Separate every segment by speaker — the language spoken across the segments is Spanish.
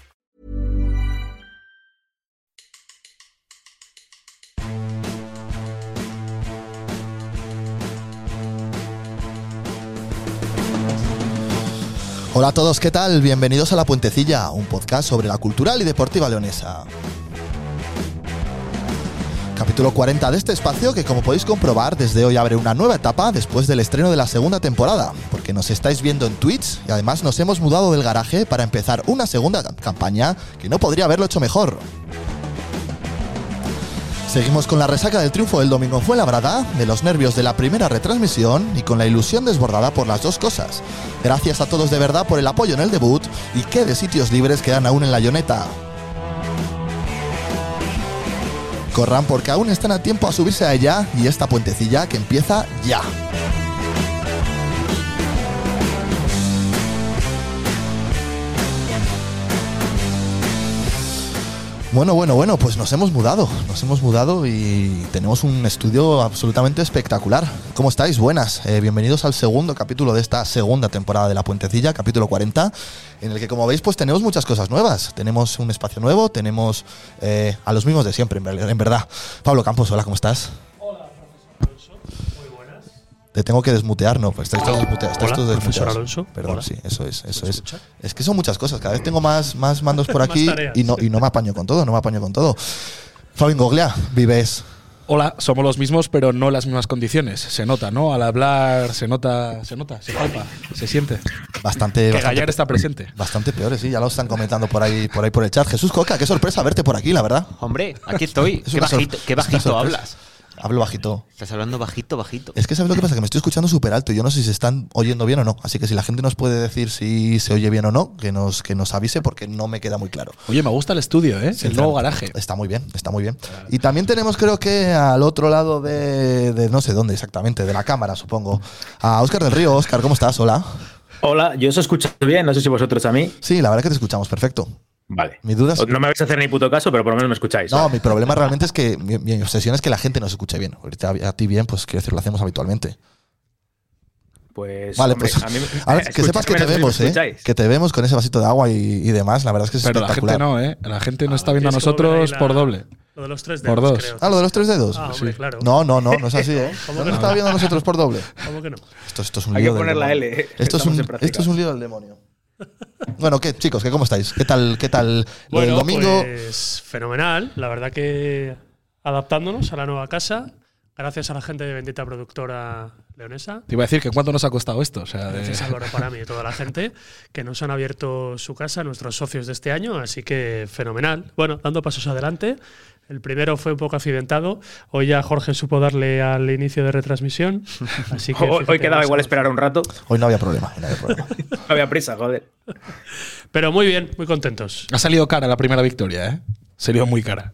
Speaker 1: Hola a todos, ¿qué tal? Bienvenidos a La Puentecilla, un podcast sobre la cultural y deportiva leonesa. Capítulo 40 de este espacio que como podéis comprobar desde hoy abre una nueva etapa después del estreno de la segunda temporada, porque nos estáis viendo en Twitch y además nos hemos mudado del garaje para empezar una segunda campaña que no podría haberlo hecho mejor. Seguimos con la resaca del triunfo del domingo en Fuenlabrada, de los nervios de la primera retransmisión y con la ilusión desbordada por las dos cosas. Gracias a todos de verdad por el apoyo en el debut y qué de sitios libres quedan aún en la Ioneta. Corran porque aún están a tiempo a subirse a ella y esta puentecilla que empieza ya. Bueno, bueno, bueno, pues nos hemos mudado, nos hemos mudado y tenemos un estudio absolutamente espectacular. ¿Cómo estáis? Buenas, eh, bienvenidos al segundo capítulo de esta segunda temporada de La Puentecilla, capítulo 40, en el que como veis pues tenemos muchas cosas nuevas. Tenemos un espacio nuevo, tenemos eh, a los mismos de siempre, en ver- en verdad. Pablo Campos, hola, ¿cómo estás? Te tengo que desmutear, no, pues estás todos desmuteados. estáis
Speaker 2: Hola,
Speaker 1: todos desmuteados.
Speaker 2: profesor Alonso.
Speaker 1: Perdón,
Speaker 2: Hola.
Speaker 1: sí, eso es, eso es. Es que son muchas cosas, cada vez tengo más, más mandos por aquí
Speaker 2: tareas.
Speaker 1: y, no, y no me apaño con todo, no me apaño con todo. Fabio Goglia, vives.
Speaker 3: Hola, somos los mismos, pero no las mismas condiciones. Se nota, ¿no? Al hablar se nota, se nota, se palpa, se siente.
Speaker 1: Bastante, bastante,
Speaker 3: Que Gallar está presente.
Speaker 1: bastante peores, sí, ya lo están comentando por ahí, por ahí por el chat. Jesús Coca, qué sorpresa verte por aquí, la verdad.
Speaker 4: Hombre, aquí estoy.
Speaker 1: Es
Speaker 4: qué
Speaker 1: una sor-
Speaker 4: bajito, qué
Speaker 1: es una
Speaker 4: bajito
Speaker 1: sorpresa.
Speaker 4: hablas.
Speaker 1: Hablo bajito.
Speaker 4: Estás hablando bajito, bajito.
Speaker 1: Es que sabes lo que pasa, que me estoy escuchando súper alto y yo no sé si se están oyendo bien o no. Así que si la gente nos puede decir si se oye bien o no, que nos, que nos avise porque no me queda muy claro.
Speaker 3: Oye, me gusta el estudio, ¿eh? El nuevo garaje.
Speaker 1: Está muy bien, está muy bien. Y también tenemos, creo que al otro lado de, de no sé dónde exactamente, de la cámara, supongo, a Óscar del Río. Óscar, ¿cómo estás? Hola.
Speaker 5: Hola, yo os escucho bien, no sé si vosotros a mí.
Speaker 1: Sí, la verdad que te escuchamos perfecto.
Speaker 5: Vale.
Speaker 1: Mi duda es-
Speaker 5: No me vais a hacer ni puto caso, pero por lo menos me escucháis.
Speaker 1: No, mi problema realmente es que mi, mi obsesión es que la gente nos escuche bien. Ahorita a, a ti bien, pues quiero decir, lo hacemos habitualmente.
Speaker 5: Pues.
Speaker 1: Vale,
Speaker 5: hombre,
Speaker 1: pues
Speaker 5: a mí me-
Speaker 1: ahora que sepas que
Speaker 5: escuchadme,
Speaker 1: te
Speaker 5: no sé si me
Speaker 1: vemos, ¿eh?
Speaker 5: escucháis.
Speaker 1: Que te vemos con ese vasito de agua y, y demás. La verdad es que es
Speaker 3: Pero la gente
Speaker 1: espectacular.
Speaker 3: no, ¿eh? La gente no está
Speaker 2: Ah,
Speaker 3: viendo a
Speaker 2: tienes que volver
Speaker 3: nosotros
Speaker 2: ahí la-
Speaker 3: por doble.
Speaker 2: Lo de los tres
Speaker 3: Por
Speaker 2: dedos,
Speaker 3: dos.
Speaker 2: creo.
Speaker 1: Ah, lo de los tres dedos.
Speaker 2: Ah, hombre, claro.
Speaker 1: No, no, no, no es así, ¿eh?
Speaker 2: ¿Cómo
Speaker 1: No nos
Speaker 2: que no?
Speaker 1: estaba viendo a nosotros por doble.
Speaker 2: ¿Cómo que no?
Speaker 1: Esto, esto es un
Speaker 5: Hay que
Speaker 1: lío del
Speaker 5: poner la
Speaker 1: demonio.
Speaker 5: L, ¿eh?
Speaker 1: Esto es,
Speaker 5: Estamos en
Speaker 1: un,
Speaker 5: práctica.
Speaker 1: esto es un lío del demonio. Bueno, ¿qué, chicos? ¿qué, ¿Cómo estáis? ¿Qué tal, qué tal lo del
Speaker 2: Bueno,
Speaker 1: domingo?
Speaker 2: pues fenomenal. La verdad que adaptándonos a la nueva casa, gracias a la gente de Bendita Productora Leonesa,
Speaker 3: Te iba a decir que cuánto nos ha costado esto. O sea, de-
Speaker 2: gracias a Álvaro Parami y toda la gente, que nos han abierto su casa, nuestros socios de este año, así que fenomenal. Bueno, dando pasos adelante. El primero fue un poco accidentado. Hoy ya Jorge supo darle al inicio de retransmisión. Así que
Speaker 5: Hoy,
Speaker 2: fíjate,
Speaker 5: hoy quedaba
Speaker 2: nos
Speaker 5: igual
Speaker 2: hemos-
Speaker 5: esperar un rato.
Speaker 1: Hoy no había problema. hoy no había problema.
Speaker 5: No había prisa, joder.
Speaker 2: Pero muy bien, muy contentos.
Speaker 3: ha salido cara la primera victoria, ¿eh? Salió muy cara.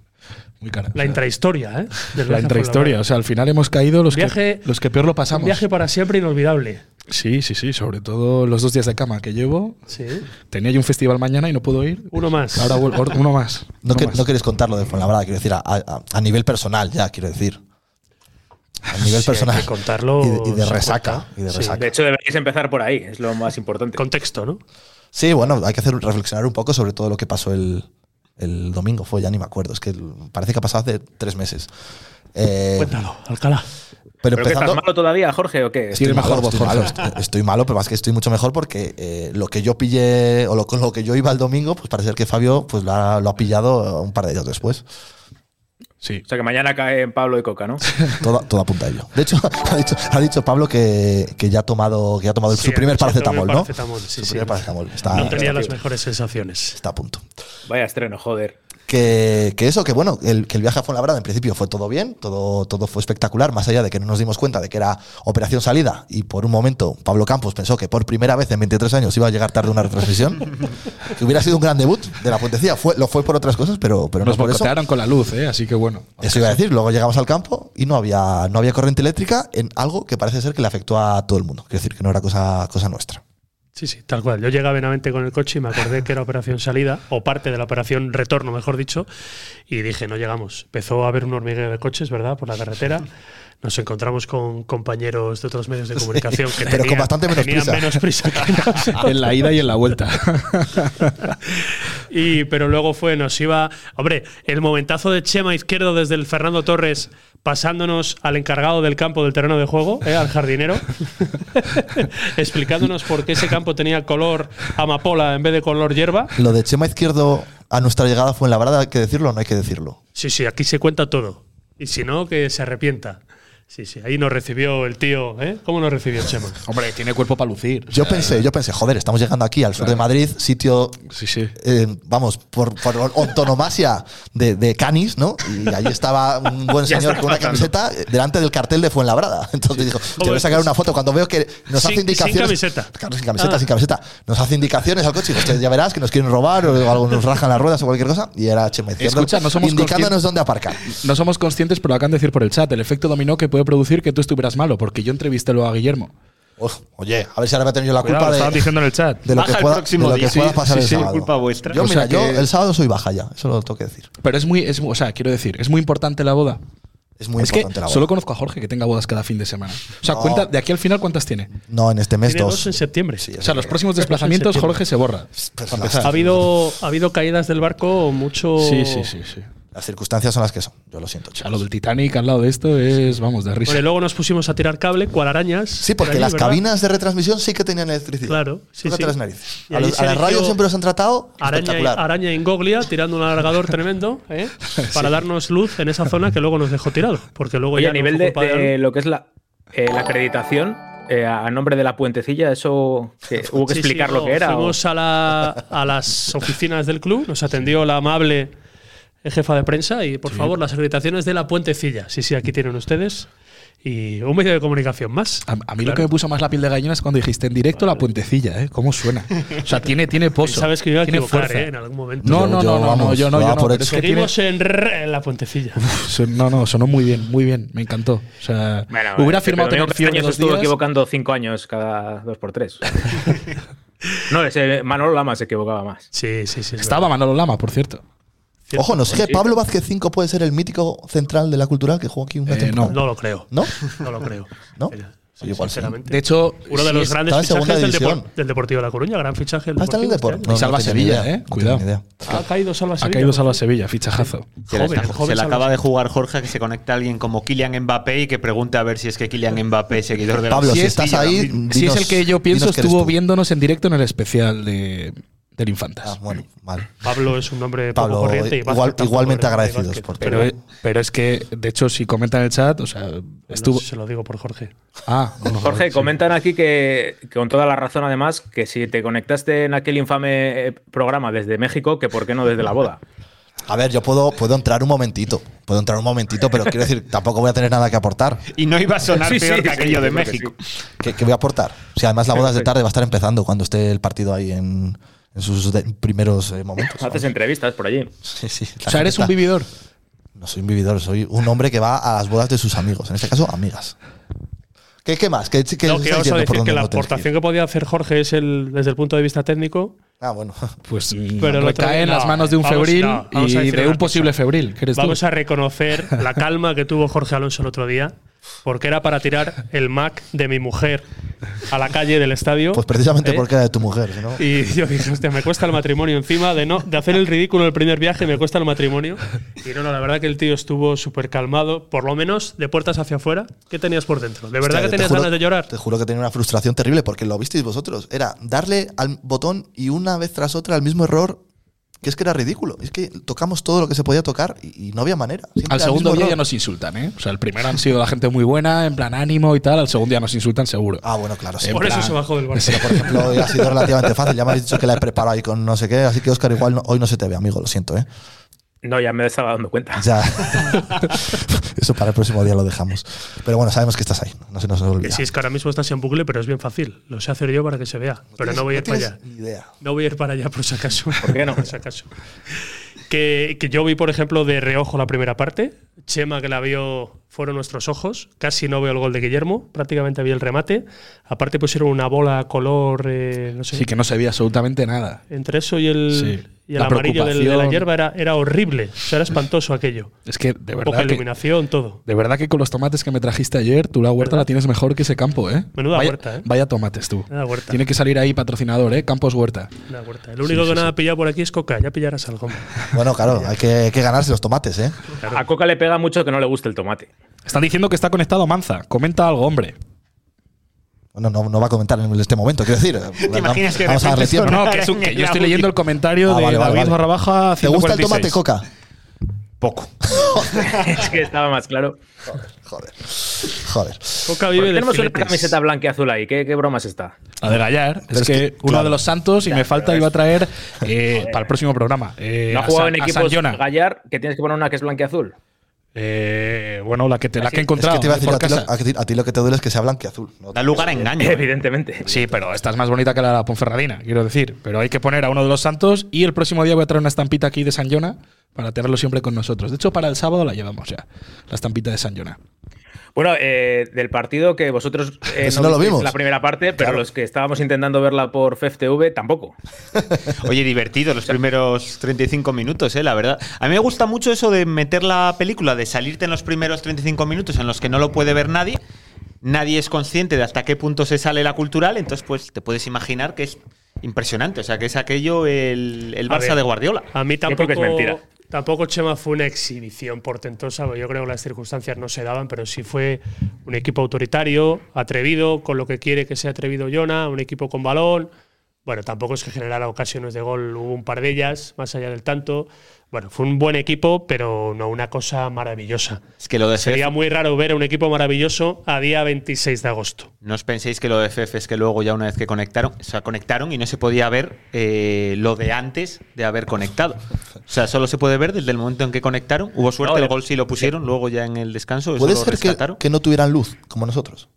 Speaker 3: Muy cara. O
Speaker 2: La
Speaker 3: sea,
Speaker 2: intrahistoria, ¿eh? Del viaje
Speaker 3: la
Speaker 2: a
Speaker 3: intrahistoria.
Speaker 2: Fuenlabrada.
Speaker 3: O sea, al final hemos caído los,
Speaker 2: Viaje-
Speaker 3: que, los que peor lo
Speaker 2: Un
Speaker 3: pasamos.
Speaker 2: viaje para siempre inolvidable.
Speaker 3: Sí, sí, sí, sobre todo los dos días de cama que llevo.
Speaker 2: Sí.
Speaker 3: Tenía yo un festival mañana y no puedo ir.
Speaker 2: Uno más.
Speaker 3: Ahora vuelvo- or- uno más.
Speaker 1: No,
Speaker 3: uno
Speaker 1: que-
Speaker 3: más.
Speaker 1: no quieres contarlo de Fuenlabrada, quiero decir, a, a- a nivel personal, ya, quiero decir. A nivel
Speaker 2: Sí, hay
Speaker 1: personal.
Speaker 2: que contarlo.
Speaker 1: Y de- y de,
Speaker 2: se
Speaker 1: resaca.
Speaker 2: cuenta.
Speaker 1: Y de
Speaker 2: Sí.
Speaker 1: resaca.
Speaker 5: De hecho, deberíais empezar por ahí, es lo más importante.
Speaker 2: Contexto, ¿no?
Speaker 1: Sí, bueno, hay que hacer reflexionar un poco sobre todo lo que pasó el, el domingo. Fue, ya ni me acuerdo. Es que el- parece que ha pasado hace tres meses. Eh,
Speaker 2: Cuéntalo, Alcalá.
Speaker 1: pero
Speaker 5: ¿Pero que estás
Speaker 1: empezando.
Speaker 5: malo todavía, Jorge, o qué?
Speaker 3: Sí.
Speaker 1: Estoy
Speaker 3: Tiene
Speaker 1: malo,
Speaker 3: mejor voz,
Speaker 1: estoy malo,
Speaker 3: Jorge.
Speaker 1: estoy- estoy malo, pero más que estoy mucho mejor porque eh, lo que yo pillé o lo, con lo que yo iba el domingo, pues parece ser que Fabio pues lo ha, lo ha pillado un par de días después.
Speaker 3: Sí.
Speaker 5: O sea, que mañana caen Pablo y Coca, ¿no?
Speaker 1: Todo, todo apunta a ello. De hecho, ha dicho, ha dicho Pablo que, que ya ha tomado, que ya ha tomado
Speaker 2: Sí,
Speaker 1: su primer
Speaker 2: anoche tomé
Speaker 1: paracetamol, ¿no?
Speaker 2: paracetamol, sí,
Speaker 1: su
Speaker 2: sí.
Speaker 1: primer paracetamol. Está,
Speaker 2: no tenía las
Speaker 5: tío.
Speaker 2: mejores sensaciones.
Speaker 1: está a punto.
Speaker 5: Vaya estreno, joder.
Speaker 1: Que, que eso, que bueno, el, que el viaje a Fuenlabrada en principio fue todo bien, todo, todo fue espectacular, más allá de que no nos dimos cuenta de que era operación salida y por un momento Pablo Campos pensó que por primera vez en 23 años iba a llegar tarde una retransmisión, que hubiera sido un gran debut de la puentecilla, fue, lo fue por otras cosas, pero, pero no
Speaker 3: Nos
Speaker 1: por eso.
Speaker 3: boicotearon con la luz, ¿eh? así que bueno.
Speaker 1: Eso iba a decir, luego llegamos al campo y no había, no había corriente eléctrica en algo que parece ser que le afectó a todo el mundo, quiero decir que no era cosa, cosa nuestra.
Speaker 2: Sí, sí, tal cual. Yo llegué a Benavente con el coche y me acordé que era operación salida, o parte de la operación retorno, mejor dicho, y dije, no llegamos. Empezó a haber un hormigueo de coches, ¿verdad?, por la carretera. Nos encontramos con compañeros de otros medios de comunicación que
Speaker 1: pero con
Speaker 2: tenían-
Speaker 1: bastante menos
Speaker 2: tenían
Speaker 1: prisa.
Speaker 2: menos prisa que nosotros.
Speaker 3: En la ida y en la vuelta.
Speaker 2: Y, pero luego fue, nos iba. Hombre, el momentazo de Chema Izquierdo desde el Fernando Torres, pasándonos al encargado del campo del terreno de juego, ¿eh? al jardinero, explicándonos por qué ese campo tenía color amapola en vez de color hierba.
Speaker 1: Lo de Chema Izquierdo a nuestra llegada fue en la verdad, hay que decirlo o no hay que decirlo.
Speaker 2: Sí, sí, aquí se cuenta todo. Y si no, que se arrepienta. Sí, sí, ahí nos recibió el tío, ¿eh? ¿Cómo nos recibió Chema?
Speaker 3: Hombre, tiene cuerpo para lucir.
Speaker 1: Yo pensé, yo pensé, joder, estamos llegando aquí al sur de Madrid, sitio,
Speaker 3: Sí, sí.
Speaker 1: eh, vamos, por, por autonomasia de, de Canis, ¿no? Y allí estaba un buen
Speaker 5: Ya
Speaker 1: señor
Speaker 5: está
Speaker 1: con una
Speaker 5: faltando.
Speaker 1: camiseta eh, delante del cartel de Fuenlabrada. Entonces dijo, te voy a sacar una foto cuando veo que nos
Speaker 2: Sin-
Speaker 1: hace indicaciones.
Speaker 2: sin camiseta.
Speaker 1: Claro, sin camiseta,
Speaker 2: Ah.
Speaker 1: sin camiseta. Nos hace indicaciones al coche y dijo, ya verás que nos quieren robar o algo, nos rajan las ruedas o cualquier cosa. Y era Chema Izquierdo
Speaker 3: Escucha, no somos
Speaker 1: indicándonos
Speaker 3: conscien-
Speaker 1: dónde aparcar.
Speaker 3: No somos conscientes, pero lo acaban de decir por el chat, el efecto dominó que puede producir que tú estuvieras malo, porque yo entrevisté luego a Guillermo.
Speaker 1: Uf, oye, a ver si ahora me ha tenido la
Speaker 3: Cuidado,
Speaker 1: culpa
Speaker 3: lo
Speaker 1: de,
Speaker 3: estaban diciendo en el chat.
Speaker 1: de lo
Speaker 4: Baja
Speaker 1: que
Speaker 4: el
Speaker 1: pueda, de
Speaker 4: próximo
Speaker 1: lo que
Speaker 4: día.
Speaker 1: pueda
Speaker 4: Sí,
Speaker 1: pasar
Speaker 4: sí,
Speaker 1: el
Speaker 4: sí,
Speaker 1: sábado.
Speaker 4: culpa vuestra.
Speaker 1: Yo,
Speaker 3: O
Speaker 1: mira,
Speaker 3: sea
Speaker 1: yo
Speaker 3: que-
Speaker 1: el sábado soy baja ya, eso lo tengo que decir.
Speaker 3: Pero es muy, es, o sea, quiero decir, es muy importante la boda.
Speaker 1: Es muy
Speaker 3: es que
Speaker 1: importante la boda.
Speaker 3: solo conozco a Jorge que tenga bodas cada fin de semana. O sea,
Speaker 1: No.
Speaker 3: cuenta, de aquí al final, ¿cuántas tiene?
Speaker 1: No, en este mes
Speaker 2: Tiene
Speaker 1: dos.
Speaker 2: dos en septiembre.
Speaker 3: O sea, los próximos desplazamientos Jorge se borra.
Speaker 1: Pues
Speaker 3: para
Speaker 1: las-
Speaker 3: empezar.
Speaker 2: ha habido, ha habido caídas del barco mucho.
Speaker 3: Sí, sí, sí, sí.
Speaker 1: Las circunstancias son las que son. Yo lo siento,
Speaker 3: O
Speaker 1: chicos.
Speaker 3: sea, lo del Titanic al lado de esto es, vamos, de risa.
Speaker 2: Bueno, y luego nos pusimos a tirar cable, cual arañas.
Speaker 1: Sí,
Speaker 2: por
Speaker 1: porque
Speaker 2: allí,
Speaker 1: las
Speaker 2: ¿verdad?
Speaker 1: cabinas de retransmisión sí que tenían electricidad.
Speaker 2: Claro, sí,
Speaker 1: Tócate
Speaker 2: sí.
Speaker 1: las narices.
Speaker 2: Y
Speaker 1: A,
Speaker 2: allí
Speaker 1: los-
Speaker 2: se
Speaker 1: a las
Speaker 2: eligió
Speaker 1: radios siempre los han tratado
Speaker 2: Araña, y-
Speaker 1: espectacular.
Speaker 2: araña ingoglia tirando un alargador tremendo ¿eh? para darnos luz en esa zona que luego nos dejó tirado. Porque luego
Speaker 5: Oye,
Speaker 2: ya
Speaker 5: a
Speaker 2: no
Speaker 5: nivel
Speaker 2: fue
Speaker 5: de,
Speaker 2: culpa la
Speaker 5: de
Speaker 2: luz.
Speaker 5: lo que es la, eh, la acreditación, eh, a nombre de la puentecilla, eso que Eh, hubo que
Speaker 2: Sí, sí,
Speaker 5: explicar
Speaker 2: no,
Speaker 5: lo que era. o-
Speaker 2: Fuimos a, la- a las oficinas del club, nos atendió la amable jefa de prensa y por favor las acreditaciones de la puentecilla. Sí, sí, aquí tienen ustedes. Y un medio de comunicación más.
Speaker 3: A, a mí lo que me puso más la piel de gallina es cuando dijiste en directo la puentecilla, ¿eh? ¿Cómo suena? O sea, tiene, tiene pozo.
Speaker 2: Sabes que yo iba a
Speaker 3: tiene
Speaker 2: equivocar
Speaker 3: fuerza.
Speaker 2: ¿eh? en algún momento.
Speaker 3: No,
Speaker 1: Yo-
Speaker 3: no,
Speaker 1: yo,
Speaker 3: no, no, no,
Speaker 1: vamos,
Speaker 3: yo no,
Speaker 1: lo
Speaker 3: yo
Speaker 1: daba
Speaker 3: no.
Speaker 1: por
Speaker 3: pero es que tiene-
Speaker 2: Seguimos en, re- en la puentecilla.
Speaker 3: son- no, no, sonó muy bien, muy bien. Me encantó. O sea,
Speaker 5: Bueno,
Speaker 3: hubiera
Speaker 5: eh,
Speaker 3: firmado
Speaker 5: Pedro Domingo
Speaker 3: tener fiebre
Speaker 5: Castaño se
Speaker 3: dos
Speaker 5: estuvo
Speaker 3: días.
Speaker 5: equivocando cinco años cada dos por tres. no, ese Manolo Lama se equivocaba más.
Speaker 2: Sí, sí, sí. es
Speaker 3: Estaba Manolo Lama, por cierto.
Speaker 1: Ojo, nos sigue Pablo Vázquez 5 puede ser el mítico central de la cultural que jugó aquí una
Speaker 3: Eh,
Speaker 1: temporada.
Speaker 2: verdad. No lo creo.
Speaker 1: ¿No?
Speaker 2: No lo creo.
Speaker 1: ¿No?
Speaker 2: Pero,
Speaker 1: Sí, igual sí.
Speaker 2: sinceramente.
Speaker 3: De hecho,
Speaker 2: uno de
Speaker 3: sí,
Speaker 2: los
Speaker 3: es-
Speaker 2: grandes
Speaker 1: estaba en segunda
Speaker 2: fichajes del,
Speaker 1: división.
Speaker 2: Depor- del Deportivo de La Coruña, gran fichaje. Del
Speaker 1: Ah, está en el deporte.
Speaker 2: Deportivo este
Speaker 1: No, no
Speaker 3: Salva
Speaker 1: tenía
Speaker 3: Sevilla,
Speaker 1: idea,
Speaker 3: ¿eh?
Speaker 1: no tenía
Speaker 3: Cuidado.
Speaker 1: ni idea.
Speaker 2: año. Ha caído Salva
Speaker 3: ha
Speaker 2: Sevilla.
Speaker 3: caído Salva Sevilla, fichajazo.
Speaker 4: Se, la
Speaker 2: Joven,
Speaker 4: está-
Speaker 2: joven
Speaker 4: se la
Speaker 2: Salva
Speaker 4: acaba de
Speaker 2: Sevilla.
Speaker 4: jugar Jorge que se conecta a alguien como Kylian Mbappé y que pregunta a ver si es que Kylian Mbappé es seguidor de la
Speaker 1: Pablo, si,
Speaker 4: Sí, es
Speaker 1: estás
Speaker 4: tío,
Speaker 1: ahí.
Speaker 4: también.
Speaker 3: si es
Speaker 1: dinos-
Speaker 3: el que yo pienso,
Speaker 1: dinos que eres
Speaker 3: estuvo
Speaker 1: tú.
Speaker 3: viéndonos en directo en el especial de, del
Speaker 1: Ah,
Speaker 3: Infantas.
Speaker 1: bueno, mal.
Speaker 2: Pablo es un nombre poco
Speaker 1: Pablo,
Speaker 2: corriente. y
Speaker 1: igual-
Speaker 2: Vázquez tampoco
Speaker 1: igualmente
Speaker 2: era de
Speaker 1: agradecidos
Speaker 2: básquet,
Speaker 1: por
Speaker 3: pero,
Speaker 2: pero
Speaker 3: pero es que, de hecho, si comentan en el chat, o sea, estuvo.
Speaker 2: no, se lo digo por Jorge.
Speaker 3: Ah, bueno,
Speaker 5: Jorge,
Speaker 3: sí.
Speaker 5: comentan aquí que, que con toda la razón, además, que si te conectaste en aquel infame eh, programa desde México, que por qué no desde la boda.
Speaker 1: A ver, yo puedo, puedo entrar un momentito. Puedo entrar un momentito, pero quiero decir, tampoco voy a tener nada que aportar.
Speaker 4: Y no iba a sonar
Speaker 5: Sí, sí,
Speaker 4: peor que
Speaker 5: sí,
Speaker 4: aquello
Speaker 5: yo
Speaker 4: de
Speaker 5: creo que
Speaker 4: México.
Speaker 1: ¿Qué, qué voy a aportar? Si además la boda es de tarde, va a estar empezando cuando esté el partido ahí en, en sus de- primeros eh, momentos.
Speaker 5: Haces entrevistas por allí.
Speaker 1: Sí, sí, la
Speaker 3: O sea,
Speaker 1: gente
Speaker 3: eres un
Speaker 1: está-
Speaker 3: vividor.
Speaker 1: No soy un vividor, soy un hombre que va a las bodas de sus amigos, en este caso, amigas. ¿Qué, qué más? ¿Qué, qué
Speaker 2: No,
Speaker 1: estáis
Speaker 2: que vamos a
Speaker 1: yendo por
Speaker 2: decir
Speaker 1: donde
Speaker 2: que la
Speaker 1: no tenéis
Speaker 2: aportación
Speaker 1: ir?
Speaker 2: que podía hacer Jorge es el desde el punto de vista técnico,
Speaker 1: Ah, bueno.
Speaker 3: Pues
Speaker 2: Pero
Speaker 3: pero
Speaker 2: el
Speaker 3: lo
Speaker 2: otro
Speaker 3: cae
Speaker 2: día-
Speaker 3: en
Speaker 2: no,
Speaker 3: las manos de un
Speaker 2: vamos-
Speaker 3: febril
Speaker 2: no, vamos a
Speaker 3: y
Speaker 2: decir
Speaker 3: de
Speaker 2: una
Speaker 3: un posible
Speaker 2: cosa.
Speaker 3: febril. ¿Crees tú?
Speaker 2: Vamos a reconocer la calma que tuvo Jorge Alonso el otro día, porque era para tirar el Mac de mi mujer a la calle del estadio.
Speaker 1: Pues precisamente
Speaker 2: ¿eh?
Speaker 1: porque era de tu mujer, si ¿no?
Speaker 2: Y yo dije, hostia, me cuesta el matrimonio encima de no de hacer el ridículo el primer viaje, me cuesta el matrimonio. Y no, no, la verdad que el tío estuvo súper calmado, por lo menos de puertas hacia afuera. ¿Qué tenías por dentro? ¿De verdad
Speaker 1: Hostia,
Speaker 2: que
Speaker 1: te
Speaker 2: tenías
Speaker 1: juro-
Speaker 2: ganas de llorar?
Speaker 1: Te juro que tenía una frustración terrible porque lo visteis vosotros. Era darle al botón y una vez tras otra al mismo error, que es que era ridículo. Es que tocamos todo lo que se podía tocar y, y no había manera. Siempre
Speaker 3: Al
Speaker 1: era el
Speaker 3: segundo
Speaker 1: mismo
Speaker 3: día
Speaker 1: error.
Speaker 3: ya nos insultan, ¿eh? O sea, el primero han sido la gente muy buena, en plan ánimo y tal. Al segundo día nos insultan seguro.
Speaker 1: Ah, bueno, claro, sí.
Speaker 3: En
Speaker 2: Por eso
Speaker 3: plan-
Speaker 2: se bajó del barco.
Speaker 3: Sí.
Speaker 1: Por ejemplo, hoy ha sido relativamente fácil. Ya me habéis dicho que la he preparado ahí con no sé qué, así que Oscar, igual no- hoy no se te ve, amigo, lo siento, ¿eh?
Speaker 5: No, ya me estaba dando cuenta.
Speaker 1: Ya. Eso para el próximo día lo dejamos. Pero bueno, sabemos que estás ahí. No se nos olvida.
Speaker 2: Que sí, es que ahora mismo estás en bucle, pero es bien fácil. Lo sé hacer yo para que se vea. Pero no voy a ir para
Speaker 1: tienes
Speaker 2: allá.
Speaker 1: Ni idea.
Speaker 2: No voy a ir para allá por si acaso.
Speaker 5: ¿Por qué no?
Speaker 2: Por si acaso. Que, que yo vi, por ejemplo, de reojo la primera parte. Chema, que la vio, fueron nuestros ojos. Casi no veo el gol de Guillermo. Prácticamente vi el remate. Aparte pusieron una bola color, eh, no sé.
Speaker 3: Sí, que no se veía absolutamente nada.
Speaker 2: Entre eso y el,
Speaker 3: Sí.
Speaker 2: y el
Speaker 3: La
Speaker 2: amarillo del- de la
Speaker 3: preocupación.
Speaker 2: hierba era, era horrible. O sea, era espantoso aquello.
Speaker 3: Es que, de
Speaker 2: Poca
Speaker 3: verdad. que-
Speaker 2: iluminación, todo.
Speaker 3: de verdad que con los tomates que me trajiste ayer, tú la huerta
Speaker 2: ¿Verdad?
Speaker 3: la tienes mejor que ese campo, ¿eh?
Speaker 2: Menuda
Speaker 3: vaya,
Speaker 2: huerta, ¿eh?
Speaker 3: Vaya tomates tú.
Speaker 2: Menuda huerta.
Speaker 3: Tiene que salir ahí patrocinador, ¿eh? Campos Huerta.
Speaker 2: La huerta. El único
Speaker 3: sí,
Speaker 2: que no
Speaker 3: sí.
Speaker 2: ha pillado por aquí es Coca. Ya pillarás algo.
Speaker 1: Bueno, claro, hay que, hay que ganarse los tomates, ¿eh?
Speaker 5: A Coca le pega mucho que no le guste el tomate.
Speaker 3: Están diciendo que está conectado Manza. Comenta algo, hombre.
Speaker 1: Bueno, no, no va a comentar en este momento, quiero decir.
Speaker 4: ¿Te imaginas que de
Speaker 1: vamos a darle
Speaker 4: repente
Speaker 1: tiempo.
Speaker 3: No, que, es un- que yo estoy leyendo el comentario
Speaker 1: Ah,
Speaker 3: de
Speaker 1: vale, vale,
Speaker 3: David
Speaker 1: vale.
Speaker 3: barra baja
Speaker 1: ¿Te gusta el
Speaker 3: 146.
Speaker 1: tomate, Coca?
Speaker 4: Poco.
Speaker 5: es que estaba más claro.
Speaker 1: Joder. Joder.
Speaker 2: Coca
Speaker 5: ¿Por qué
Speaker 2: vive de
Speaker 5: tenemos una
Speaker 2: filetes.
Speaker 5: camiseta blanca y azul ahí. ¿Qué, qué bromas está?
Speaker 3: La de Gallar. Es,
Speaker 1: es
Speaker 3: que,
Speaker 1: que,
Speaker 3: uno
Speaker 1: claro.
Speaker 3: de los santos y me falta iba a traer eh, para el próximo programa. eh,
Speaker 5: No ha
Speaker 3: a
Speaker 5: jugado
Speaker 3: Sa-
Speaker 5: en
Speaker 3: a San
Speaker 5: equipos
Speaker 3: Jona.
Speaker 5: Gallar que tienes que poner una que es blanca y azul.
Speaker 3: Eh, bueno, la que, te, la que he
Speaker 1: Ah, Es
Speaker 3: encontrado.
Speaker 1: que te iba a
Speaker 3: eh,
Speaker 1: decir,
Speaker 3: por
Speaker 1: a ti,
Speaker 3: casa.
Speaker 1: lo, a ti- a ti lo que te duele es que sea blanqueazul. No,
Speaker 4: Da lugar a engaño. ¿eh?
Speaker 5: Evidentemente.
Speaker 3: Sí, pero esta es más bonita que la de la Ponferradina, quiero decir. Pero hay que poner a uno de los santos y el próximo día voy a traer una estampita aquí de San Jona para tenerlo siempre con nosotros. De hecho, para el sábado la llevamos ya, la estampita de San Jona.
Speaker 5: Bueno, eh, del partido que vosotros eh,
Speaker 1: Eso no lo
Speaker 5: visteis
Speaker 1: vimos.
Speaker 5: la primera parte, pero los que estábamos intentando verla por FFTV tampoco.
Speaker 4: Oye, divertido los primeros 35 minutos, eh, la verdad. A mí me gusta mucho eso de meter la película, de salirte en los primeros 35 minutos en los que no lo puede ver nadie. Nadie es consciente de hasta qué punto se sale la cultural, entonces pues te puedes imaginar que es impresionante, o sea, que es aquello el, el
Speaker 2: A
Speaker 4: Barça
Speaker 2: ver,
Speaker 4: de Guardiola.
Speaker 2: A mí
Speaker 5: Yo creo
Speaker 2: tampoco
Speaker 5: que es mentira.
Speaker 2: Tampoco Chema fue una exhibición portentosa, porque yo creo que las circunstancias no se daban, pero sí fue un equipo autoritario, atrevido, con lo que quiere que sea atrevido Jona, un equipo con balón. Bueno, tampoco es que generara ocasiones de gol, hubo un par de ellas, más allá del tanto. Bueno, fue un buen equipo, pero no una cosa maravillosa.
Speaker 4: Es que lo de
Speaker 2: Sería
Speaker 4: FF,
Speaker 2: muy raro ver a un equipo maravilloso a día 26 de agosto.
Speaker 4: no os penséis que lo de FF es que luego ya una vez que conectaron, o sea, conectaron y no se podía ver eh, lo de antes de haber conectado. O sea, solo se puede ver desde el momento en que conectaron. Hubo suerte,
Speaker 5: No,
Speaker 4: el
Speaker 5: de-
Speaker 4: gol sí lo pusieron, luego ya en el descanso eso
Speaker 1: Puede
Speaker 4: lo
Speaker 1: ser que,
Speaker 4: rescataron.
Speaker 1: que no tuvieran luz, como nosotros.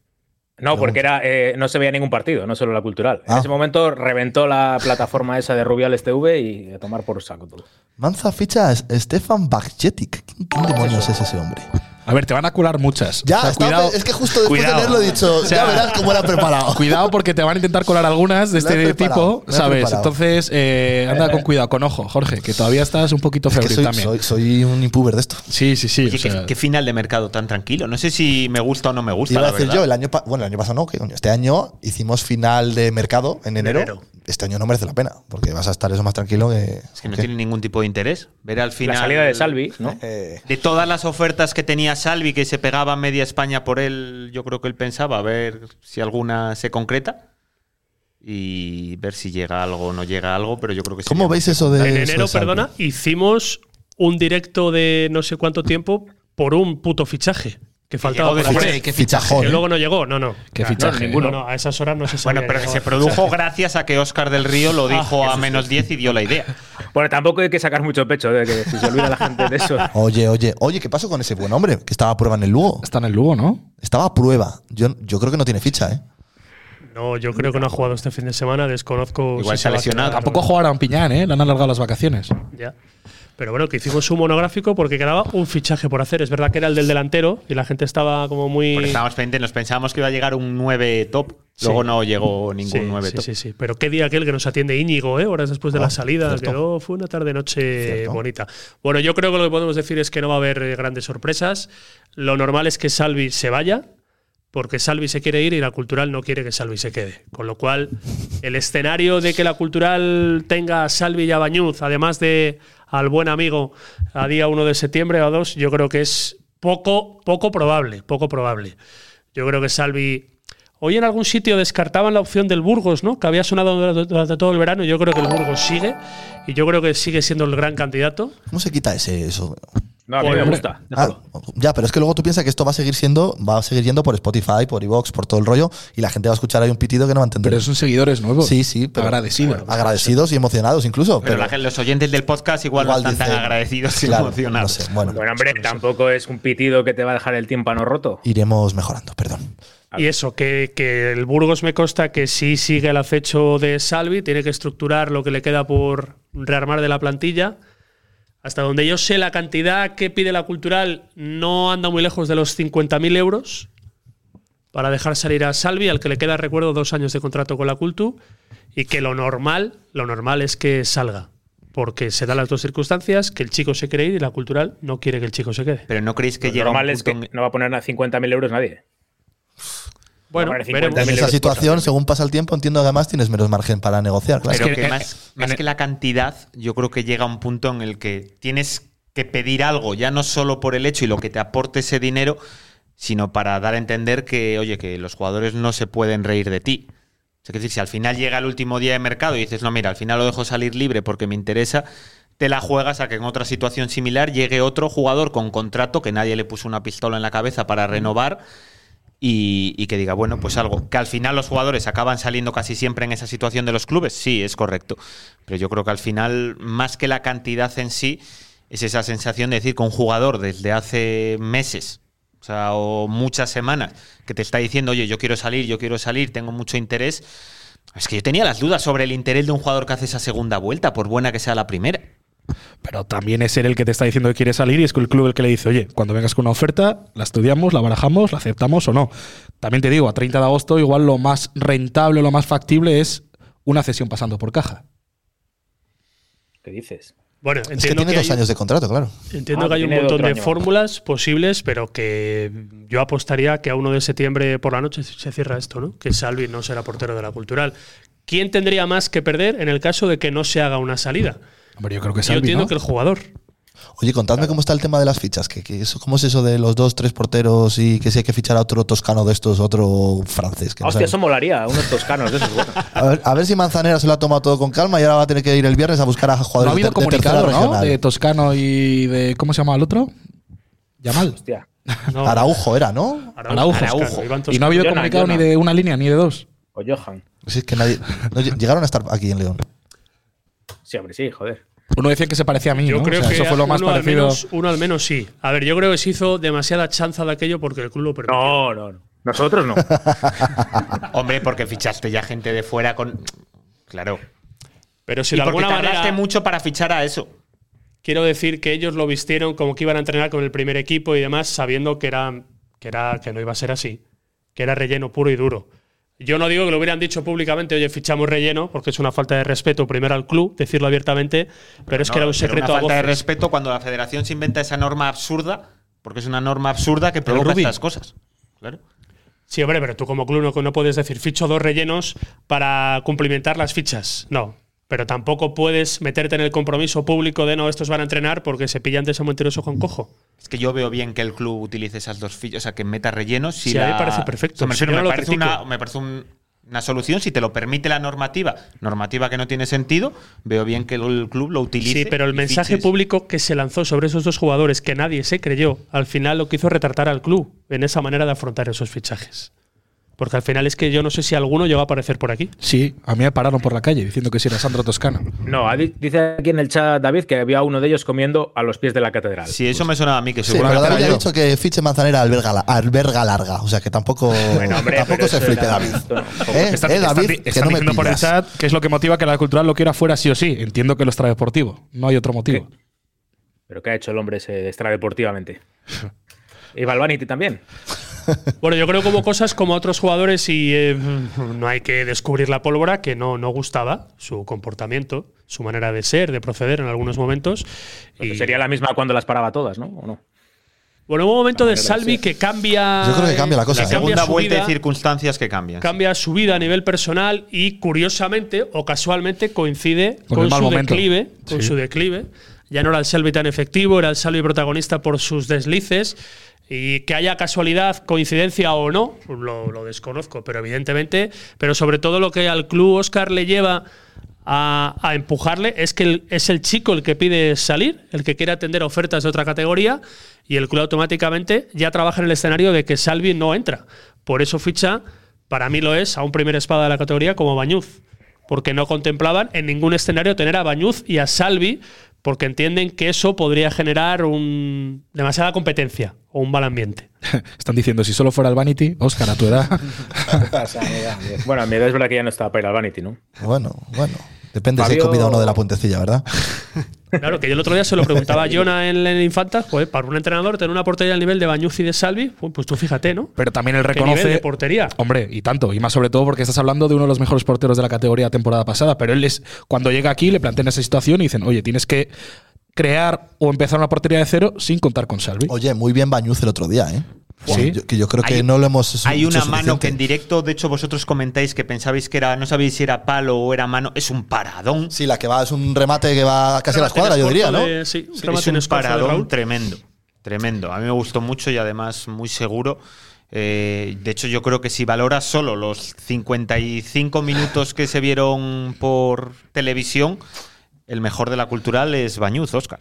Speaker 5: No, porque era, eh, no se veía ningún partido, no solo la cultural. En
Speaker 1: Ah.
Speaker 5: ese momento reventó la plataforma esa de Rubiales TV y a tomar por saco todo.
Speaker 1: Manza ficha a S- Stefan Bajetic. ¿Quién,
Speaker 4: Ah,
Speaker 1: quién demonios es ese hombre?
Speaker 3: A ver, te van a cular muchas.
Speaker 1: Ya,
Speaker 3: O sea,
Speaker 1: estaba-
Speaker 3: cuidado,
Speaker 1: es que justo después
Speaker 3: cuidado.
Speaker 1: de haberlo dicho,
Speaker 3: O sea,
Speaker 1: ya verás cómo era preparado.
Speaker 3: Cuidado porque te van a intentar colar algunas de
Speaker 1: Lo he
Speaker 3: este
Speaker 1: preparado,
Speaker 3: tipo,
Speaker 1: lo he
Speaker 3: ¿sabes?
Speaker 1: preparado.
Speaker 3: Entonces, eh, anda con cuidado, con ojo, Jorge, que todavía estás un poquito
Speaker 1: Es que
Speaker 3: febril
Speaker 1: soy,
Speaker 3: también.
Speaker 1: soy- soy un impuber de esto.
Speaker 3: Sí, sí, sí.
Speaker 4: Oye,
Speaker 3: o
Speaker 4: ¿qué-
Speaker 3: sea,
Speaker 4: qué, final de mercado tan tranquilo. No sé si me gusta o no me gusta.
Speaker 1: Iba
Speaker 4: la
Speaker 1: a decir
Speaker 4: verdad.
Speaker 1: yo, el año, pa- bueno, el año pasado no, que coño, este año hicimos final de mercado en enero.
Speaker 2: enero.
Speaker 1: Este año no merece la pena, porque vas a estar eso más tranquilo que.
Speaker 4: Es que no
Speaker 1: que-
Speaker 4: tiene ningún tipo de interés. Ver al final.
Speaker 5: la salida de Salvi, ¿no?
Speaker 1: eh,
Speaker 4: De todas las ofertas que tenía Salvi, que se pegaba media España por él, yo creo que él pensaba a ver si alguna se concreta y ver si llega algo o no llega algo, pero yo creo que sí.
Speaker 1: ¿Cómo veis eso de.?
Speaker 2: En
Speaker 1: eso
Speaker 2: enero,
Speaker 1: de Salvi?
Speaker 2: perdona, hicimos un directo de no sé cuánto tiempo por un puto fichaje que faltaba
Speaker 4: llegó de
Speaker 2: por hacer.
Speaker 4: fichaje,
Speaker 1: qué
Speaker 2: Que
Speaker 1: fichajón, ¿eh?
Speaker 2: luego no llegó, no, no.
Speaker 3: qué
Speaker 2: No,
Speaker 3: fichaje.
Speaker 5: ninguno.
Speaker 2: No, no, a esas horas no se sabía.
Speaker 4: Bueno, pero que
Speaker 2: llegaba
Speaker 4: se
Speaker 2: el
Speaker 4: produjo
Speaker 2: fichaje.
Speaker 4: gracias a que Óscar del Río lo dijo a menos 10 y dio la idea.
Speaker 5: Ah, Bueno, tampoco hay que sacar mucho pecho de que si se olvida la gente de eso.
Speaker 1: Oye, oye, oye, ¿qué pasó con ese buen hombre que estaba a prueba en el Lugo?
Speaker 3: Está en el Lugo, ¿no?
Speaker 1: Estaba a prueba. Yo, yo creo que no tiene ficha, ¿eh?
Speaker 2: No, yo creo que no ha jugado este fin de semana, desconozco.
Speaker 4: Igual
Speaker 2: si
Speaker 4: se ha
Speaker 2: va a
Speaker 4: lesionado.
Speaker 2: quedar o-
Speaker 3: Tampoco jugaron Piñán, ¿eh? Le han alargado las vacaciones.
Speaker 2: Ya. Pero bueno, que hicimos un monográfico porque quedaba un fichaje por hacer. Es verdad que era el del delantero y la gente estaba como muy.
Speaker 4: Porque estábamos pendientes, nos pensábamos que iba a llegar un 9 top. Luego
Speaker 2: Sí.
Speaker 4: no llegó
Speaker 2: Sí,
Speaker 4: ningún 9
Speaker 2: sí,
Speaker 4: top.
Speaker 2: sí, sí. Pero qué día aquel que nos atiende Íñigo, ¿eh? horas después de
Speaker 1: Ah,
Speaker 2: la salida.
Speaker 1: cierto.
Speaker 2: Quedó, fue una tarde-noche
Speaker 1: Cierto.
Speaker 2: bonita. Bueno, yo creo que lo que podemos decir es que no va a haber eh, grandes sorpresas. Lo normal es que Salvi se vaya, porque Salvi se quiere ir y la cultural no quiere que Salvi se quede. Con lo cual, el escenario de que la cultural tenga a Salvi y a Bañuz, además de al buen amigo a día 1 de septiembre o a 2, yo creo que es poco, poco probable, poco probable. Yo creo que Salvi. Hoy en algún sitio descartaban la opción del Burgos, ¿no? Que había sonado durante- durante todo el verano. Yo creo que el Burgos sigue y yo creo que sigue siendo el gran candidato.
Speaker 1: ¿Cómo se quita ese eso?
Speaker 5: No, a mí me
Speaker 2: Hombre.
Speaker 5: gusta. déjalo.
Speaker 1: Ah, ya, pero es que luego tú piensas que esto va a seguir siendo, va a seguir yendo por Spotify, por Evox, por todo el rollo, y la gente va a escuchar ahí un pitido que no va a entender.
Speaker 3: Pero son seguidores nuevos.
Speaker 1: sí, sí, pero
Speaker 3: Agradecido.
Speaker 1: agradecidos y emocionados incluso.
Speaker 4: Pero,
Speaker 1: Pero,
Speaker 4: la gente- los oyentes del podcast igual, no están tan
Speaker 1: dicen-
Speaker 4: agradecidos y
Speaker 1: claro,
Speaker 4: emocionados.
Speaker 1: no sé, bueno,
Speaker 5: Bueno, hombre, tampoco es un pitido que te va a dejar el tímpano roto.
Speaker 1: iremos mejorando, perdón.
Speaker 2: Y eso, que, que el Burgos me consta que sí sigue el acecho de Salvi, tiene que estructurar lo que le queda por rearmar de la plantilla. Hasta donde yo sé, la cantidad que pide la cultural no anda muy lejos de los 50.000 euros para dejar salir a Salvi, al que le queda, recuerdo, dos años de contrato con la Cultu, y que lo normal, lo normal es que salga. Porque se dan las dos circunstancias, que el chico se quiere ir y la cultural no quiere que el chico se quede.
Speaker 4: Pero no creéis que
Speaker 5: Lo
Speaker 4: llega un
Speaker 5: normal es que
Speaker 4: punto en-
Speaker 5: no va a poner a 50.000 euros nadie.
Speaker 2: Bueno,
Speaker 5: Hombre,
Speaker 2: veremos.
Speaker 5: 50.000
Speaker 1: En esa
Speaker 5: euros
Speaker 1: situación, según pasa el tiempo, entiendo que además tienes menos margen para negociar. Claro.
Speaker 4: Pero
Speaker 3: que,
Speaker 4: que,
Speaker 3: eh,
Speaker 4: más,
Speaker 3: en
Speaker 4: más
Speaker 3: el-
Speaker 4: que la cantidad, yo creo que llega un punto en el que tienes que pedir algo, ya no solo por el hecho y lo que te aporte ese dinero, sino para dar a entender que, oye, que los jugadores no se pueden reír de ti. O sea, que decir, si al final llega el último día de mercado y dices, no, mira, al final lo dejo salir libre porque me interesa, te la juegas a que en otra situación similar llegue otro jugador con contrato que nadie le puso una pistola en la cabeza para renovar y, y que diga, bueno, pues algo. Que al final los jugadores acaban saliendo casi siempre en esa situación de los clubes, sí, es correcto. Pero yo creo que al final, más que la cantidad en sí, es esa sensación de decir que un jugador desde hace meses. O sea, o muchas semanas que te está diciendo, oye, yo quiero salir, yo quiero salir, tengo mucho interés. Es que yo tenía las dudas sobre el interés de un jugador que hace esa segunda vuelta, por buena que sea la primera.
Speaker 3: Pero también es él el que te está diciendo que quiere salir y es el club el que le dice, oye, cuando vengas con una oferta, la estudiamos, la barajamos, la aceptamos o no. También te digo, a 30 de agosto igual lo más rentable, lo más factible es una cesión pasando por caja.
Speaker 5: ¿Qué dices?
Speaker 2: Bueno,
Speaker 1: Es que
Speaker 2: entiendo
Speaker 1: tiene
Speaker 2: que
Speaker 1: dos
Speaker 2: hay-
Speaker 1: años de contrato, claro.
Speaker 2: Entiendo
Speaker 5: Ah,
Speaker 2: que hay un
Speaker 5: tiene
Speaker 2: montón
Speaker 5: otro
Speaker 2: de
Speaker 5: año.
Speaker 2: fórmulas posibles, pero que yo apostaría que a 1 de septiembre por la noche se cierra esto, ¿no? Que Salvi no será portero de la cultural. ¿Quién tendría más que perder en el caso de que no se haga una salida?
Speaker 3: Hombre, yo creo que
Speaker 2: yo
Speaker 3: Salvi,
Speaker 2: entiendo
Speaker 3: ¿no?
Speaker 2: que el jugador.
Speaker 1: Oye, contadme cómo está el tema de las fichas. que que eso, ¿Cómo es eso de los dos, tres porteros y que si hay que fichar a otro toscano de estos, otro francés? que no
Speaker 5: Hostia,
Speaker 1: sabemos?
Speaker 5: eso molaría, unos toscanos de esos. bueno.
Speaker 1: A ver, a ver si Manzanera se lo ha tomado todo con calma y ahora va a tener que ir el viernes a buscar a
Speaker 3: No ha
Speaker 1: jugadores de,
Speaker 3: habido
Speaker 1: de tercera
Speaker 3: comunicado, ¿no?
Speaker 1: regional.
Speaker 3: De Toscano y de. ¿Cómo se llama el otro? Yamal.
Speaker 5: Hostia.
Speaker 2: No,
Speaker 1: Araujo era, ¿no?
Speaker 3: Araujo.
Speaker 2: Toscano,
Speaker 4: Araujo.
Speaker 2: Iván
Speaker 3: Y no ha
Speaker 2: Toscano.
Speaker 3: habido
Speaker 5: Yo no,
Speaker 3: comunicado
Speaker 5: yo no.
Speaker 3: ni de una línea ni de dos.
Speaker 5: O Johan.
Speaker 1: Si es que nadie. no lle- llegaron a estar aquí en León.
Speaker 5: Sí, hombre, sí, joder.
Speaker 3: Uno decía que se parecía a mí.
Speaker 2: Yo
Speaker 3: ¿no? O
Speaker 2: creo
Speaker 3: sea,
Speaker 2: que
Speaker 3: eso fue lo más
Speaker 2: uno, al
Speaker 3: parecido.
Speaker 2: menos, uno al menos sí. A ver, yo creo que se hizo demasiada chanza de aquello porque el club lo permitió.
Speaker 5: No, no, no. Nosotros no.
Speaker 4: Hombre, porque fichaste ya gente de fuera con. Claro.
Speaker 2: Pero si
Speaker 4: y
Speaker 2: de
Speaker 4: porque
Speaker 2: alguna
Speaker 4: tardaste
Speaker 2: manera.
Speaker 4: mucho para fichar a eso.
Speaker 2: Quiero decir que ellos lo vistieron como que iban a entrenar con el primer equipo y demás, sabiendo que era, que era que no iba a ser así, que era relleno puro y duro. Yo no digo que lo hubieran dicho públicamente, oye, fichamos relleno, porque es una falta de respeto primero al club, decirlo abiertamente, pero, es que
Speaker 4: No,
Speaker 2: era
Speaker 4: pero
Speaker 2: un secreto
Speaker 4: una
Speaker 2: a
Speaker 4: falta de
Speaker 2: voces.
Speaker 4: respeto cuando la federación se inventa esa norma absurda, porque es una norma absurda que provoca
Speaker 3: Rubi.
Speaker 4: estas cosas. Claro.
Speaker 2: Sí, hombre, pero tú como club no, no puedes decir ficho dos rellenos para cumplimentar las fichas. No. Pero tampoco puedes meterte en el compromiso público de no, estos van a entrenar porque se pillan de ese mentiroso con cojo.
Speaker 4: Es que yo veo bien que el club utilice esas dos fichas, o sea, que meta rellenos. Si
Speaker 2: Sí, a mí
Speaker 4: la-
Speaker 2: me parece perfecto.
Speaker 4: o sea, me, refiero,
Speaker 2: Yo no
Speaker 4: me
Speaker 2: lo
Speaker 4: parece, una,
Speaker 2: critico.
Speaker 4: me parece un- una solución si te lo permite la normativa. Normativa que no tiene sentido, veo bien que el club lo utilice.
Speaker 2: Sí, pero el
Speaker 4: y
Speaker 2: mensaje
Speaker 4: fiches.
Speaker 2: público que se lanzó sobre esos dos jugadores, que nadie se creyó, al final lo que hizo retratar al club en esa manera de afrontar esos fichajes. Porque al final es que yo no sé si alguno llegó a aparecer por aquí.
Speaker 3: Sí, a mí me pararon por la calle diciendo que si era Sandro Toscano.
Speaker 5: No, ha di- dice aquí en el chat David que había uno de ellos comiendo a los pies de la catedral.
Speaker 4: Si eso me sonaba a mí, que
Speaker 1: Sí, pero
Speaker 4: seguramente
Speaker 1: David
Speaker 4: era
Speaker 1: ha
Speaker 4: yo.
Speaker 1: dicho que fiche Manzanera alberga, la- alberga larga. O sea que tampoco,
Speaker 5: hombre,
Speaker 1: tampoco
Speaker 5: pero
Speaker 1: se
Speaker 5: eso
Speaker 1: flipe,
Speaker 5: era-
Speaker 1: David.
Speaker 5: esto no, tampoco.
Speaker 1: ¿Eh?
Speaker 3: Están,
Speaker 1: ¿Eh,
Speaker 3: están
Speaker 1: David?
Speaker 3: di-
Speaker 1: Que
Speaker 3: están
Speaker 1: no me
Speaker 3: diciendo por el
Speaker 1: pillas.
Speaker 3: chat que es lo que motiva que la cultural lo quiera fuera sí o sí. Entiendo que lo extradeportivo. No hay otro motivo.
Speaker 5: Pero ¿qué ha hecho el hombre ese extradeportivamente? Y Balvanity también.
Speaker 2: Bueno, yo creo que hubo cosas como otros jugadores y eh, no hay que descubrir la pólvora que no, no gustaba su comportamiento, su manera de ser, de proceder en algunos momentos.
Speaker 5: Pero
Speaker 2: Y-
Speaker 5: Sería la misma cuando las paraba todas, ¿no? ¿O no?
Speaker 2: Bueno, hubo un momento de
Speaker 5: Manera de
Speaker 2: Salvi
Speaker 5: ser.
Speaker 2: que cambia.
Speaker 1: Yo creo que cambia la cosa,
Speaker 2: que
Speaker 1: ¿eh?
Speaker 2: cambia
Speaker 4: Segunda
Speaker 2: su
Speaker 4: vuelta
Speaker 2: vida.
Speaker 4: de circunstancias que cambian.
Speaker 2: cambia su vida a nivel personal y curiosamente o casualmente coincide
Speaker 3: Con
Speaker 2: con,
Speaker 3: el mal
Speaker 2: su
Speaker 3: momento.
Speaker 2: declive, con
Speaker 3: Sí.
Speaker 2: su declive. Ya no era el Salvi tan efectivo, era el Salvi protagonista por sus deslices. Y que haya casualidad, coincidencia o no, pues lo, lo desconozco, pero evidentemente, pero sobre todo lo que al club Oscar le lleva a, a empujarle es que el- es el chico el que pide salir, el que quiere atender ofertas de otra categoría y el club automáticamente ya trabaja en el escenario de que Salvi no entra. Por eso ficha, para mí lo es, a un primer espada de la categoría como Bañuz, porque no contemplaban en ningún escenario tener a Bañuz y a Salvi porque entienden que eso podría generar un, demasiada competencia o un mal ambiente.
Speaker 3: Están diciendo, si solo fuera el Vanity, Oscar, a tu edad.
Speaker 5: Eh, Bueno, a mi edad es verdad que ya no estaba para ir al Vanity, ¿no?
Speaker 1: Bueno, bueno. Depende si he
Speaker 5: Fabio-
Speaker 1: comido o no de la puentecilla, ¿verdad?
Speaker 2: Claro, que yo el otro día se lo preguntaba a Jonah en, el Infantas, pues para un entrenador tener una portería al nivel de Bañuz y de Salvi, pues, pues tú fíjate, ¿no?
Speaker 3: Pero también él
Speaker 2: ¿Qué
Speaker 3: reconoce.
Speaker 2: nivel de portería?
Speaker 3: Hombre, y tanto. Y más sobre todo porque estás hablando de uno de los mejores porteros de la categoría temporada pasada. Pero él es. Cuando llega aquí, le plantean esa situación y dicen, oye, tienes que crear o empezar una portería de cero sin contar con Salvi.
Speaker 1: Oye, muy bien Bañuz el otro día, ¿eh?
Speaker 3: Sí.
Speaker 1: Yo- que yo creo que
Speaker 4: Hay-
Speaker 1: no lo hemos. su-
Speaker 4: Hay
Speaker 1: hecho
Speaker 4: una mano
Speaker 1: suficiente.
Speaker 4: que en directo, de hecho, vosotros comentáis que pensabais que era, no sabéis si era palo o era mano, es un paradón.
Speaker 1: Sí, la que va es un remate que va casi a la escuadra, yo diría, ¿no?
Speaker 2: De- sí, un
Speaker 4: es
Speaker 2: remate en
Speaker 4: un
Speaker 2: escorzo de Raúl.
Speaker 4: paradón tremendo, tremendo. A mí me gustó mucho y además muy seguro. Eh, de hecho, yo creo que si valoras solo los 55 minutos que se vieron por televisión, el mejor de la cultural es Bañuz, Oscar.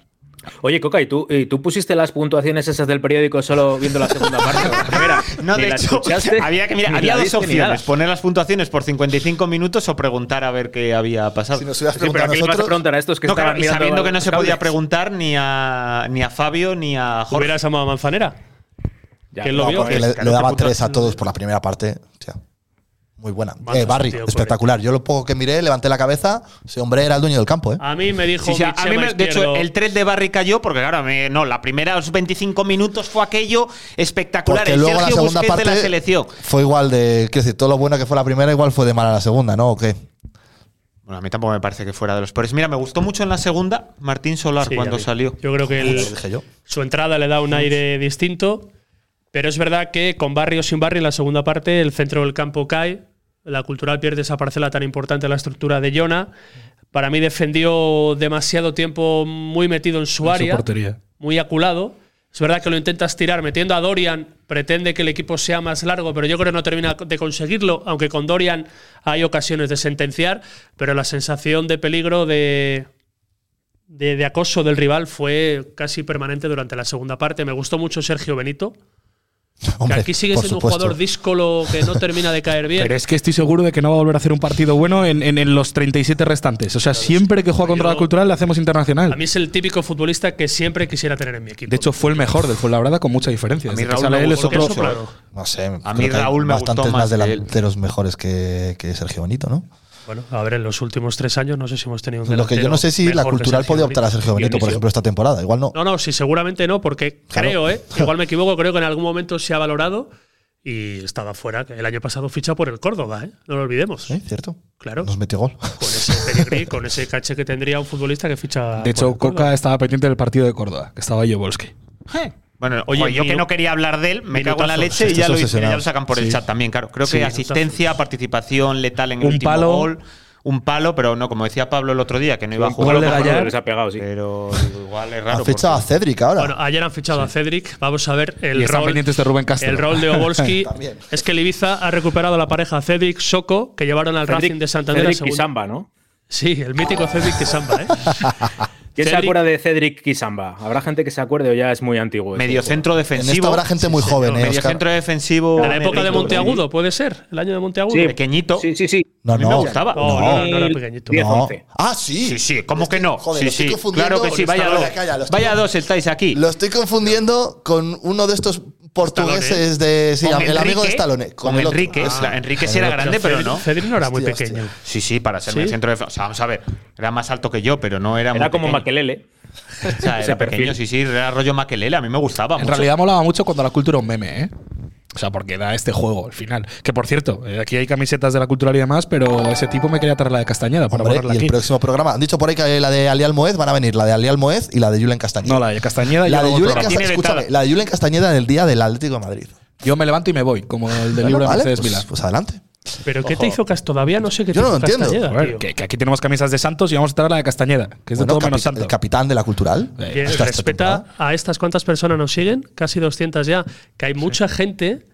Speaker 5: Oye, Coca, ¿y tú, y tú pusiste las puntuaciones esas del periódico solo viendo la segunda parte? o la primera?
Speaker 4: No,
Speaker 5: Ni
Speaker 4: de
Speaker 5: la
Speaker 4: hecho,
Speaker 5: escuchaste,
Speaker 4: había, que, mira,
Speaker 5: ni
Speaker 4: había
Speaker 5: la
Speaker 4: dos
Speaker 5: viste, ni nada.
Speaker 4: opciones: poner las puntuaciones por 55 minutos o preguntar a ver qué había pasado.
Speaker 1: Si nos hubieras
Speaker 5: Sí, pero ¿a
Speaker 1: preguntado
Speaker 5: quién le
Speaker 1: a
Speaker 5: vas a
Speaker 1: nosotros.
Speaker 5: preguntar a estos que
Speaker 4: No,
Speaker 5: estaban
Speaker 4: claro, y
Speaker 5: mirando
Speaker 4: sabiendo
Speaker 5: al-
Speaker 4: que no se
Speaker 5: al
Speaker 4: podía
Speaker 5: cable?
Speaker 4: preguntar ni a, ni a Fabio ni a Jorge.
Speaker 2: Hubieras llamado a Manzanera.
Speaker 5: Ya,
Speaker 2: que él
Speaker 5: no,
Speaker 2: lo
Speaker 1: No,
Speaker 2: vio.
Speaker 1: porque
Speaker 4: es
Speaker 1: le,
Speaker 4: que
Speaker 1: le
Speaker 4: no
Speaker 1: daba
Speaker 4: te puta-
Speaker 1: tres a todos por la primera parte. O sea, muy buena.
Speaker 2: Vamos,
Speaker 1: eh, Barry,
Speaker 2: tío,
Speaker 1: espectacular. Yo lo poco que miré, levanté la cabeza. Ese hombre era el dueño del campo, ¿eh?
Speaker 2: A mí me dijo.
Speaker 4: Sí, sí, a
Speaker 2: mi
Speaker 4: mí
Speaker 2: Chema
Speaker 4: me- de hecho,
Speaker 2: Izquierdo-
Speaker 4: el 3 de Barry cayó porque, claro, me- no, la primera, los 25 minutos fue aquello espectacular.
Speaker 1: Porque
Speaker 4: el
Speaker 1: luego
Speaker 4: Sergio
Speaker 1: la segunda
Speaker 4: Busquets
Speaker 1: parte
Speaker 4: de la selección.
Speaker 1: fue igual de. Quiero decir, todo lo bueno que fue la primera, igual fue de mala la segunda, ¿no? ¿O qué?
Speaker 4: Bueno, a mí tampoco me parece que fuera de los peores. Mira, me gustó mucho en la segunda Martín Solar
Speaker 2: Sí,
Speaker 4: cuando
Speaker 2: a mí.
Speaker 4: salió.
Speaker 2: Yo creo que el-
Speaker 1: Lo dije yo.
Speaker 2: su entrada le da un aire distinto. Pero es verdad que con Barry o sin Barry, en la segunda parte, el centro del campo cae. La cultural pierde esa parcela tan importante en la estructura de Jona. Para mí defendió demasiado tiempo muy metido en su
Speaker 3: En su
Speaker 2: área.
Speaker 3: portería.
Speaker 2: muy aculado. Es verdad que lo intentas tirar metiendo a Dorian, pretende que el equipo sea más largo, pero yo creo que no termina de conseguirlo, aunque con Dorian hay ocasiones de sentenciar, pero la sensación de peligro de, de, de acoso del rival fue casi permanente durante la segunda parte. Me gustó mucho Sergio Benito, que
Speaker 1: Hombre,
Speaker 2: aquí sigue
Speaker 1: por
Speaker 2: siendo un
Speaker 1: supuesto.
Speaker 2: jugador díscolo que no termina de caer bien.
Speaker 3: Pero es que estoy seguro de que no va a volver a hacer un partido bueno en, en- en los 37 restantes. O sea, siempre que juega contra
Speaker 2: Yo-
Speaker 3: la cultural le hacemos internacional.
Speaker 2: A mí es el típico futbolista que siempre quisiera tener en mi equipo.
Speaker 3: de hecho, fue el mejor del Fuenlabrada con mucha diferencia.
Speaker 4: A mí
Speaker 3: Desde que
Speaker 4: Raúl
Speaker 3: sale
Speaker 4: me
Speaker 3: él es
Speaker 4: gustó
Speaker 2: Porque es
Speaker 3: otro-
Speaker 2: soplado.
Speaker 1: No sé.
Speaker 4: A
Speaker 1: creo
Speaker 4: mí
Speaker 1: que hay
Speaker 4: Raúl me gustó
Speaker 1: bastantes
Speaker 4: más
Speaker 1: más
Speaker 4: que él.
Speaker 1: delanteros mejores que, que Sergio Bonito, ¿no?
Speaker 2: Bueno, a ver, en los últimos tres años no sé si hemos tenido un
Speaker 1: Lo que yo
Speaker 2: delantero
Speaker 1: no sé si la
Speaker 2: mejor que
Speaker 1: cultural
Speaker 2: Sergio
Speaker 1: podía
Speaker 2: Benito.
Speaker 1: optar a Sergio Benito, por
Speaker 5: Dionisio.
Speaker 1: ejemplo, esta temporada. Igual no.
Speaker 2: No, no, sí, seguramente no, porque
Speaker 1: Claro.
Speaker 2: creo, ¿eh? Igual me equivoco, creo que en algún momento se ha valorado y estaba fuera. que El año pasado ficha por el Córdoba, ¿eh? No lo olvidemos.
Speaker 1: Sí, cierto.
Speaker 2: Claro.
Speaker 1: Nos metió gol.
Speaker 2: Con ese pedigrí, con ese caché que tendría un futbolista que ficha.
Speaker 3: De hecho,
Speaker 2: por el Córdoba.
Speaker 3: Coca estaba pendiente del partido de Córdoba, que estaba Jebolski.
Speaker 4: Bueno,
Speaker 2: Oye,
Speaker 4: joder, yo
Speaker 2: minu-
Speaker 4: que no quería hablar de él, me cago en la
Speaker 2: minutazos.
Speaker 4: leche y ya
Speaker 1: Estás
Speaker 4: lo,
Speaker 1: obsesionado.
Speaker 4: ya lo sacan por el
Speaker 3: Sí.
Speaker 4: chat también, claro. Creo
Speaker 3: Sí.
Speaker 4: que asistencia, participación letal en el
Speaker 3: Un
Speaker 4: último
Speaker 3: palo.
Speaker 4: gol, un palo, pero no, como decía Pablo el otro día, que no iba a
Speaker 5: Igual
Speaker 4: jugar.
Speaker 3: gol de
Speaker 5: lo mejor
Speaker 3: Gallar.
Speaker 5: les ha pegado, sí.
Speaker 4: Pero igual es raro.
Speaker 1: Ha fichado a
Speaker 4: porque- ah,
Speaker 1: Cedric ahora.
Speaker 2: Bueno, ayer han fichado a Cedric. Vamos a ver el
Speaker 3: Y están
Speaker 2: rol.
Speaker 3: pendientes de Rubén Castro.
Speaker 2: El rol de Obolski.
Speaker 1: También.
Speaker 2: es que el Ibiza ha recuperado a la pareja Cedric Soco, que llevaron al Racing de Santander a
Speaker 5: Cedric y
Speaker 2: segunda.
Speaker 5: Samba, ¿no?
Speaker 2: Sí, el mítico Cedric que Samba, ¿eh?
Speaker 5: ¿Quién se
Speaker 3: Cedric-
Speaker 5: acuerda de Cedric Kisamba? ¿Habrá gente que se acuerde o ya es muy antiguo? este
Speaker 4: Medio
Speaker 5: juego?
Speaker 4: centro
Speaker 1: En esto
Speaker 4: defensivo.
Speaker 1: habrá gente muy joven, ¿eh?
Speaker 4: Medio
Speaker 1: Oscar.
Speaker 4: centro defensivo.
Speaker 2: De la época de
Speaker 4: negrito,
Speaker 2: Monteagudo, puede ser. El año de Monteagudo.
Speaker 4: sí, Pequeñito.
Speaker 5: Sí, sí, sí.
Speaker 1: No,
Speaker 4: A mí
Speaker 1: no.
Speaker 4: me gustaba.
Speaker 1: No.
Speaker 2: No, no, no, era pequeñito.
Speaker 5: Diez.
Speaker 1: No.
Speaker 5: 11.
Speaker 1: Ah, sí.
Speaker 4: Sí, sí, ¿cómo que no?
Speaker 1: Joder,
Speaker 4: sí,
Speaker 1: lo estoy
Speaker 4: sí,
Speaker 1: confundiendo
Speaker 4: claro que sí,
Speaker 1: con-
Speaker 4: vaya
Speaker 1: Calla,
Speaker 4: dos.
Speaker 1: calla, lo estoy-
Speaker 4: Vaya dos, estáis aquí.
Speaker 1: Lo estoy confundiendo con uno de estos portugueses de. Sí,
Speaker 4: Con
Speaker 1: el amigo de
Speaker 4: Enrique,
Speaker 1: Stallone.
Speaker 4: Con,
Speaker 1: el otro.
Speaker 4: Enrique.
Speaker 1: Ah,
Speaker 4: la- Enrique sí
Speaker 1: con el
Speaker 4: era
Speaker 1: otro.
Speaker 4: grande, pero no.
Speaker 2: Cedric no era muy
Speaker 1: Hostia,
Speaker 2: pequeño.
Speaker 4: Sí, sí, para ser
Speaker 2: ¿Sí?
Speaker 4: medio centro defensivo. O sea, vamos a ver. Era más alto que yo, pero no era muy
Speaker 5: Era como
Speaker 4: pequeño.
Speaker 5: Maquelele.
Speaker 4: O sea,
Speaker 5: ese
Speaker 4: era pequeño,
Speaker 5: perfil.
Speaker 4: sí, sí, era rollo Maquelele. A mí me gustaba
Speaker 3: En
Speaker 4: mucho.
Speaker 3: realidad molaba mucho cuando la cultura era un meme, ¿eh? O sea, porque da este juego al final. Que por cierto, eh, aquí hay camisetas de la cultura y demás, pero ese tipo me quería traer la de Castañeda para
Speaker 1: Hombre,
Speaker 3: ponerla
Speaker 1: y el
Speaker 3: aquí.
Speaker 1: próximo programa. Han dicho por ahí que la de Ali Almoez van a venir, la de Ali Almoez y la de Julen Castañeda.
Speaker 3: No, la de Castañeda.
Speaker 1: La
Speaker 3: yo
Speaker 1: de
Speaker 3: hago otro
Speaker 1: Julen
Speaker 3: programa.
Speaker 4: Castañeda. Tiene
Speaker 1: Castañeda.
Speaker 4: vetada.
Speaker 1: Escúchame, la de Julen Castañeda en el día del Atlético de Madrid.
Speaker 3: Yo me levanto y me voy, como el del
Speaker 1: Bueno,
Speaker 3: libro de
Speaker 1: vale,
Speaker 3: Mercedes
Speaker 1: pues-
Speaker 3: Milá.
Speaker 1: pues adelante.
Speaker 2: ¿Pero qué te hizo Cas? Todavía no sé qué
Speaker 1: Yo
Speaker 2: te
Speaker 1: no
Speaker 2: hizo
Speaker 1: lo entiendo.
Speaker 2: Castañeda,
Speaker 3: A ver,
Speaker 2: tío.
Speaker 3: que, que aquí tenemos camisas de Santos y vamos a traer la de Castañeda, que es de
Speaker 1: Bueno,
Speaker 3: todo menos
Speaker 1: capi-
Speaker 3: Eh, Santos.
Speaker 1: El capitán de la cultural. ¿eh?
Speaker 2: Que
Speaker 1: Hasta esta
Speaker 2: respeta
Speaker 1: temporada.
Speaker 2: a estas cuantas personas nos siguen, casi 200 ya, que hay mucha gente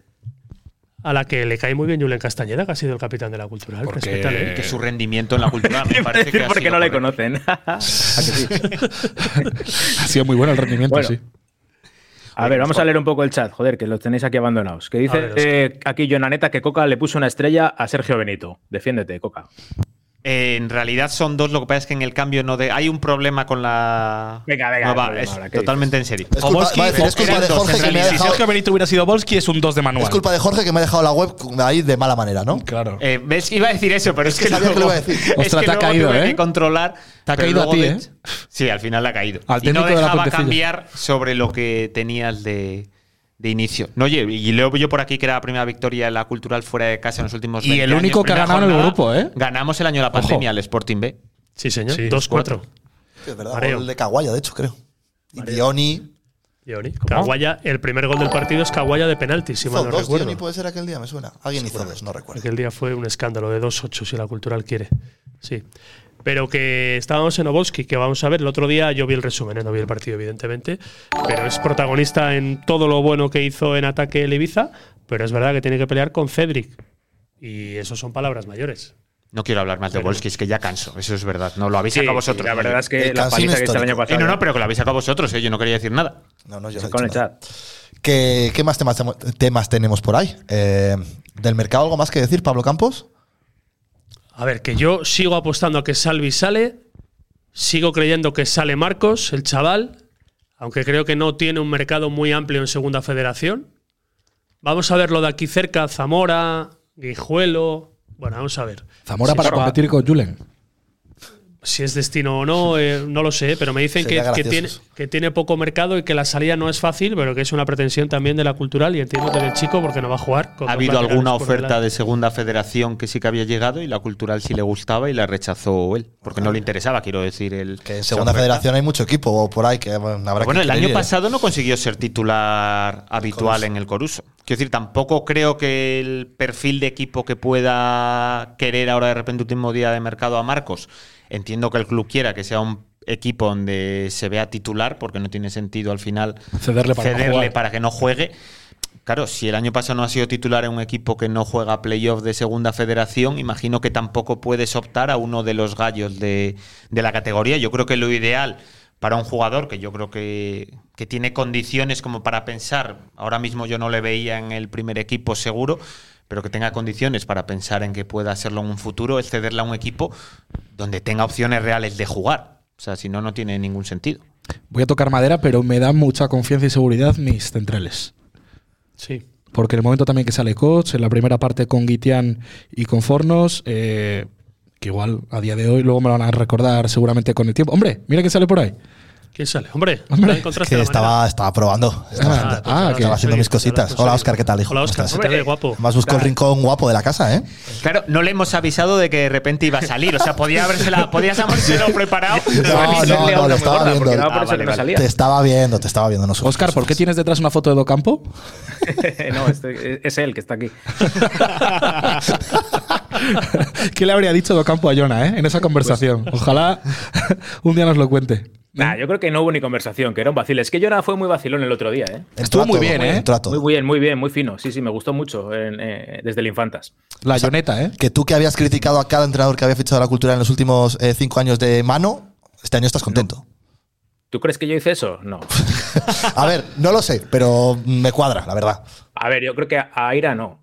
Speaker 2: a la que le cae muy bien Julen Castañeda, que ha sido el capitán de la cultural.
Speaker 3: Porque-
Speaker 2: Respétale.
Speaker 4: Que su rendimiento en la cultura me parece que ha
Speaker 5: porque
Speaker 4: sido
Speaker 5: no le
Speaker 4: correcto.
Speaker 5: conocen.
Speaker 3: ha sido muy bueno el rendimiento,
Speaker 5: Bueno.
Speaker 3: sí.
Speaker 5: A ver, vamos a leer un poco el chat, joder, que los tenéis aquí abandonados. Que
Speaker 2: A
Speaker 5: dice
Speaker 2: ver, Oscar.
Speaker 5: eh, aquí Jonaneta que Coca le puso una estrella a Sergio Benito. Defiéndete, Coca.
Speaker 4: Eh, en realidad son dos, lo que pasa es que en el cambio no de. Hay un problema con la.
Speaker 5: Venga, venga,
Speaker 4: nueva-
Speaker 5: el problema
Speaker 4: Ah. es
Speaker 5: ahora, ¿qué
Speaker 4: totalmente en serio.
Speaker 1: Es culpa,
Speaker 3: Volsky,
Speaker 1: va a decir, es culpa de
Speaker 4: Santos,
Speaker 1: Jorge
Speaker 4: en
Speaker 1: que me ha
Speaker 4: realidad.
Speaker 3: Si
Speaker 1: dejado.
Speaker 3: Sergio Benito hubiera sido Volsky, es un 2 de manual.
Speaker 1: Es culpa de Jorge que me ha dejado la web ahí de mala manera, ¿no?
Speaker 3: Claro.
Speaker 4: Eh, ¿Ves? Iba a decir eso, pero es,
Speaker 1: que sabía que lo iba a decir.
Speaker 4: es
Speaker 3: Ostras,
Speaker 4: que
Speaker 3: te ha
Speaker 4: luego
Speaker 3: caído,
Speaker 4: tuve
Speaker 3: ¿eh?
Speaker 4: que controlar.
Speaker 3: Te ha
Speaker 4: pero
Speaker 3: caído a
Speaker 4: luego
Speaker 3: ti,
Speaker 4: de-
Speaker 3: ¿eh?
Speaker 4: Sí, al final le ha caído.
Speaker 3: Al
Speaker 4: y no
Speaker 3: técnico de la
Speaker 4: dejaba
Speaker 3: Pontecilla.
Speaker 4: cambiar sobre lo que tenías de, de inicio. No, oye, y leo yo por aquí que era la primera victoria en la cultural fuera de casa en los últimos
Speaker 3: Y
Speaker 4: 20
Speaker 3: el único
Speaker 4: años.
Speaker 3: que ha
Speaker 4: Primera
Speaker 3: ganado en el grupo, ¿eh?
Speaker 4: Ganamos el año de la
Speaker 3: Ojo.
Speaker 4: pandemia al Sporting B.
Speaker 2: Sí, señor.
Speaker 3: Sí,
Speaker 2: 2-4.
Speaker 1: Es verdad,
Speaker 2: Mareo.
Speaker 1: gol de Caguaya, de hecho, creo. Y Dioni.
Speaker 2: Ioni. Kawaya, el primer gol del partido es Kawaya de penalti, si
Speaker 1: Hizo
Speaker 2: mal no
Speaker 1: dos,
Speaker 2: recuerdo.
Speaker 1: Dioni puede ser aquel día, me suena. Alguien hizo dos, no recuerdo.
Speaker 2: Aquel día fue un escándalo de 2-8, si la cultural quiere. Sí. Pero que estábamos en Obolski, que vamos a ver. El otro día yo vi el resumen, ¿eh? no vi el partido, evidentemente. Pero es protagonista en todo lo bueno que hizo en ataque el Ibiza. Pero es verdad que tiene que pelear con Cedric. Y eso son palabras mayores.
Speaker 4: No quiero hablar más de Wolski, es que ya canso. Eso es verdad. No, lo habéis
Speaker 5: Sí,
Speaker 4: sacado vosotros.
Speaker 5: La verdad es que
Speaker 1: El
Speaker 5: la
Speaker 1: cansino
Speaker 5: paliza que está el año
Speaker 1: histórico.
Speaker 4: Eh,
Speaker 5: pasado.
Speaker 4: no, no, pero que lo habéis sacado vosotros, ¿eh? yo no quería decir nada.
Speaker 1: No, no, yo no he
Speaker 5: Con el
Speaker 1: dicho nada.
Speaker 5: chat.
Speaker 1: ¿Qué, qué más temas, temo- temas tenemos por ahí? Eh, ¿Del mercado algo más que decir, Pablo Campos?
Speaker 2: A ver, que yo sigo apostando a que Salvi sale. Sigo creyendo que sale Marcos, el chaval. Aunque creo que no tiene un mercado muy amplio en Segunda Federación. Vamos a ver lo de aquí cerca: Zamora, Guijuelo. Bueno, vamos a ver.
Speaker 3: Zamora para
Speaker 5: Zorra.
Speaker 3: competir con Julen.
Speaker 2: Si es destino o no, eh, no lo sé, pero me dicen que,
Speaker 1: Sería
Speaker 2: que
Speaker 1: gracioso
Speaker 2: tiene,
Speaker 1: eso.
Speaker 2: que tiene poco mercado y que la salida no es fácil, pero que es una pretensión también de la cultural y entiendo que del chico porque no va a jugar. con
Speaker 4: Ha
Speaker 2: dos
Speaker 4: habido
Speaker 2: laterales
Speaker 4: alguna
Speaker 2: por
Speaker 4: oferta
Speaker 2: delante.
Speaker 4: de segunda federación que sí que había llegado y la cultural sí le gustaba y la rechazó él, porque no le interesaba, quiero decir. El,
Speaker 1: Que en
Speaker 4: esa
Speaker 1: Segunda
Speaker 4: oferta.
Speaker 1: Federación hay mucho equipo o por ahí que bueno, habrá
Speaker 4: Pero Bueno,
Speaker 1: que
Speaker 4: el año
Speaker 1: escribir.
Speaker 4: pasado no consiguió ser titular habitual en el Coruso. Quiero decir, tampoco creo que el perfil de equipo que pueda querer ahora de repente último día de mercado a Marcos, entiendo que el club quiera que sea un equipo donde se vea titular, porque no tiene sentido al final
Speaker 3: Cederle para no
Speaker 4: cederle
Speaker 3: jugar.
Speaker 4: para que no juegue. Claro, si el año pasado no ha sido titular en un equipo que no juega playoff de segunda federación, imagino que tampoco puedes optar a uno de los gallos de, de la categoría. Yo creo que lo ideal para un jugador que yo creo que, que tiene condiciones como para pensar, ahora mismo yo no le veía en el primer equipo seguro, pero que tenga condiciones para pensar en que pueda hacerlo en un futuro, es cederle a un equipo donde tenga opciones reales de jugar. O sea, si no, no tiene ningún sentido.
Speaker 3: Voy a tocar madera, pero me da mucha confianza y seguridad mis centrales.
Speaker 2: Sí.
Speaker 3: Porque en el momento también que sale Coach, en la primera parte con Guitián y con Fornos, eh, que igual a día de hoy luego me lo van a recordar seguramente con el tiempo. Hombre, mira que sale por ahí.
Speaker 2: ¿Quién sale? Hombre,
Speaker 3: Hombre,
Speaker 2: ya encontraste
Speaker 1: Que
Speaker 2: la
Speaker 1: estaba,
Speaker 2: manera.
Speaker 1: estaba probando. Estaba,
Speaker 3: Ah,
Speaker 1: haciendo-
Speaker 3: ah, que
Speaker 2: pues
Speaker 1: estaba
Speaker 2: ahora
Speaker 1: haciendo
Speaker 2: soy-
Speaker 1: mis cositas.
Speaker 2: ahora soy-
Speaker 1: Hola, Oscar, ¿qué tal, hijo?
Speaker 2: Hola,
Speaker 1: ¿Cómo
Speaker 2: Oscar,
Speaker 1: estás?
Speaker 2: te ve guapo.
Speaker 1: Además, buscó el rincón guapo de la casa, ¿eh?
Speaker 4: Claro, no le hemos avisado de que de repente iba a salir. O sea, podía habérsela, podías habérselo preparado.
Speaker 1: No, no, no, lo estaba viendo.
Speaker 5: Porque daba
Speaker 4: Ah,
Speaker 5: por
Speaker 4: vale,
Speaker 5: eso que no
Speaker 4: vale.
Speaker 1: Te
Speaker 5: salía.
Speaker 1: estaba viendo, te estaba viendo. No sufras,
Speaker 3: Oscar,
Speaker 1: no
Speaker 3: ¿por qué
Speaker 1: sufras.
Speaker 3: tienes detrás una foto de Docampo?
Speaker 5: no, este- es él que está aquí.
Speaker 3: ¿Qué le habría dicho Docampo a Jonah eh, en esa conversación? Ojalá un día nos lo cuente.
Speaker 4: ¿Mm?
Speaker 5: Nah, yo creo que no hubo ni conversación, que era un vacil. Es que yo era, fue muy vacilón el otro día, ¿eh?
Speaker 1: Entró
Speaker 3: Estuvo
Speaker 1: a
Speaker 3: muy
Speaker 1: todo,
Speaker 3: bien, ¿eh?
Speaker 1: entró a todo.
Speaker 5: Muy bien, muy bien, muy fino. Sí, sí, me gustó mucho en- eh, desde el Infantas.
Speaker 3: La Joneta, ¿eh?
Speaker 1: Que tú que habías criticado a cada entrenador que había fichado a la cultura en los últimos eh, cinco años de mano, este año estás contento.
Speaker 5: ¿Tú crees que yo hice eso? No.
Speaker 1: A ver, no lo sé, pero me cuadra, la verdad.
Speaker 5: A ver, yo creo que a- a Ira no.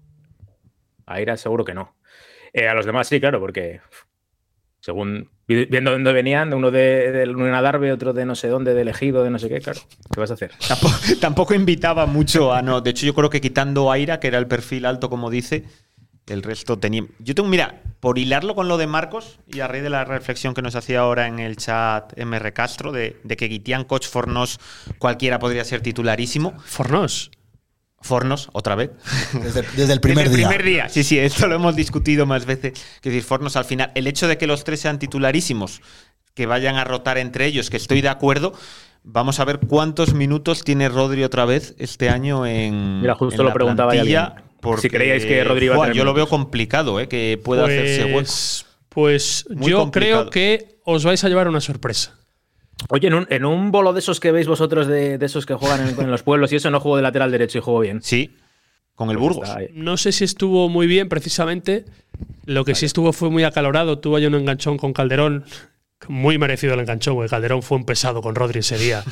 Speaker 5: A Ira seguro que no. Eh, a los demás sí, claro, porque uf, según vi- viendo dónde venían, uno de, de Luna Darbe, otro de no sé dónde, del ejido, de no sé qué, claro. ¿Qué vas a hacer?
Speaker 4: Tampoco, tampoco invitaba mucho a no. De hecho, yo creo que quitando a Aira, que era el perfil alto, como dice, el resto tenía. Yo tengo, mira, por hilarlo con lo de Marcos y a raíz de la reflexión que nos hacía ahora en el chat MR Castro, de, de que Guitián, Coach, Fornos, cualquiera podría ser titularísimo.
Speaker 2: Fornos.
Speaker 4: Fornos, otra vez.
Speaker 1: Desde, desde el primer
Speaker 4: Desde
Speaker 1: día.
Speaker 4: el primer día. Sí, sí, esto lo hemos discutido más veces. Que decir, Fornos al final, el hecho de que los tres sean titularísimos, que vayan a rotar entre ellos, que estoy de acuerdo. Vamos a ver cuántos minutos tiene Rodri otra vez este año en.
Speaker 5: Mira, justo
Speaker 4: en
Speaker 5: lo
Speaker 4: la
Speaker 5: preguntaba ya
Speaker 4: plantilla,
Speaker 5: alguien. Si creíais que Rodri iba a
Speaker 4: Buah,
Speaker 5: tener
Speaker 4: Yo lo veo
Speaker 5: minutos.
Speaker 4: complicado, ¿eh? Que pueda hacerse hueco.
Speaker 2: Pues, pues
Speaker 4: Muy
Speaker 2: yo
Speaker 4: complicado.
Speaker 2: creo que os vais a llevar una sorpresa.
Speaker 5: Oye, en un, en un bolo de esos que veis vosotros, de, de esos que juegan en, en los pueblos y eso, no juego de lateral derecho y juego bien.
Speaker 4: Sí, con el Burgos.
Speaker 5: Está ahí.
Speaker 2: No sé si estuvo muy bien precisamente. Lo que sí estuvo fue muy acalorado. Tuvo ahí un enganchón con Calderón. Muy merecido el enganchón, güey. Calderón fue un pesado con Rodri ese día.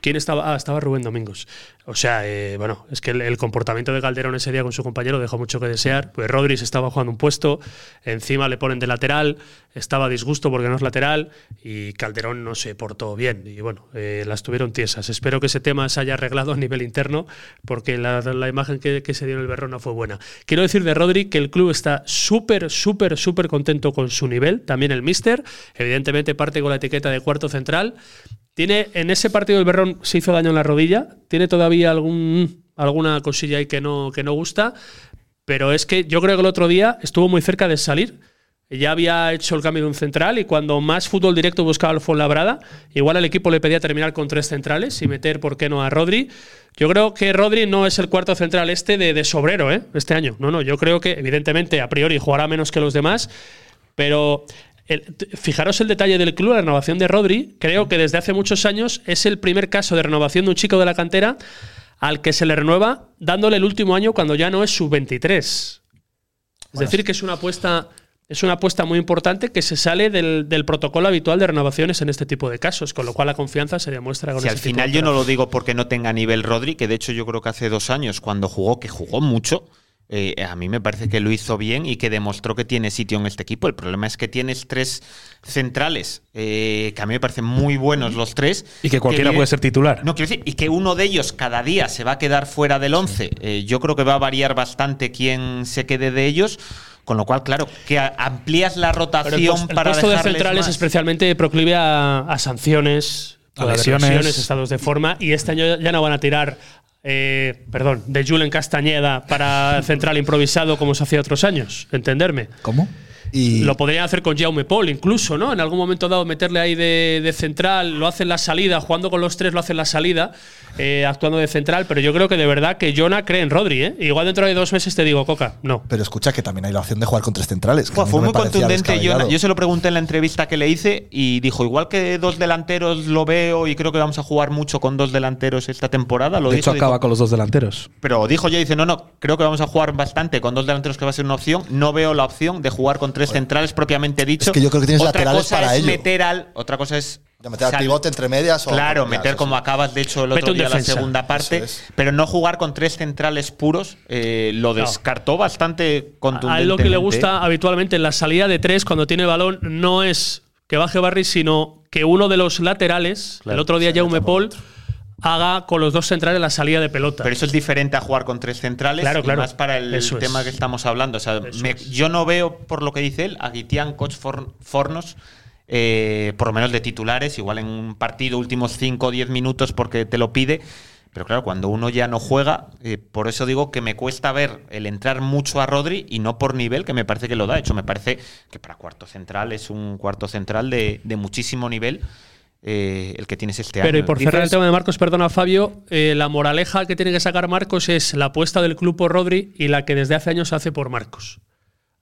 Speaker 2: ¿Quién estaba? Ah, estaba Rubén Domingos. O sea, eh, bueno, es que el, el comportamiento de Calderón ese día con su compañero dejó mucho que desear. Pues Rodri se estaba jugando un puesto, encima le ponen de lateral, estaba a disgusto porque no es lateral y Calderón no se portó bien. Y bueno, eh, las tuvieron tiesas. Espero que ese tema se haya arreglado a nivel interno porque la, la imagen que, que se dio en el Berrón no fue buena. Quiero decir de Rodri que el club está súper, súper, súper contento con su nivel, también el míster. Evidentemente parte con la etiqueta de cuarto central. Tiene en ese partido el Berrón se hizo daño en la rodilla. Tiene todavía algún alguna cosilla ahí que no que no gusta, pero es que yo creo que el otro día estuvo muy cerca de salir. Ya había hecho el cambio de un central y cuando más fútbol directo buscaba al Fuenlabrada, igual al equipo le pedía terminar con tres centrales y meter, ¿por qué no?, a Rodri. Yo creo que Rodri no es el cuarto central este de, de sobrero, ¿eh? Este año. No, no, yo creo que, evidentemente, a priori jugará menos que los demás, pero el- t- fijaros el detalle del club, la renovación de Rodri. Creo que desde hace muchos años es el primer caso de renovación de un chico de la cantera al que se le renueva dándole el último año cuando ya no es sub 23. Es decir, que es una apuesta. Es una apuesta muy importante que se sale del, del protocolo habitual de renovaciones en este tipo de casos, con lo cual la confianza se demuestra con
Speaker 4: Si
Speaker 2: ese
Speaker 4: al
Speaker 2: tipo de
Speaker 4: final yo no
Speaker 2: operaciones.
Speaker 4: lo digo porque no tenga nivel Rodri, que de hecho yo creo que hace dos años cuando jugó, que jugó mucho, eh, a mí me parece que lo hizo bien y que demostró que tiene sitio en este equipo. El problema es que tienes tres centrales, eh, que a mí me parecen muy buenos los tres.
Speaker 3: Y que cualquiera
Speaker 4: evident-
Speaker 3: puede ser titular.
Speaker 4: No, quiero decir, y que uno de ellos cada día se va a quedar fuera del 11. Eh, yo creo que va a variar bastante quién se quede de ellos. Con lo cual, claro, que a- amplías la
Speaker 2: Pero el,
Speaker 4: rotación
Speaker 2: pos- el
Speaker 4: para
Speaker 2: puesto de
Speaker 4: dejarles
Speaker 2: centrales
Speaker 4: más.
Speaker 2: especialmente proclive a, a sanciones,
Speaker 3: A
Speaker 2: puede haber
Speaker 3: lesiones.
Speaker 2: estados de forma, y este año ya no van a tirar, eh, perdón, de Julen Castañeda para central improvisado como se hacía otros años, entenderme.
Speaker 3: ¿Cómo?
Speaker 1: Y
Speaker 2: Lo podrían hacer con Jaume Paul incluso, ¿no? En algún momento dado meterle ahí de, de central, lo hacen la salida, jugando con los tres lo hacen la salida, eh, actuando de central, pero yo creo que de verdad que Jonah cree en Rodri, ¿eh? Igual dentro de dos meses te digo, Coca, no.
Speaker 1: pero escucha que también hay la opción de jugar con tres centrales. que
Speaker 4: Buah,
Speaker 1: a mí
Speaker 4: fue
Speaker 1: no me
Speaker 4: muy
Speaker 1: parecía
Speaker 4: contundente. Yo,
Speaker 1: descabellado.
Speaker 4: yo se lo pregunté en la entrevista que le hice y dijo, igual que dos delanteros lo veo y creo que vamos a jugar mucho con dos delanteros esta temporada. Lo
Speaker 3: de
Speaker 4: dijo,
Speaker 3: hecho, acaba
Speaker 4: dijo-
Speaker 3: con los dos delanteros.
Speaker 4: pero dijo ya, dice, no, no, creo que vamos a jugar bastante con dos delanteros que va a ser una opción. No veo la opción de jugar con tres centrales propiamente dicho.
Speaker 1: es que yo creo que tienes
Speaker 4: otra
Speaker 1: laterales
Speaker 4: cosa
Speaker 1: para
Speaker 4: es
Speaker 1: ello.
Speaker 4: meter al, otra cosa es...
Speaker 1: De meter al
Speaker 4: sal-
Speaker 1: pivote entre medias o
Speaker 4: Claro,
Speaker 1: por medias,
Speaker 4: meter
Speaker 1: eso
Speaker 4: como
Speaker 1: sí.
Speaker 4: acabas de hecho el
Speaker 2: Mete
Speaker 4: otro
Speaker 2: un
Speaker 4: día la
Speaker 2: defensa.
Speaker 4: segunda parte,
Speaker 1: Eso es.
Speaker 4: pero no jugar con tres centrales puros eh, lo
Speaker 2: No.
Speaker 4: descartó bastante
Speaker 2: A
Speaker 4: contundentemente.
Speaker 2: él lo que le gusta habitualmente en la salida de tres, cuando tiene balón, no es que baje Barry, sino que uno de los laterales, el otro día Jaume Paul, haga con los dos centrales la salida de pelota.
Speaker 4: Pero eso es diferente a jugar con tres centrales.
Speaker 2: Claro,
Speaker 4: y
Speaker 2: claro.
Speaker 4: más para el
Speaker 2: Eso es.
Speaker 4: tema que estamos hablando. O sea,
Speaker 2: Eso
Speaker 4: me-
Speaker 2: es.
Speaker 4: yo no veo, por lo que dice él, a Guitián, Coach For- Fornos, eh, por lo menos de titulares, igual en un partido, últimos 5 o 10 minutos porque te lo pide. Pero claro, cuando uno ya no juega, eh, por eso digo que me cuesta ver el entrar mucho a Rodri y no por nivel, que me parece que lo da. De hecho, me parece que para cuarto central es un cuarto central de, de muchísimo nivel eh, el que tienes este año.
Speaker 2: Pero y por cerrar el
Speaker 5: Dices-
Speaker 2: tema de Marcos, perdona Fabio, eh, la moraleja que tiene que sacar Marcos es la apuesta del club por Rodri y la que desde hace años hace por Marcos,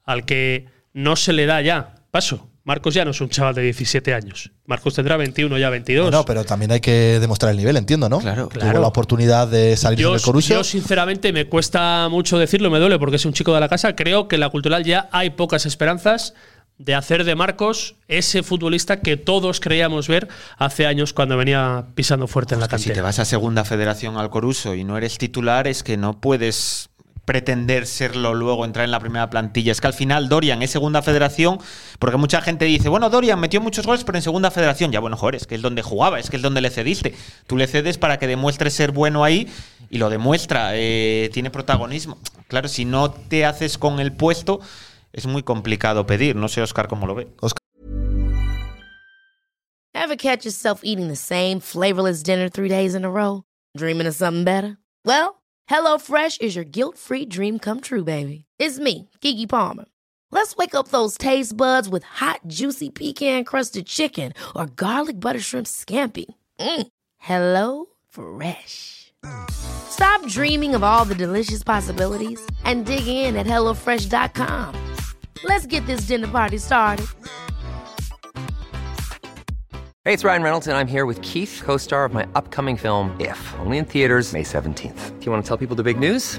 Speaker 2: al que no se le da ya paso. Marcos ya no es un chaval de 17 años. Marcos tendrá 21, ya 22.
Speaker 1: No, pero también hay que demostrar el nivel, entiendo, ¿no?
Speaker 6: Claro.
Speaker 1: Tuvo
Speaker 2: Claro.
Speaker 1: la oportunidad de salir
Speaker 2: Yo,
Speaker 1: del Corucho.
Speaker 2: yo, sinceramente me cuesta mucho decirlo, me duele porque es un chico de la casa. Creo que en la cultural ya hay pocas esperanzas. de hacer de Marcos ese futbolista que todos creíamos ver hace años cuando venía pisando fuerte en la
Speaker 4: Es que si te
Speaker 2: cantera.
Speaker 4: vas a Segunda Federación al Coruso y no eres titular, es que no puedes pretender serlo luego, entrar en la primera plantilla. Es que al final Dorian es Segunda Federación, porque mucha gente dice, bueno, Dorian metió muchos goles, pero en Segunda Federación, ya bueno, joder, es que es donde jugaba, es que es donde le cediste. Tú le cedes para que demuestre ser bueno ahí y lo demuestra, eh, tiene protagonismo. Claro, si no te haces con el puesto, es muy complicado pedir. No sé, Oscar, cómo lo ve.
Speaker 7: Ever catch yourself eating the same flavorless dinner three days in a row? Dreaming of something better? Well, HelloFresh is your guilt free dream come true, baby. It's me, Kiki Palmer. Let's wake up those taste buds with hot, juicy pecan crusted chicken or garlic butter shrimp scampi. Mm. Hello Fresh. Stop dreaming of all the delicious possibilities and dig in at HelloFresh.com. Let's get this dinner party started.
Speaker 6: Hey, it's Ryan Reynolds, and I'm here with Keith, co star of my upcoming film, If, only in theaters, May 17th. Do you want to tell people the big news?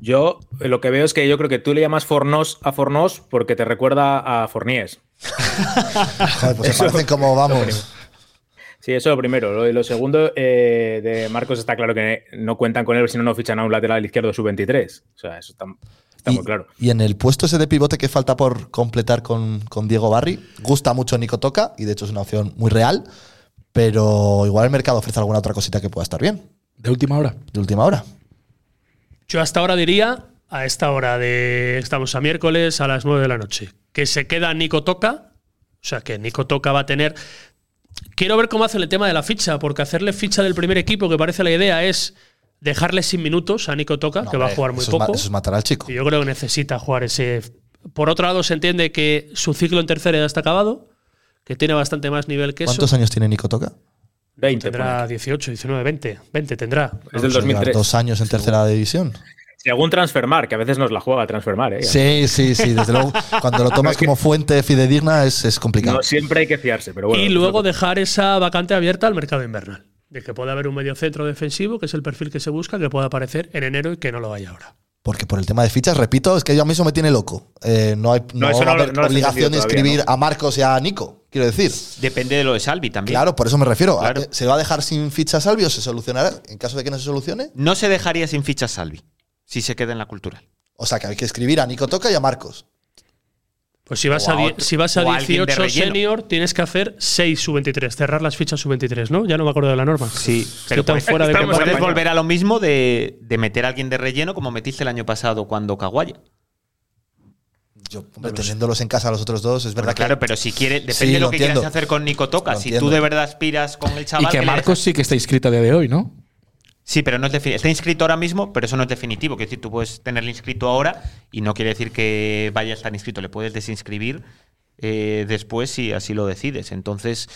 Speaker 5: Yo eh, lo que veo es que yo creo que tú le llamas Fornós a Fornós porque te recuerda a Forniés.
Speaker 1: Joder, pues se parecen como vamos.
Speaker 5: Sí, eso lo primero. Lo, lo segundo, eh, de Marcos está claro que no cuentan con él, si no, no fichan a un lateral izquierdo sub-23. O sea, eso está, está
Speaker 1: Y,
Speaker 5: muy claro.
Speaker 1: y en el puesto ese de pivote que falta por completar con, con Diego Barry, gusta mucho Nico Toca y de hecho es una opción muy real, pero igual el mercado ofrece alguna otra cosita que pueda estar bien,
Speaker 3: De última hora.
Speaker 1: de última hora.
Speaker 2: Yo hasta ahora diría, a esta hora de. Estamos a miércoles a las 9 de la noche, que se queda Nico Toca. O sea, que Nico Toca va a tener. Quiero ver cómo hace el tema de la ficha, porque hacerle ficha del primer equipo, que parece la idea, es dejarle sin minutos a Nico Toca, que va a
Speaker 1: Eh,
Speaker 2: jugar muy
Speaker 1: eso es ma-
Speaker 2: poco.
Speaker 1: eso es matar al chico.
Speaker 2: Y yo creo que necesita jugar ese. Por otro lado, se entiende que su ciclo en tercera ya está acabado, que tiene bastante más nivel que
Speaker 1: ¿Cuántos
Speaker 2: eso.
Speaker 1: años tiene Nico Toca?
Speaker 5: 20. pone
Speaker 2: Tendrá
Speaker 5: aquí.
Speaker 2: 18, 19, 20. 20 tendrá.
Speaker 5: Es del
Speaker 1: Llevar
Speaker 5: 2003.
Speaker 1: Dos años en tercera división.
Speaker 5: Según Transfermar, que a veces nos la juega Transfermar. ¿eh?
Speaker 1: Sí, sí, sí. Desde luego, cuando lo tomas como fuente fidedigna es, es complicado.
Speaker 5: No siempre hay que fiarse, pero bueno.
Speaker 2: y
Speaker 5: es lo
Speaker 2: luego
Speaker 5: que-
Speaker 2: dejar esa vacante abierta al mercado invernal. De que pueda haber un mediocentro defensivo, que es el perfil que se busca, que pueda aparecer en enero y que no lo haya ahora.
Speaker 1: Porque por el tema de fichas, repito, es que yo a mí eso me tiene loco. Eh, no hay no
Speaker 5: eso
Speaker 1: va
Speaker 5: no
Speaker 1: a
Speaker 5: lo-
Speaker 1: haber
Speaker 5: no lo has
Speaker 1: obligación de
Speaker 5: entendido todavía,
Speaker 1: escribir a Marcos y a Nico, quiero decir.
Speaker 4: Depende de lo de Salvi también.
Speaker 1: Claro, por eso me refiero.
Speaker 4: Claro.
Speaker 1: ¿A- ¿Se va a dejar sin ficha Salvi o se solucionará? En caso de que no se solucione.
Speaker 4: No se dejaría sin ficha Salvi si se queda en la cultural.
Speaker 1: O sea, que hay que escribir a Nico Toca y a Marcos.
Speaker 2: Pues si vas,
Speaker 4: O
Speaker 2: a,
Speaker 4: a
Speaker 2: die-
Speaker 4: otro-
Speaker 2: si vas a
Speaker 4: o a alguien de
Speaker 2: 18
Speaker 4: relleno.
Speaker 2: senior, tienes que hacer 6 sub-23, cerrar las fichas sub-23, ¿no? Ya no me acuerdo de la norma.
Speaker 4: Sí, pero
Speaker 2: tan
Speaker 4: puedes,
Speaker 2: fuera de
Speaker 4: pero
Speaker 2: combate.
Speaker 4: puedes volver a lo mismo de, de meter a alguien de relleno como metiste el año pasado cuando Caguaya.
Speaker 1: Yo, hombre, teniéndolos en casa a los otros dos, es verdad que.
Speaker 4: Claro, pero si quiere, depende
Speaker 1: Sí,
Speaker 4: de
Speaker 1: lo
Speaker 4: lo, que
Speaker 1: entiendo.
Speaker 4: quieras hacer con Nico Toca.
Speaker 1: Lo
Speaker 4: si
Speaker 1: entiendo.
Speaker 4: tú de verdad aspiras con el chaval.
Speaker 3: y que
Speaker 4: le dejas-
Speaker 3: Marcos sí que está inscrita a día de hoy, ¿no?
Speaker 4: Sí, pero no es defini- Está inscrito ahora mismo, pero eso no es definitivo. Quiero decir, tú puedes tenerle inscrito ahora y no quiere decir que vaya a estar inscrito. Le puedes desinscribir eh, después si así lo decides. Entonces,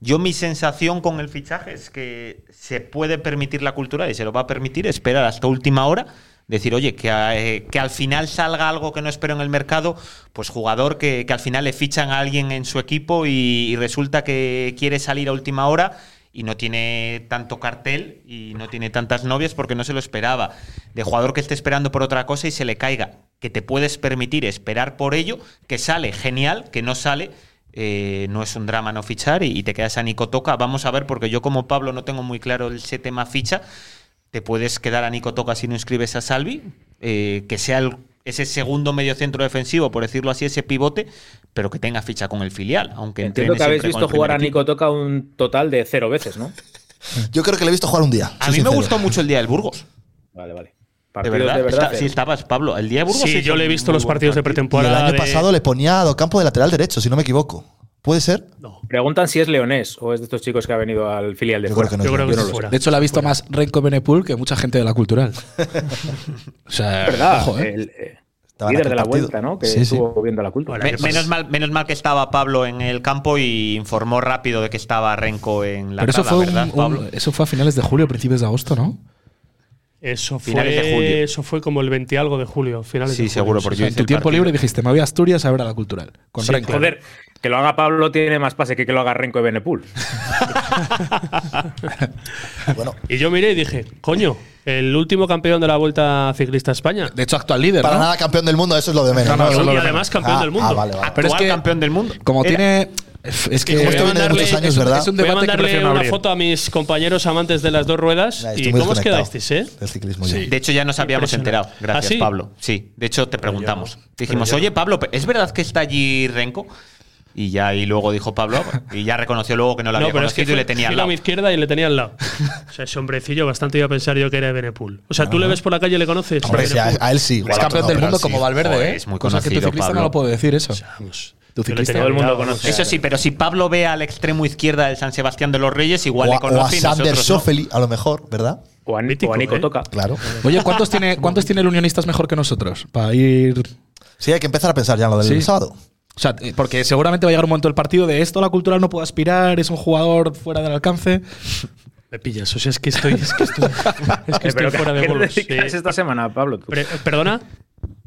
Speaker 4: yo mi sensación con el fichaje es que se puede permitir la cultura y se lo va a permitir esperar hasta última hora. Decir, oye, que, a- eh, que al final salga algo que no espero en el mercado, pues jugador que, que al final le fichan a alguien en su equipo y, y resulta que quiere salir a última hora y no tiene tanto cartel y no tiene tantas novias porque no se lo esperaba. De jugador que esté esperando por otra cosa y se le caiga, que te puedes permitir esperar por ello, que sale, genial, que no sale, eh, no es un drama no fichar y, y te quedas a Nico Toca. Vamos a ver, porque yo como Pablo no tengo muy claro ese tema ficha, te puedes quedar a Nico Toca si no inscribes a Salvi, eh, que sea el- ese segundo mediocentro defensivo, por decirlo así, ese pivote, pero que tenga ficha con el filial, aunque
Speaker 5: Entiendo
Speaker 4: entrene
Speaker 5: que habéis
Speaker 4: siempre con
Speaker 5: visto
Speaker 4: el primer
Speaker 5: jugar a
Speaker 4: equipo.
Speaker 5: Nico Toca un total de cero veces, ¿no?
Speaker 1: Yo creo que le he visto jugar un día.
Speaker 4: A mí
Speaker 1: soy
Speaker 4: me
Speaker 1: sincero.
Speaker 4: gustó mucho el día del Burgos.
Speaker 5: Vale, vale.
Speaker 4: De
Speaker 5: Partidos
Speaker 4: verdad,
Speaker 5: de verdad.
Speaker 4: Está- sí
Speaker 5: cero.
Speaker 4: estabas, Pablo. El día de Burgos.
Speaker 2: Sí,
Speaker 4: hizo
Speaker 2: yo le he
Speaker 4: un
Speaker 2: visto
Speaker 4: muy
Speaker 2: los
Speaker 4: buen
Speaker 2: partidos de
Speaker 4: partido.
Speaker 1: Y el
Speaker 2: pretemporada.
Speaker 1: año
Speaker 2: de-
Speaker 1: pasado le ponía a Docampo de lateral derecho, si no me equivoco. ¿Puede ser?
Speaker 2: No,
Speaker 5: Preguntan si es leonés o es de estos chicos que ha venido al filial de
Speaker 1: Yo
Speaker 5: fuera.
Speaker 1: creo que no.
Speaker 2: yo creo que
Speaker 1: yo
Speaker 2: es
Speaker 1: lo
Speaker 2: fuera.
Speaker 3: De hecho, la ha visto más Renko Benepul que mucha gente de la cultural. o sea,
Speaker 5: Es verdad.
Speaker 3: ojo, ¿eh?
Speaker 5: el- eh,
Speaker 1: Estaba en
Speaker 5: líder
Speaker 1: aquel
Speaker 5: de la
Speaker 1: partido.
Speaker 5: vuelta, ¿no? Que
Speaker 1: Sí, sí.
Speaker 5: estuvo viendo la culpa.
Speaker 2: Bueno,
Speaker 4: Me-
Speaker 2: ¿qué pasa?
Speaker 4: menos, mal, menos mal que estaba Pablo en el campo y informó rápido de que estaba Renko en la
Speaker 3: Pero eso
Speaker 4: grada,
Speaker 3: fue, un-
Speaker 4: ¿verdad,
Speaker 3: un-
Speaker 4: Pablo?
Speaker 3: eso fue a finales de julio, principios de agosto, ¿no?
Speaker 2: Eso fue,
Speaker 4: Finales de julio.
Speaker 2: eso fue como el 20 algo de julio, finales
Speaker 4: Sí,
Speaker 2: de julio.
Speaker 4: seguro, porque
Speaker 3: O sea, en
Speaker 4: hice
Speaker 3: tu
Speaker 4: el
Speaker 3: tiempo
Speaker 4: partido.
Speaker 3: libre dijiste, me voy a Asturias a ver a la cultural. Con
Speaker 2: Sí,
Speaker 3: Renko.
Speaker 5: Joder, que lo haga Pablo tiene más pase que que lo haga Renko de Benepul.
Speaker 1: Bueno,
Speaker 2: Y yo miré y dije, coño, el último campeón de la Vuelta Ciclista a España.
Speaker 3: De hecho, actual líder.
Speaker 1: para
Speaker 3: ¿no?
Speaker 1: nada campeón del mundo, eso es lo de menos.
Speaker 3: No, no, eso es lo
Speaker 2: y
Speaker 3: de
Speaker 2: además campeón
Speaker 1: Ah,
Speaker 2: del mundo.
Speaker 1: ah, vale, vale.
Speaker 4: Pero
Speaker 3: Pero es que-
Speaker 4: campeón del mundo.
Speaker 3: Como
Speaker 4: Era-
Speaker 3: tiene. Es que.
Speaker 2: Voy a
Speaker 1: Como esto viene de
Speaker 2: mandarle-
Speaker 1: muchos años,
Speaker 3: es un-
Speaker 1: ¿verdad?
Speaker 3: es un
Speaker 2: Voy a
Speaker 3: debate que
Speaker 2: mandarle
Speaker 3: prefiero no
Speaker 2: una
Speaker 3: abrir.
Speaker 2: foto a mis compañeros amantes de las dos ruedas.
Speaker 1: Nah, estoy
Speaker 2: ¿Y
Speaker 1: muy
Speaker 2: cómo os
Speaker 1: desconectado
Speaker 2: quedasteis, eh?
Speaker 1: del ciclismo yo.
Speaker 4: De hecho, ya nos habíamos
Speaker 2: Impresionante.
Speaker 4: enterado. Gracias,
Speaker 2: ¿Ah, sí?
Speaker 4: Pablo. Sí, de hecho, te preguntamos. Dijimos,
Speaker 2: pero yo
Speaker 4: oye, Pablo, ¿es verdad que está allí Renko? Y ya, y luego dijo Pablo, y ya reconoció luego que no la había conocido y
Speaker 2: fue-
Speaker 4: le tenía al
Speaker 2: giro a
Speaker 4: lado.
Speaker 2: mi izquierda y le tenía al lado. O sea, ese hombrecillo bastante iba a pensar yo que era de Benepul. O sea, tú le ves por la calle y le conoces.
Speaker 1: Hombre, sí, a, a él sí.
Speaker 3: Es
Speaker 1: igual a
Speaker 3: campeón
Speaker 1: otro no,
Speaker 3: del
Speaker 1: pero
Speaker 3: mundo
Speaker 1: él sí.
Speaker 3: como Valverde,
Speaker 4: Joder,
Speaker 3: ¿eh?
Speaker 4: es muy
Speaker 3: Cosa que tu
Speaker 4: conocido,
Speaker 3: ciclista
Speaker 4: Pablo.
Speaker 3: no lo puedo decir eso.
Speaker 2: Vamos.
Speaker 3: Tu
Speaker 2: Yo le
Speaker 3: ciclista.
Speaker 2: tenía
Speaker 5: Todo el mundo
Speaker 2: olvidado,
Speaker 5: conoce.
Speaker 2: vamos.
Speaker 4: Eso sí, pero si Pablo ve al extremo izquierda del San Sebastián de los Reyes, igual
Speaker 1: O a,
Speaker 4: le conoce.
Speaker 1: o a
Speaker 4: y
Speaker 1: Sander
Speaker 4: nosotros no.
Speaker 1: Schofeli, a lo mejor, ¿verdad?
Speaker 5: O a, Ni-
Speaker 2: Mítico,
Speaker 5: o a Nico
Speaker 2: ¿eh?
Speaker 5: Toca.
Speaker 1: Claro.
Speaker 3: Oye, ¿cuántos tiene, ¿cuántos tiene el Unionistas mejor que nosotros? Para ir.
Speaker 1: Sí, hay que empezar a pensar ya en lo del
Speaker 3: Sí.
Speaker 1: sábado.
Speaker 3: O sea, eh, porque seguramente va a llegar un momento del partido de esto, la cultural no puede aspirar, es un jugador fuera del alcance.
Speaker 2: Me pillas. O sea, es que estoy, es que estoy, es que
Speaker 5: Eh,
Speaker 2: estoy
Speaker 5: ¿qué-
Speaker 2: fuera de
Speaker 5: ¿Qué te
Speaker 2: bolos.
Speaker 5: dedicas
Speaker 2: Sí.
Speaker 5: esta semana, Pablo? tú?
Speaker 2: Pre- ¿Perdona?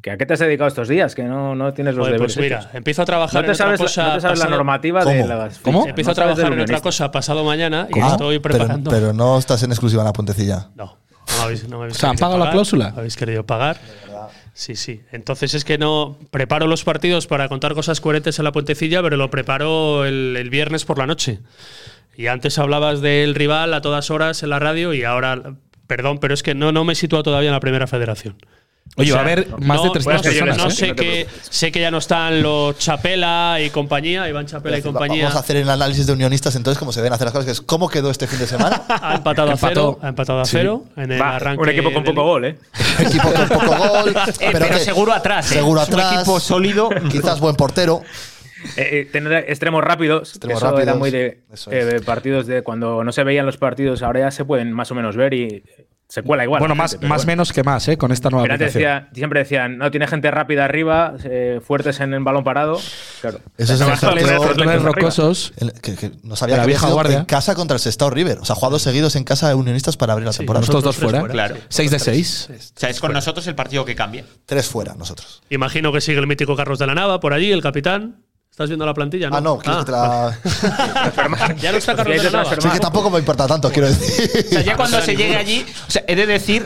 Speaker 5: ¿Que ¿A qué te has dedicado estos días? Que no, no tienes los
Speaker 2: Joder,
Speaker 5: deberes.
Speaker 2: pues mira,
Speaker 5: hechos.
Speaker 2: empiezo a
Speaker 5: no
Speaker 2: trabajar
Speaker 5: te
Speaker 2: en otra
Speaker 5: sabes, la- no
Speaker 2: cosa.
Speaker 5: te sabes la
Speaker 2: pasado-
Speaker 5: normativa de
Speaker 1: ¿Cómo?
Speaker 5: las
Speaker 3: ¿Cómo?
Speaker 5: fichas,
Speaker 2: Empiezo
Speaker 5: no sabes del
Speaker 2: a trabajar en otra
Speaker 5: unionista.
Speaker 2: cosa pasado mañana y
Speaker 1: Ah,
Speaker 2: estoy
Speaker 1: pero-
Speaker 2: preparando.
Speaker 1: Pero, no estás en exclusiva en la puentecilla.
Speaker 2: No, no me habéis, no me habéis
Speaker 3: O sea,
Speaker 2: querido
Speaker 3: ¿paga la
Speaker 2: pagar,
Speaker 3: cláusula?
Speaker 2: Habéis querido pagar. Sí, sí. Entonces es que no preparo los partidos para contar cosas coherentes en la puentecilla, pero lo preparo el, el viernes por la noche. Y antes hablabas del rival a todas horas en la radio y ahora, perdón, pero es que no, no me sitúo todavía en la primera federación.
Speaker 3: Oye,
Speaker 2: O
Speaker 3: va a
Speaker 2: sea,
Speaker 3: haber más de
Speaker 2: no,
Speaker 3: 300
Speaker 2: bueno, pues,
Speaker 3: personas.
Speaker 2: No
Speaker 3: ¿eh?
Speaker 2: sé,
Speaker 5: No te
Speaker 2: que, sé que ya no están los Chapela y compañía, Iván Chapela y compañía.
Speaker 1: Vamos a hacer el análisis de unionistas entonces, como se ven hacer las cosas, que es cómo quedó este fin de semana.
Speaker 2: Ha empatado a
Speaker 3: Empató.
Speaker 2: cero, ha empatado a
Speaker 3: Sí.
Speaker 2: cero en el
Speaker 5: Va,
Speaker 2: arranque.
Speaker 5: un equipo con
Speaker 2: del-
Speaker 5: poco gol, ¿eh?
Speaker 1: equipo con poco gol.
Speaker 4: Eh, pero
Speaker 1: que-
Speaker 4: seguro atrás, ¿eh?
Speaker 1: Seguro
Speaker 4: Es un
Speaker 1: atrás.
Speaker 4: equipo sólido.
Speaker 1: Quizás buen portero.
Speaker 5: Eh, eh, tener extremos rápidos,
Speaker 1: Extremos
Speaker 5: eso era
Speaker 1: rápidos,
Speaker 5: muy de
Speaker 1: eso
Speaker 5: eh,
Speaker 1: es.
Speaker 5: de partidos de cuando no se veían los partidos, ahora ya se pueden más o menos ver y se cuela igual.
Speaker 3: Bueno,
Speaker 5: la
Speaker 3: más,
Speaker 5: gente, pero
Speaker 3: más
Speaker 5: bueno.
Speaker 3: menos que más, ¿eh? Con esta nueva
Speaker 5: Pero antes
Speaker 3: aplicación.
Speaker 5: decía- siempre decían, no, tiene gente rápida arriba, eh, fuertes en el balón parado. Claro.
Speaker 1: Eso es
Speaker 5: No,
Speaker 1: el
Speaker 5: basta leer
Speaker 1: sorteo.
Speaker 5: otros
Speaker 3: Los
Speaker 5: lectores arriba.
Speaker 3: rocosos.
Speaker 1: El- que, que no sabía
Speaker 3: De
Speaker 1: que
Speaker 3: la
Speaker 1: había
Speaker 3: vieja
Speaker 1: sido
Speaker 3: guardia.
Speaker 1: en casa contra el Sestao River. O sea, jugados seguidos en casa de unionistas para abrir la temporada.
Speaker 3: Nosotros dos
Speaker 2: tres
Speaker 3: fuera.
Speaker 2: fuera,
Speaker 4: Claro.
Speaker 3: Claro. 6 de 6.
Speaker 4: O sea, es con nosotros el partido que cambia.
Speaker 1: Tres fuera, nosotros.
Speaker 2: Imagino que sigue el mítico Carlos de la Nava por allí, el capitán. ¿Estás viendo la plantilla? No?
Speaker 1: Ah, no, quiero que te la-
Speaker 4: Ah.
Speaker 2: Ya no está Carlos
Speaker 5: Sí,
Speaker 2: de la
Speaker 5: sí,
Speaker 2: Nava.
Speaker 5: sí,
Speaker 1: Sí, que tampoco me importa tanto, quiero
Speaker 4: O
Speaker 1: decir.
Speaker 4: sea, ya cuando se llegue allí, o sea, he de decir,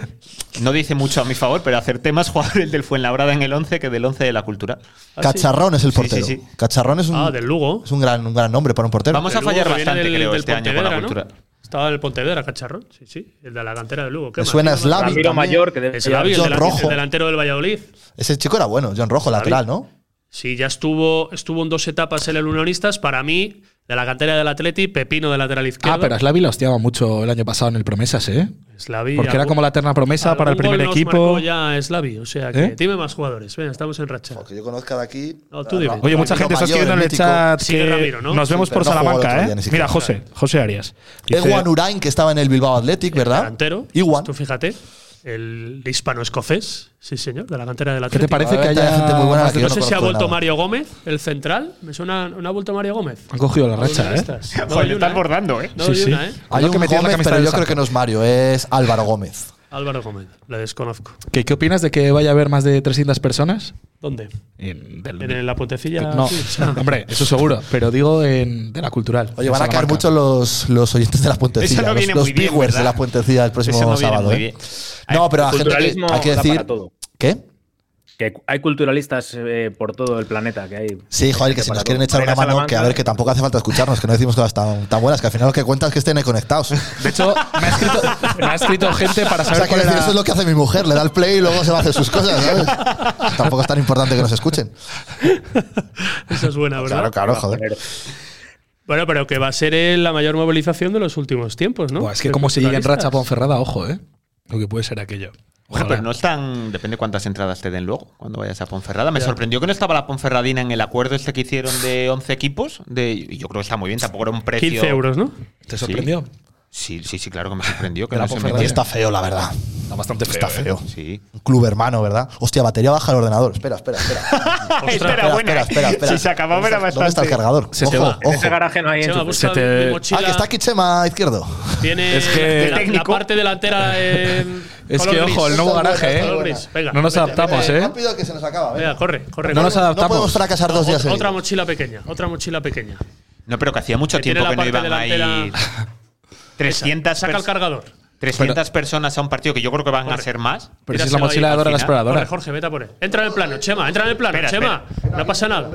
Speaker 4: no dice mucho a mi favor, pero acerté más jugar el del Fuenlabrada en el 11 que del 11 de la cultura. Ah,
Speaker 1: Cacharrón es el
Speaker 4: Sí, sí,
Speaker 1: portero.
Speaker 4: sí.
Speaker 1: Cacharrón es un,
Speaker 2: Ah, del Lugo.
Speaker 1: es un, gran, un gran nombre para un portero.
Speaker 4: Vamos a
Speaker 2: Del Lugo,
Speaker 4: fallar
Speaker 2: que viene
Speaker 4: bastante,
Speaker 2: del-
Speaker 4: creo,
Speaker 2: del
Speaker 4: este año con la
Speaker 2: Pontevedra, ¿no?
Speaker 4: cultura.
Speaker 2: Estaba en el Pontevedra, cacharrón. Sí, sí. El de la cantera del Lugo. ¿Qué
Speaker 1: Me
Speaker 2: más?
Speaker 1: suena
Speaker 2: ¿Qué más?
Speaker 1: Slavi.
Speaker 5: Ramiro
Speaker 1: también.
Speaker 5: Mayor, que de-
Speaker 2: Es Slavi, el,
Speaker 1: John
Speaker 2: delan-
Speaker 1: Rojo.
Speaker 2: el delantero del Valladolid.
Speaker 1: Ese chico era bueno, John Rojo, lateral, ¿no?
Speaker 2: Sí, ya estuvo, estuvo en dos etapas en el Unionistas. Para mí, de la cantera del Atleti, Pepino de lateral izquierdo.
Speaker 3: Ah, pero a Slavi la hostiaba mucho el año pasado en el Promesas, ¿eh?
Speaker 2: Slavi,
Speaker 3: Porque era
Speaker 2: algún-
Speaker 3: como la terna promesa para el
Speaker 2: algún gol
Speaker 3: primer
Speaker 2: nos
Speaker 3: equipo.
Speaker 2: marcó ya Slavi. O sea, que
Speaker 3: ¿Eh?
Speaker 2: dime más jugadores. Venga, estamos en racha.
Speaker 1: Que yo conozca de aquí.
Speaker 2: No, tú dime.
Speaker 3: Oye, mucha
Speaker 1: Ramiro Mayor,
Speaker 3: gente está escribiendo en el
Speaker 1: mítico.
Speaker 3: chat
Speaker 2: Sigue
Speaker 3: que
Speaker 2: Ramiro, ¿no?
Speaker 3: nos vemos
Speaker 1: Sí,
Speaker 3: por
Speaker 1: pero no jugó el
Speaker 3: Salamanca,
Speaker 1: otro día,
Speaker 3: ¿eh?
Speaker 1: ni siquiera.
Speaker 3: Mira, José, José Arias. Dice-
Speaker 1: Ewan Urain, que estaba en el Bilbao Athletic, ¿verdad?
Speaker 2: delantero.
Speaker 1: Iguan.
Speaker 2: Tú fíjate, el hispano-escocés, sí señor, de la cantera del
Speaker 3: ¿Qué
Speaker 2: Atlético.
Speaker 3: te parece que
Speaker 1: Ahora
Speaker 3: haya
Speaker 1: hay gente muy buena
Speaker 3: más de-
Speaker 1: que
Speaker 2: No
Speaker 1: Yo
Speaker 2: sé
Speaker 1: no
Speaker 2: si ha
Speaker 1: conozco
Speaker 2: vuelto
Speaker 1: nada.
Speaker 2: Mario Gómez, el central. ¿Me suena? ¿No ha vuelto Mario Gómez?
Speaker 3: Han cogido la racha, ¿eh?
Speaker 2: Unionistas. No
Speaker 4: Joder,
Speaker 2: doy una,
Speaker 4: estás
Speaker 2: ¿eh?
Speaker 4: bordando, ¿eh?
Speaker 2: No
Speaker 3: Sí,
Speaker 2: doy
Speaker 3: sí.
Speaker 2: una, ¿eh?
Speaker 1: Hay
Speaker 3: Uno
Speaker 1: un
Speaker 3: que metía la
Speaker 1: Gómez, pero
Speaker 3: camiseta del
Speaker 1: yo creo
Speaker 3: saco.
Speaker 1: que no es Mario, es Álvaro Gómez.
Speaker 2: Álvaro Gómez, le desconozco.
Speaker 3: ¿Qué, qué opinas de que vaya a haber más de 300 personas?
Speaker 2: ¿Dónde?
Speaker 3: En, del-
Speaker 2: ¿En la puentecilla?
Speaker 3: no,
Speaker 2: Sí, o sea,
Speaker 3: hombre, eso seguro, pero digo en, de la cultural.
Speaker 1: Oye,
Speaker 3: en
Speaker 1: van a caer
Speaker 3: Salamanca.
Speaker 1: muchos los, los oyentes de la puentecilla,
Speaker 4: Eso no
Speaker 1: los,
Speaker 4: viene
Speaker 1: los
Speaker 4: muy bien,
Speaker 1: viewers de
Speaker 4: ¿verdad?
Speaker 1: la puentecilla el próximo
Speaker 4: Eso no viene
Speaker 1: sábado.
Speaker 4: muy
Speaker 1: ¿eh?
Speaker 4: bien.
Speaker 1: No, pero la
Speaker 5: El
Speaker 1: gente que,
Speaker 5: culturalismo
Speaker 1: hay que
Speaker 5: da
Speaker 1: decir.
Speaker 5: para todo.
Speaker 1: ¿Qué?
Speaker 5: Que hay culturalistas eh, por todo el planeta que hay.
Speaker 1: Sí, joder, que si nos quieren echar una mano, que a ver, que tampoco hace falta escucharnos, que no decimos cosas tan, tan buenas, que al final lo que cuenta es que estén ahí conectados.
Speaker 3: De hecho, me ha escrito, me ha escrito gente para
Speaker 1: O sea,
Speaker 3: saber cuál
Speaker 1: quiero decir,
Speaker 3: era-
Speaker 1: eso es lo que hace mi mujer, le da el play y luego se va a hacer sus cosas, ¿sabes? Tampoco es tan importante que nos escuchen.
Speaker 2: esa es buena, ¿verdad?
Speaker 1: Claro, claro, joder.
Speaker 2: Bueno, pero que va a ser eh, la mayor movilización de los últimos tiempos, ¿no?
Speaker 3: Buah, es que
Speaker 2: De
Speaker 3: como se llegue en racha
Speaker 2: culturalistas.
Speaker 3: a Ponferrada, ojo, ¿eh? Lo que puede ser aquello.
Speaker 4: Bueno,
Speaker 3: Ojalá.
Speaker 4: pero no están. Depende cuántas entradas te den luego cuando vayas a Ponferrada. Me sorprendió que no estaba la Ponferradina en el acuerdo este que hicieron de 11 equipos. De, y yo creo que está muy bien, tampoco era un precio.
Speaker 2: 15 euros, ¿no?
Speaker 3: ¿Te sorprendió?
Speaker 4: Sí, sí, sí, claro que me sorprendió que
Speaker 3: De la
Speaker 4: no se
Speaker 3: Ponferradina.
Speaker 4: metiera.
Speaker 1: Está feo, la verdad.
Speaker 3: Está bastante feo.
Speaker 1: Está
Speaker 3: ¿eh?
Speaker 1: feo.
Speaker 4: Sí.
Speaker 1: Un club hermano, ¿verdad? Hostia, batería baja el ordenador. Espera, espera, espera.
Speaker 4: espera,
Speaker 1: espera,
Speaker 4: buena.
Speaker 1: espera, espera, espera.
Speaker 4: Si se acababa, era
Speaker 1: ¿Dónde está- ¿Dónde está
Speaker 4: bastante.
Speaker 1: el cargador?
Speaker 3: Se te
Speaker 1: ojo,
Speaker 3: va.
Speaker 5: En ese
Speaker 1: ojo.
Speaker 5: garaje no hay
Speaker 2: Chema,
Speaker 5: enchufe.
Speaker 2: busca
Speaker 3: Se te-
Speaker 2: mi
Speaker 1: Ah,
Speaker 2: mochila.
Speaker 1: que está aquí Chema izquierdo.
Speaker 2: Tiene
Speaker 3: Es que-
Speaker 2: la, la
Speaker 4: técnico.
Speaker 2: parte delantera en
Speaker 3: Es
Speaker 2: color
Speaker 3: que,
Speaker 2: gris.
Speaker 3: ojo, el nuevo
Speaker 1: Está buena,
Speaker 3: garaje,
Speaker 1: está
Speaker 3: ¿eh?
Speaker 1: buena.
Speaker 2: Gris, venga.
Speaker 3: no nos adaptamos,
Speaker 1: Eh,
Speaker 3: ¿eh?
Speaker 1: Rápido que se nos acaba. venga.
Speaker 2: Venga, corre, corre.
Speaker 3: No nos
Speaker 2: corre.
Speaker 1: No
Speaker 3: adaptamos.
Speaker 1: podemos fracasar dos días
Speaker 2: Otra- otra
Speaker 1: seguidos.
Speaker 2: mochila pequeña, otra mochila pequeña.
Speaker 4: No, pero que hacía mucho
Speaker 2: Que tiene
Speaker 4: tiempo
Speaker 2: la
Speaker 4: que no
Speaker 2: parte
Speaker 4: iban ahí.
Speaker 2: delantera-
Speaker 4: 300,
Speaker 2: Saca el
Speaker 4: pers-
Speaker 2: cargador.
Speaker 4: 300 personas a un partido que yo creo que van a
Speaker 2: Corre.
Speaker 4: ser más.
Speaker 3: Pero si es
Speaker 2: Tíraselo
Speaker 3: la
Speaker 2: ahí,
Speaker 3: mochila de
Speaker 2: al
Speaker 3: Dora la
Speaker 4: final.
Speaker 3: Exploradora.
Speaker 2: Corre, Jorge, vete a por él. Entra en el plano, Chema, entra en el plano,
Speaker 4: Espera,
Speaker 2: Chema. No pasa nada.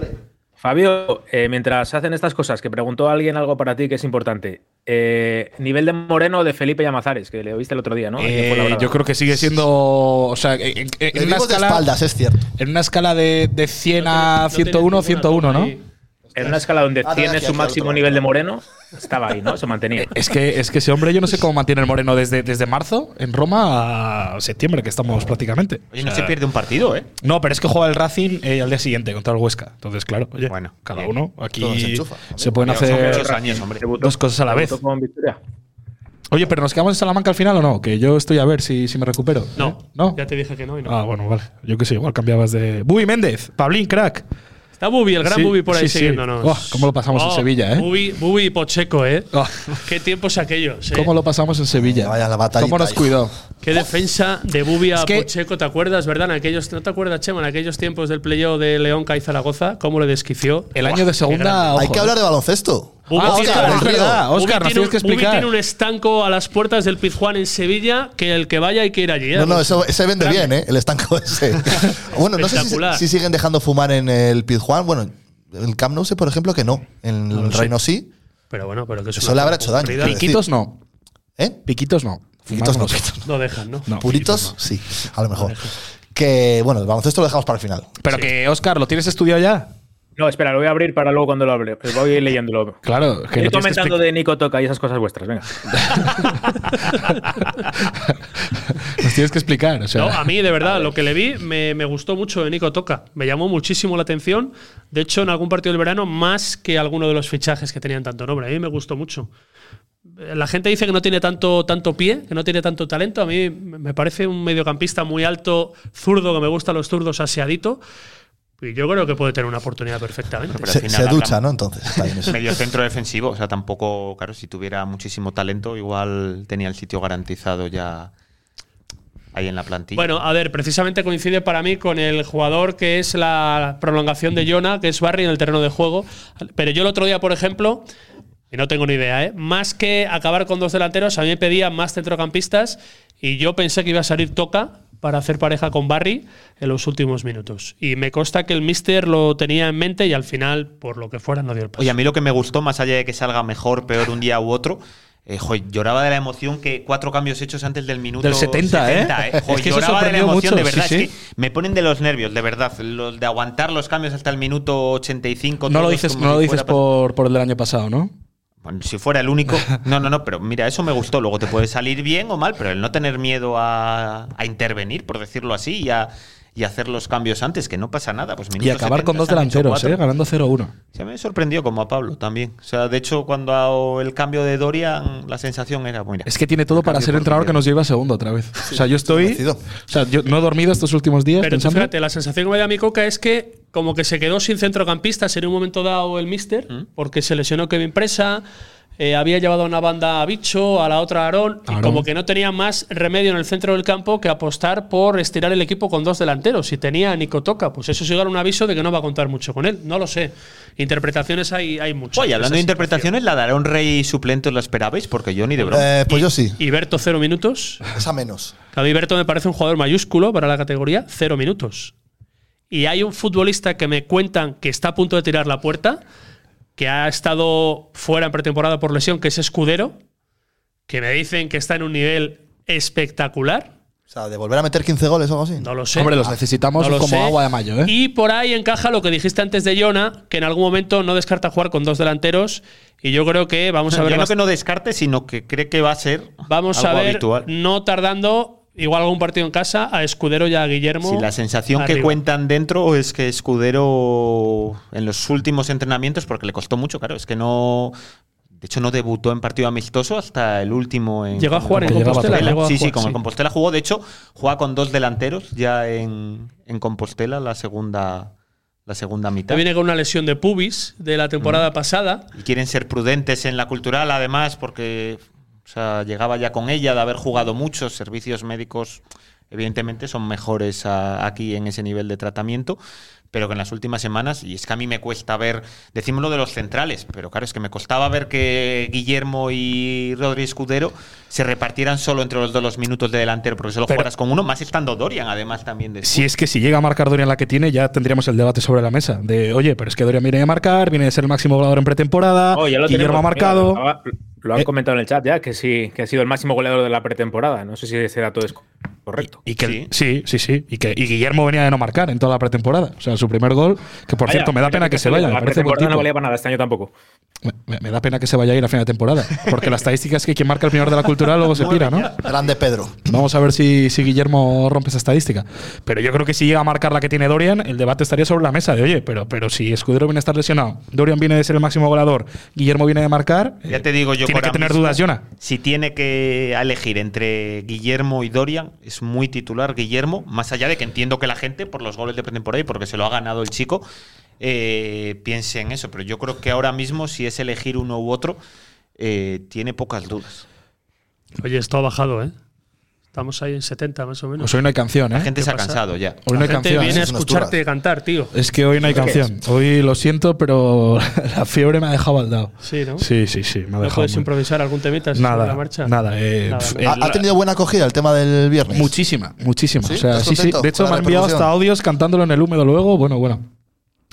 Speaker 5: Fabio, eh, mientras hacen estas cosas, que preguntó alguien algo para ti que es importante. Eh, nivel de Moreno o de Felipe Llamazares, que le oíste el otro día, ¿no? Aquí en
Speaker 3: Eh,
Speaker 5: Fuenlabrada.
Speaker 3: yo creo que sigue siendo. O sea, en, en- en
Speaker 1: Le
Speaker 3: una,
Speaker 1: dimos de
Speaker 3: escala,
Speaker 1: espaldas, es cierto.
Speaker 3: en una escala de, de 100 a
Speaker 2: No tiene- no
Speaker 3: 101,
Speaker 2: tiene
Speaker 3: 101,
Speaker 2: ninguna
Speaker 3: ¿no?
Speaker 2: ahí.
Speaker 5: En una escala donde
Speaker 1: Ah, no,
Speaker 5: tiene su
Speaker 1: aquí, aquí, al otro
Speaker 5: máximo
Speaker 1: lado.
Speaker 5: nivel de Moreno, estaba ahí, ¿no? Se mantenía.
Speaker 3: Es que, es que ese hombre, yo no sé cómo mantiene el moreno desde, desde marzo en Roma a septiembre, que estamos prácticamente.
Speaker 4: Oye, no se pierde un partido, ¿eh?
Speaker 3: No, pero es que juega el Racing eh, al día siguiente contra el Huesca. Entonces, claro, oye,
Speaker 4: Bueno,
Speaker 3: cada
Speaker 4: bien.
Speaker 3: uno aquí
Speaker 1: Todo
Speaker 3: se,
Speaker 1: se enchufa, amigo.
Speaker 3: pueden
Speaker 4: Pero son
Speaker 3: hacer
Speaker 4: muchos años, hombre.
Speaker 3: dos cosas a la vez.
Speaker 5: Debutó con victoria.
Speaker 3: Oye, pero ¿nos quedamos en Salamanca al final o no? Que yo estoy a ver si, si me recupero.
Speaker 2: No,
Speaker 3: ¿Eh? ¿No?
Speaker 2: ya te dije que no. y no.
Speaker 3: Ah, bueno, vale. Yo qué sé, igual cambiabas de. Bubi Méndez, Pablín, crack.
Speaker 2: Está Bubi, el gran
Speaker 3: Sí,
Speaker 2: Bubi por ahí
Speaker 3: sí, sí.
Speaker 2: siguiéndonos.
Speaker 3: Oh, cómo lo pasamos en Sevilla, ¿eh?
Speaker 2: Bubi, Bubi y Pocheco, ¿eh?
Speaker 3: Oh.
Speaker 2: Qué tiempos aquellos. ¿eh?
Speaker 3: ¿Cómo lo pasamos en Sevilla?
Speaker 1: Vaya la batallita,
Speaker 3: ¿Cómo nos
Speaker 1: hijo.
Speaker 3: cuidó?
Speaker 2: Qué defensa de Bubi a
Speaker 3: Es que-
Speaker 2: Pocheco, ¿te acuerdas, verdad? En aquellos, ¿No te acuerdas, Chema? En aquellos tiempos del playoff de León Caiz Zaragoza, ¿cómo le desquició?
Speaker 3: El año de segunda. ojo,
Speaker 1: Hay que
Speaker 3: ¿eh?
Speaker 1: hablar de baloncesto.
Speaker 2: Bubi
Speaker 3: Ah,
Speaker 2: tiene-
Speaker 3: Oscar, es
Speaker 1: Garrido.
Speaker 3: verdad. Oscar,
Speaker 2: Bubi
Speaker 3: nos
Speaker 2: tiene
Speaker 3: tienes
Speaker 2: un-
Speaker 3: que
Speaker 2: Bubi
Speaker 3: explicar.
Speaker 2: tiene un estanco a las puertas del Pizjuán en Sevilla que el que vaya hay que ir allí. ¿eh?
Speaker 1: No, no, eso, ese vende bien, ¿eh? El estanco ese. bueno, no sé si,
Speaker 2: Espectacular.
Speaker 1: si siguen dejando fumar en el Pizjuán. Bueno, el Camp Nou sé, por ejemplo, que no. En el
Speaker 2: sé.
Speaker 1: Reino sí.
Speaker 2: Pero bueno, pero que es
Speaker 1: Eso
Speaker 2: una
Speaker 1: le habrá hecho daño,
Speaker 2: ocurrida.
Speaker 1: creo.
Speaker 3: Piquitos no.
Speaker 1: ¿Eh?
Speaker 3: Piquitos no.
Speaker 1: Puritos no.
Speaker 3: Fumamos nosotros.
Speaker 2: No dejan, ¿no?
Speaker 3: No.
Speaker 1: Puritos, sí. A lo mejor. Que, bueno, el baloncesto lo dejamos para el final.
Speaker 3: Pero que, Oscar, ¿lo tienes estudiado ya?
Speaker 5: No, espera, lo voy a abrir para luego cuando lo hable. Voy leyéndolo.
Speaker 3: Claro,
Speaker 5: Estoy
Speaker 3: que lo tienes este que
Speaker 5: comentando
Speaker 3: expli-
Speaker 5: de Nico Toca y esas cosas vuestras, venga.
Speaker 3: Nos tienes que explicar. O sea,
Speaker 2: No, a mí, de verdad, lo que le vi me, me gustó mucho de Nico Toca. Me llamó muchísimo la atención. De hecho, en algún partido del verano, más que alguno de los fichajes que tenían tanto nombre. A mí me gustó mucho. Eh, La gente dice que no tiene tanto, tanto pie, que no tiene tanto talento. A mí me parece un mediocampista muy alto, zurdo, que me gustan los zurdos, aseadito. Y yo creo que puede tener una oportunidad perfectamente.
Speaker 4: Pero al
Speaker 1: Se,
Speaker 4: final
Speaker 1: se
Speaker 4: hablamos-
Speaker 1: ducha, ¿no? Entonces. Está bien eso.
Speaker 4: Medio centro defensivo, o sea, tampoco, claro, si tuviera muchísimo talento, igual tenía el sitio garantizado ya ahí en la plantilla.
Speaker 2: Bueno, a ver, precisamente coincide para mí con el jugador que es la prolongación de Jonah, que es Barry en el terreno de juego. Pero yo el otro día, por ejemplo, y no tengo ni idea, ¿eh? más que acabar con dos delanteros, a mí me pedían más centrocampistas y yo pensé que iba a salir Toca para hacer pareja con Barry en los últimos minutos. Y me consta que el Mister lo tenía en mente y al final, por lo que fuera, no dio el paso.
Speaker 4: Oye, a mí lo que me gustó, más allá de que salga mejor, peor un día u otro, eh, jo, lloraba de la emoción que cuatro cambios hechos antes del minuto
Speaker 3: Del 70, ¿eh?
Speaker 4: Jo,
Speaker 3: Es que eso
Speaker 4: lloraba de la
Speaker 3: sorprendió
Speaker 4: emoción, de
Speaker 3: mucho,
Speaker 4: verdad.
Speaker 3: sí,
Speaker 4: es
Speaker 3: sí.
Speaker 4: que me ponen de los nervios, de verdad. Los de aguantar los cambios hasta el minuto 85.
Speaker 3: no lo
Speaker 4: todos
Speaker 3: dices,
Speaker 4: como
Speaker 3: no
Speaker 4: si
Speaker 3: lo dices
Speaker 4: fuera-
Speaker 3: por, por el del año pasado, ¿no?
Speaker 4: Bueno, si fuera el único. No, no, no, pero mira, eso me gustó. Luego te puede salir bien o mal, pero el no tener miedo a, a intervenir, por decirlo así, y a, y hacer los cambios antes, que no pasa nada. Pues
Speaker 3: Y
Speaker 4: minuto
Speaker 3: acabar con
Speaker 4: 70,
Speaker 3: dos
Speaker 4: se han hecho
Speaker 3: delanteros,
Speaker 4: cuatro.
Speaker 3: ¿eh? Ganando 0-1.
Speaker 4: Se me sorprendió como a Pablo también. O sea, de hecho, cuando hago el cambio de Dorian, la sensación era, mira.
Speaker 3: Es que tiene todo para ser entrenador que nos lleva a segundo otra vez. o sea, yo estoy.
Speaker 1: convencido.
Speaker 3: O sea, yo no he dormido estos últimos días
Speaker 2: Pero tú
Speaker 3: pensando.
Speaker 2: fíjate, la sensación que me da mi coca es que como que se quedó sin centrocampista en un momento dado el mister,
Speaker 4: Mm.
Speaker 2: porque se lesionó Kevin Presa, eh, había llevado a una banda a Bicho, a la otra a Aarón, y
Speaker 3: Aarón.
Speaker 2: como que no tenía más remedio en el centro del campo que apostar por estirar el equipo con dos delanteros. Si tenía a Nico Toca, pues eso sí era un aviso de que no va a contar mucho con él. No lo sé. Interpretaciones hay, hay muchas.
Speaker 4: Oye, hablando de
Speaker 2: Esa
Speaker 4: interpretaciones, ¿la dará un rey suplente? ¿La esperabais? Porque yo ni de broma.
Speaker 1: Eh, pues yo sí.
Speaker 2: situación. Iberto, cero minutos.
Speaker 1: Esa menos.
Speaker 2: Claro, Iberto me parece un jugador mayúsculo para la categoría, cero minutos. Y hay un futbolista que me cuentan que está a punto de tirar la puerta, que ha estado fuera en pretemporada por lesión, que es Escudero, que me dicen que está en un nivel espectacular.
Speaker 1: O sea, de volver a meter 15 goles o algo así.
Speaker 2: No lo sé.
Speaker 3: Hombre, los necesitamos
Speaker 2: No lo
Speaker 3: como
Speaker 2: sé.
Speaker 3: agua de mayo, ¿eh?
Speaker 2: Y por ahí encaja lo que dijiste antes de Jona, que en algún momento no descarta jugar con dos delanteros. Y yo creo que vamos a ver.
Speaker 4: yo no
Speaker 2: bast-
Speaker 4: que no descarte, sino que cree que va a ser
Speaker 2: Vamos
Speaker 4: algo
Speaker 2: a ver,
Speaker 4: habitual.
Speaker 2: no tardando, igual algún partido en casa, a Escudero y a Guillermo.
Speaker 4: Si la sensación que
Speaker 2: arriba.
Speaker 4: cuentan dentro es que Escudero en los últimos entrenamientos, porque le costó mucho, claro, es que no. De hecho, no debutó en partido amistoso hasta el último en.
Speaker 2: Llegó a jugar en
Speaker 3: Porque llegaba
Speaker 2: Compostela.
Speaker 3: tarde.
Speaker 2: llegó a
Speaker 4: sí, sí,
Speaker 2: jugar,
Speaker 4: como
Speaker 2: sí.
Speaker 4: en Compostela jugó. De hecho, juega con dos delanteros ya en, en Compostela la segunda, la segunda mitad. Mm.
Speaker 2: Te viene con una lesión de pubis de la temporada pasada.
Speaker 4: Y quieren ser prudentes en la cultural, además, porque o sea, llegaba ya con ella de haber jugado muchos servicios médicos. Evidentemente son mejores a- aquí en ese nivel de tratamiento, pero que en las últimas semanas, y es que a mí me cuesta ver, decimos lo de los centrales, pero claro, es que me costaba ver que Guillermo y Rodríguez Escudero se repartieran solo entre los dos los minutos de delantero, porque solo
Speaker 3: Pero-
Speaker 4: jugaras con uno, más estando Dorian además también de
Speaker 3: Si es que si llega a marcar Dorian la que tiene, ya tendríamos el debate sobre la mesa. De, oye, pero es que Dorian viene de marcar, viene de ser el máximo goleador en pretemporada,
Speaker 5: Oh, ya lo
Speaker 3: Guillermo
Speaker 5: tenemos.
Speaker 3: ha marcado.
Speaker 5: Mira, acaba- lo han
Speaker 3: Eh.
Speaker 5: comentado en el chat ya, que sí, que ha sido el máximo goleador de la pretemporada. No sé si ese dato es correcto.
Speaker 3: Y que,
Speaker 4: Sí.
Speaker 3: sí. sí, sí, Y que y Guillermo venía de no marcar en toda la pretemporada. O sea, su primer gol, que por
Speaker 5: Vaya,
Speaker 3: cierto, me da
Speaker 5: mira
Speaker 3: pena que se vaya.
Speaker 5: La
Speaker 3: Me, parece buen
Speaker 5: pretemporada no
Speaker 3: tipo.
Speaker 5: valía para nada este año tampoco.
Speaker 3: Me- me da pena que se vaya a ir a final de temporada. Porque la estadística es que quien marca el primer de la cultural luego se pira, ¿no?
Speaker 1: Grande Pedro.
Speaker 3: Vamos a ver si, si Guillermo rompe esa estadística. Pero yo creo que si llega a marcar la que tiene Dorian, el debate estaría sobre la mesa de, oye, pero, pero si Escudero viene a estar lesionado, Dorian viene de ser el máximo goleador, Guillermo viene de marcar, eh,
Speaker 4: Ya te digo yo
Speaker 3: tiene
Speaker 4: ahora
Speaker 3: que tener
Speaker 4: mismo,
Speaker 3: dudas, Jonah.
Speaker 4: Si tiene que elegir entre Guillermo y Dorian, es muy titular Guillermo, más allá de que entiendo que la gente, por los goles de pretemporada y porque se lo ha ganado el chico, eh, piense en eso. Pero yo creo que ahora mismo, si es elegir uno u otro, eh, tiene pocas dudas.
Speaker 2: Oye, esto ha bajado, ¿eh? Estamos ahí en 70 más o menos.
Speaker 3: Pues hoy no hay canción,
Speaker 4: La
Speaker 3: ¿eh?
Speaker 4: gente se ha
Speaker 2: pasa?
Speaker 4: cansado ya.
Speaker 3: Hoy no hay
Speaker 2: la gente
Speaker 3: canción.
Speaker 2: viene a
Speaker 3: ¿eh?
Speaker 1: es unas
Speaker 2: escucharte
Speaker 1: turras.
Speaker 2: cantar, tío.
Speaker 3: Es que hoy no hay canción. Hoy lo siento, pero la fiebre me ha dejado al dado.
Speaker 2: Sí, ¿no?
Speaker 3: Sí, sí, sí. Me ha
Speaker 2: ¿No
Speaker 3: dejado.
Speaker 2: puedes
Speaker 3: muy-
Speaker 2: improvisar algún temita sobre
Speaker 3: Nada,
Speaker 2: la marcha?
Speaker 3: nada, eh,
Speaker 2: Nada,
Speaker 3: pf,
Speaker 2: ¿no?
Speaker 3: eh,
Speaker 1: ¿Ha,
Speaker 3: la-
Speaker 1: ha tenido buena acogida el tema del viernes?
Speaker 3: Muchísima, muchísima.
Speaker 1: ¿Sí?
Speaker 3: O sea,
Speaker 1: ¿Estás
Speaker 3: sí, sí.
Speaker 1: contento
Speaker 3: De hecho,
Speaker 1: con la
Speaker 3: me han enviado hasta
Speaker 1: repercusión?
Speaker 3: audios cantándolo en el húmedo luego. Bueno, bueno.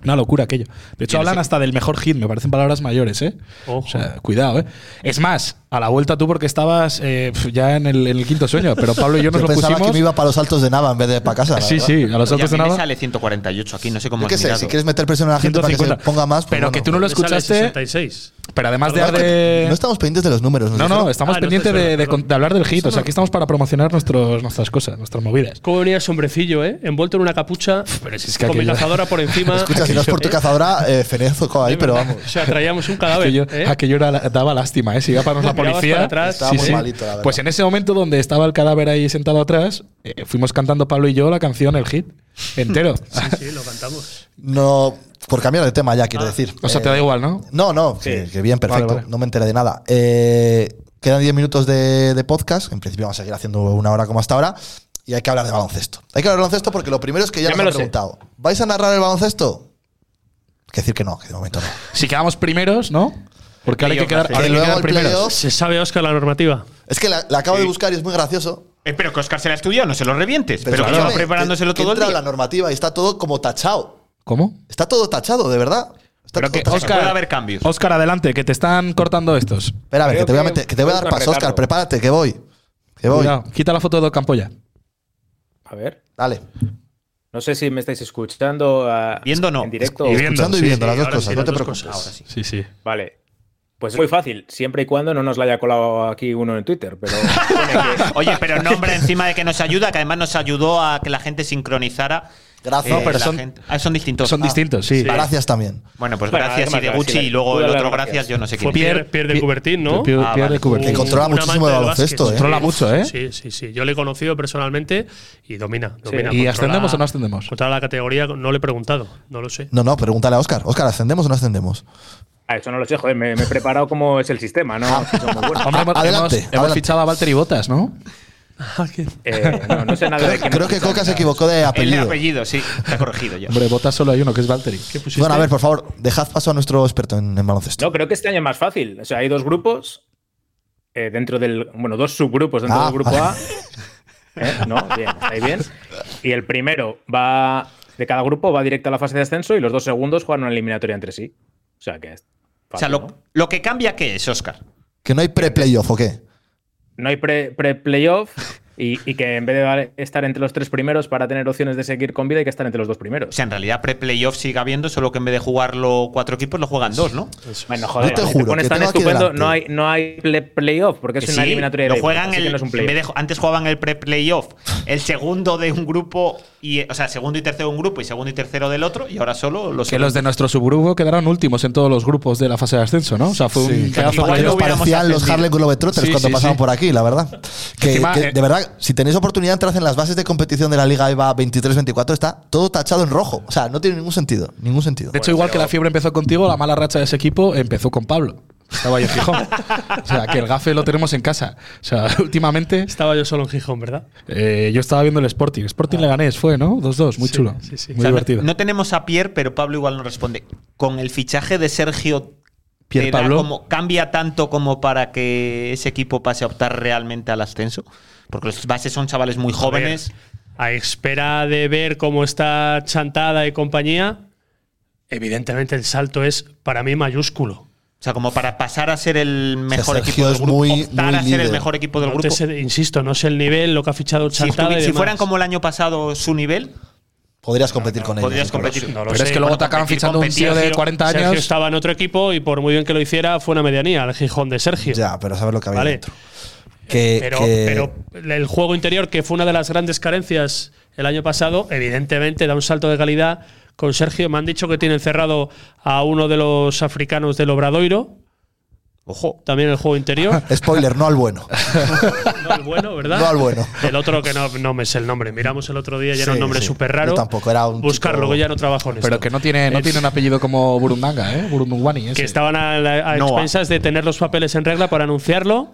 Speaker 3: Una locura aquello. De hecho,
Speaker 4: Yo no
Speaker 3: hablan
Speaker 4: sé.
Speaker 3: hasta del mejor hit, me parecen palabras mayores, ¿eh?
Speaker 2: Ojo.
Speaker 3: O sea, cuidado, ¿eh? Es más, a la vuelta tú porque estabas eh, pf, ya en el, en el quinto sueño, pero Pablo y
Speaker 1: Yo
Speaker 3: yo nos lo
Speaker 1: pensaba
Speaker 3: pusimos.
Speaker 1: que me iba para los altos de Nava en vez de para casa. la
Speaker 3: sí,
Speaker 1: verdad.
Speaker 3: sí, a los
Speaker 4: Y a
Speaker 3: altos
Speaker 4: mí
Speaker 3: de
Speaker 4: me
Speaker 3: nada.
Speaker 4: sale 148 aquí, no sé cómo
Speaker 1: Yo
Speaker 4: has
Speaker 1: qué sé,
Speaker 4: mirado.
Speaker 1: si quieres meter presión a la gente para
Speaker 3: 150.
Speaker 1: que se ponga más. pues
Speaker 3: pero
Speaker 1: bueno.
Speaker 3: que tú no lo
Speaker 2: Me sale
Speaker 3: escuchaste.
Speaker 2: 66.
Speaker 3: Pero además de
Speaker 1: Además que
Speaker 3: de-
Speaker 1: No estamos pendientes de los números. nos
Speaker 3: No, no,
Speaker 1: dijeron.
Speaker 3: estamos
Speaker 2: Ah, no,
Speaker 3: pendientes
Speaker 2: eso es
Speaker 3: de, de
Speaker 2: verdad.
Speaker 3: con- de hablar del hit. O sea, aquí estamos para promocionar nuestros, nuestras cosas, nuestras movidas.
Speaker 2: ¿Cómo venía el sombrecillo, eh? Envuelto en una capucha,
Speaker 3: pero si es que
Speaker 2: con mi
Speaker 3: aquello-
Speaker 2: cazadora por encima. eh,
Speaker 1: Escucha, si no es por tu cazadora, eh, Fenezo co- ahí, pero vamos.
Speaker 2: O sea, traíamos un cadáver.
Speaker 3: Aquello,
Speaker 2: ¿eh?
Speaker 3: aquello era- daba lástima, ¿eh? Si iba para la
Speaker 2: Mirabas
Speaker 3: policía.
Speaker 2: para atrás. Estaba
Speaker 1: muy malito, la verdad.
Speaker 3: pues en ese momento donde estaba el cadáver ahí sentado atrás, eh, fuimos cantando Pablo y yo la canción, el hit, entero.
Speaker 2: Sí, lo cantamos.
Speaker 1: No, por cambiar de tema ya, quiero decir.
Speaker 3: Ah, o sea, te
Speaker 1: Eh,
Speaker 3: da igual, ¿no?
Speaker 1: No, no, que, que bien, perfecto.
Speaker 3: Vale, vale.
Speaker 1: No me enteré de nada. Eh, quedan 10 minutos de, de podcast. En principio vamos a seguir haciendo una hora como hasta ahora. Y hay que hablar de baloncesto. Hay que hablar de baloncesto porque lo primero es que ya,
Speaker 5: Ya
Speaker 1: nos
Speaker 5: me
Speaker 1: han
Speaker 5: lo sé.
Speaker 1: preguntado. ¿Vais a narrar el baloncesto? Que decir que no, que de momento no.
Speaker 3: Si quedamos primeros, ¿no? Porque ahora hay que
Speaker 4: Playoff,
Speaker 3: quedar, ahora
Speaker 1: Que
Speaker 3: hay que
Speaker 1: luego
Speaker 3: quedar
Speaker 1: el
Speaker 3: primeros.
Speaker 1: playoff-
Speaker 2: ¿Se sabe, Oscar, la normativa?
Speaker 1: Es que la, la acabo de buscar y es muy gracioso.
Speaker 4: Espero Eh, que Oscar se la estudió, no se lo revientes. Pero, que
Speaker 1: escúchame,
Speaker 4: lleva preparándoselo
Speaker 1: que- que
Speaker 4: todo el
Speaker 1: entra
Speaker 4: día.
Speaker 1: la normativa y está todo como tachado.
Speaker 3: ¿Cómo?
Speaker 1: Está todo tachado, de verdad. Está
Speaker 4: Pero
Speaker 1: todo
Speaker 4: que
Speaker 1: tachado.
Speaker 4: Oscar- puede haber cambios.
Speaker 3: Oscar, adelante, que te están cortando estos.
Speaker 1: Espera, a ver, que
Speaker 5: Creo
Speaker 1: te, voy a
Speaker 5: que
Speaker 1: meter- que te voy a dar
Speaker 5: puedes
Speaker 1: paso, Oscar.
Speaker 5: apretarlo.
Speaker 1: Prepárate, que voy. Que voy.
Speaker 3: Cuidado, quita la foto de Ocampo ya.
Speaker 5: A ver.
Speaker 1: Dale.
Speaker 5: No sé si me estáis escuchando. ah,
Speaker 4: Viendo no.
Speaker 5: En directo.
Speaker 3: Y viendo.
Speaker 1: Escuchando y
Speaker 3: sí,
Speaker 1: viendo
Speaker 3: sí,
Speaker 1: las dos
Speaker 2: ahora sí,
Speaker 1: cosas, no
Speaker 2: las
Speaker 1: te
Speaker 2: dos
Speaker 1: preocupes.
Speaker 2: cosas.
Speaker 4: Ahora sí.
Speaker 3: Sí, sí.
Speaker 5: Vale. Pues es muy fácil, siempre y cuando no nos la haya colado aquí uno en Twitter, pero pone que-
Speaker 4: Oye, pero nombra encima de que nos ayuda, que además nos ayudó a que la gente sincronizara.
Speaker 1: Gracias.
Speaker 4: eh,
Speaker 1: No, pero
Speaker 4: la
Speaker 3: son-
Speaker 4: gente- Ah, son distintos.
Speaker 3: Son
Speaker 4: Ah.
Speaker 3: distintos, sí.
Speaker 1: Gracias también.
Speaker 4: Bueno, pues
Speaker 5: Bueno,
Speaker 4: gracias
Speaker 5: además,
Speaker 4: y de
Speaker 5: gracias,
Speaker 4: Gucci
Speaker 5: sí,
Speaker 4: y luego
Speaker 5: todas
Speaker 4: el
Speaker 5: las
Speaker 4: otro
Speaker 5: gracias.
Speaker 4: gracias, yo no sé
Speaker 2: Fue
Speaker 4: quién.
Speaker 2: Pierre, Pierre de Coubertin, ¿no?
Speaker 3: Pierre,
Speaker 4: Ah,
Speaker 3: Pierre
Speaker 4: vale.
Speaker 3: de Coubertin.
Speaker 1: Que controla
Speaker 2: Un
Speaker 1: muchísimo
Speaker 2: amante
Speaker 1: el
Speaker 2: del
Speaker 1: baloncesto,
Speaker 2: básquet.
Speaker 1: ¿eh?
Speaker 3: Controla mucho, ¿eh?
Speaker 2: Sí, sí, sí. Yo le he conocido personalmente y domina. domina
Speaker 3: ¿Y
Speaker 2: Controla-
Speaker 3: ascendemos o no ascendemos?
Speaker 2: Contra la categoría, no le he preguntado, no lo sé.
Speaker 1: No, no, pregúntale a Oscar. Oscar, ¿ascendemos o no ascendemos?
Speaker 5: Ah, eso no lo sé, joder, me, me he preparado cómo es el sistema, ¿no?
Speaker 4: Ah.
Speaker 5: Si son muy buenos.
Speaker 3: Hombre, hemos,
Speaker 1: Ah, Adelante,
Speaker 3: hemos- hemos
Speaker 1: adelante.
Speaker 3: fichado a Walter y Botas, ¿no?
Speaker 5: Eh, no, no sé nada de quién es
Speaker 1: Creo, creo que
Speaker 5: Cristiano,
Speaker 1: Coca se
Speaker 5: nada.
Speaker 1: equivocó de
Speaker 4: El de
Speaker 1: apellido.
Speaker 4: apellido, sí. Está corregido ya.
Speaker 3: Hombre, Botas solo hay uno, que es Valtteri.
Speaker 1: Bueno, a ver, por favor, dejad paso a nuestro experto en, en baloncesto.
Speaker 5: No, creo que este año es más fácil. O sea, hay dos grupos eh, dentro del. Bueno, dos subgrupos dentro
Speaker 1: Ah,
Speaker 5: del grupo
Speaker 1: vale.
Speaker 5: A. Eh, No, bien, está ahí bien. Y el primero va. De cada grupo va directo a la fase de ascenso y los dos segundos juegan una eliminatoria entre sí. O sea, que es.
Speaker 4: O sea,
Speaker 5: fácil,
Speaker 4: lo,
Speaker 5: ¿no?
Speaker 4: lo que cambia, ¿qué es, Oscar?
Speaker 1: Que no hay pre-playoff o qué.
Speaker 5: No hay pre- pre-playoff. Y, y que en vez de estar entre los tres primeros para tener opciones de seguir con vida, hay que estar entre los dos primeros.
Speaker 4: O sea, en realidad pre-playoff sigue habiendo, solo que en vez de jugarlo cuatro equipos, lo juegan dos, ¿no?
Speaker 5: Bueno, joder,
Speaker 1: Yo te
Speaker 5: si
Speaker 1: juro
Speaker 5: pones
Speaker 1: que
Speaker 5: tan
Speaker 1: tengo aquí
Speaker 5: estupendo,
Speaker 1: delante.
Speaker 5: no hay, no hay ple- playoff, porque es
Speaker 4: Que
Speaker 5: una
Speaker 4: sí,
Speaker 5: eliminatoria
Speaker 4: lo
Speaker 5: de
Speaker 4: juegan
Speaker 5: así
Speaker 4: el,
Speaker 5: que no es un
Speaker 4: en vez de
Speaker 5: playoff.
Speaker 4: ju- antes jugaban el pre-playoff el segundo de un grupo y o sea segundo y tercero de un grupo y segundo y tercero del otro y ahora solo los
Speaker 3: Que los de nuestro subgrupo quedaron últimos en todos los grupos de la fase de ascenso, ¿no? O sea, fue
Speaker 1: Sí.
Speaker 3: un
Speaker 4: Igual
Speaker 3: pedazo de
Speaker 4: no
Speaker 1: Nos
Speaker 3: playoff.
Speaker 4: hubiéramos
Speaker 1: parecían los
Speaker 4: ascendido.
Speaker 1: Harlem Globetrotters
Speaker 3: Sí,
Speaker 1: cuando
Speaker 3: sí,
Speaker 1: pasaban
Speaker 3: sí.
Speaker 1: por aquí, la verdad. Que,
Speaker 3: Encima,
Speaker 1: que,
Speaker 3: eh,
Speaker 1: de verdad, si tenéis oportunidad, entrad en las bases de competición de la Liga EVA 23-24, está todo tachado en rojo. O sea, no tiene ningún sentido. Ningún sentido.
Speaker 3: De hecho,
Speaker 2: Pues
Speaker 3: igual que la fiebre empezó contigo, la mala racha de ese equipo empezó con Pablo. Estaba ahí en Gijón. o sea, que el gafe lo tenemos en casa. O sea, últimamente
Speaker 2: Estaba yo solo en Gijón, ¿verdad?
Speaker 3: eh, yo estaba viendo el Sporting. Sporting Leganés fue, ¿no? 2-2, muy
Speaker 2: Sí,
Speaker 3: chulo.
Speaker 2: sí, sí.
Speaker 3: Muy
Speaker 4: O sea, no-
Speaker 3: divertido.
Speaker 4: No, tenemos a Pierre, pero Pablo igual nos responde. Con el fichaje de Sergio te
Speaker 3: Pierre
Speaker 4: da
Speaker 3: Pablo.
Speaker 4: como- cambia tanto como para que ese equipo pase a optar realmente al ascenso, porque los bases son chavales muy jóvenes.
Speaker 2: A espera de ver cómo está Chantada y compañía, evidentemente el salto es para mí mayúsculo.
Speaker 4: O sea, como para pasar a ser el mejor
Speaker 1: Sergio
Speaker 4: equipo del
Speaker 1: es
Speaker 4: grupo,
Speaker 1: muy-
Speaker 4: optar
Speaker 1: muy
Speaker 4: a ser
Speaker 1: líder.
Speaker 4: el mejor equipo del
Speaker 2: No te
Speaker 4: grupo.
Speaker 2: sé- insisto, no sé el nivel, lo que ha fichado
Speaker 4: Si,
Speaker 2: Chantada.
Speaker 4: estuvi-
Speaker 2: y
Speaker 4: si
Speaker 2: demás.
Speaker 4: fueran como el año pasado su nivel,
Speaker 1: Podrías competir con ellos.
Speaker 4: podrías
Speaker 1: sin problema.
Speaker 4: competir.
Speaker 2: No lo
Speaker 3: Pero
Speaker 2: sé,
Speaker 3: es que luego
Speaker 4: bueno,
Speaker 3: te acaban
Speaker 4: competir,
Speaker 3: fichando un
Speaker 4: competir,
Speaker 3: tío de
Speaker 4: Sergio-
Speaker 3: 40
Speaker 2: Sergio
Speaker 3: años.
Speaker 2: estaba en otro equipo y por muy bien que lo hiciera, fue una medianía, el Gijón de Sergio.
Speaker 1: Ya, pero sabes lo que había
Speaker 2: Vale.
Speaker 1: dentro. Que,
Speaker 2: Pero,
Speaker 1: que-
Speaker 2: pero el juego interior, que fue una de las grandes carencias el año pasado, evidentemente da un salto de calidad con Sergio. Me han dicho que tienen cerrado a uno de los africanos del Obradoiro,
Speaker 4: Ojo.
Speaker 2: también el juego interior.
Speaker 1: Spoiler, no al bueno.
Speaker 2: no el bueno, ¿verdad?
Speaker 1: No al bueno.
Speaker 2: El otro que no, no me sé el nombre. Miramos el otro día y era
Speaker 1: Sí,
Speaker 2: un nombre
Speaker 1: sí.
Speaker 2: súper raro.
Speaker 1: Yo tampoco, era un
Speaker 2: Buscarlo,
Speaker 1: tipo-
Speaker 2: que ya no trabajo en esto.
Speaker 3: Pero que no tiene, no
Speaker 2: Es-
Speaker 3: tiene un apellido como Burundanga, ¿eh? Burundungwani.
Speaker 2: que
Speaker 3: ese.
Speaker 2: estaban a, la- a
Speaker 4: Noah.
Speaker 2: expensas de tener los papeles en regla para anunciarlo.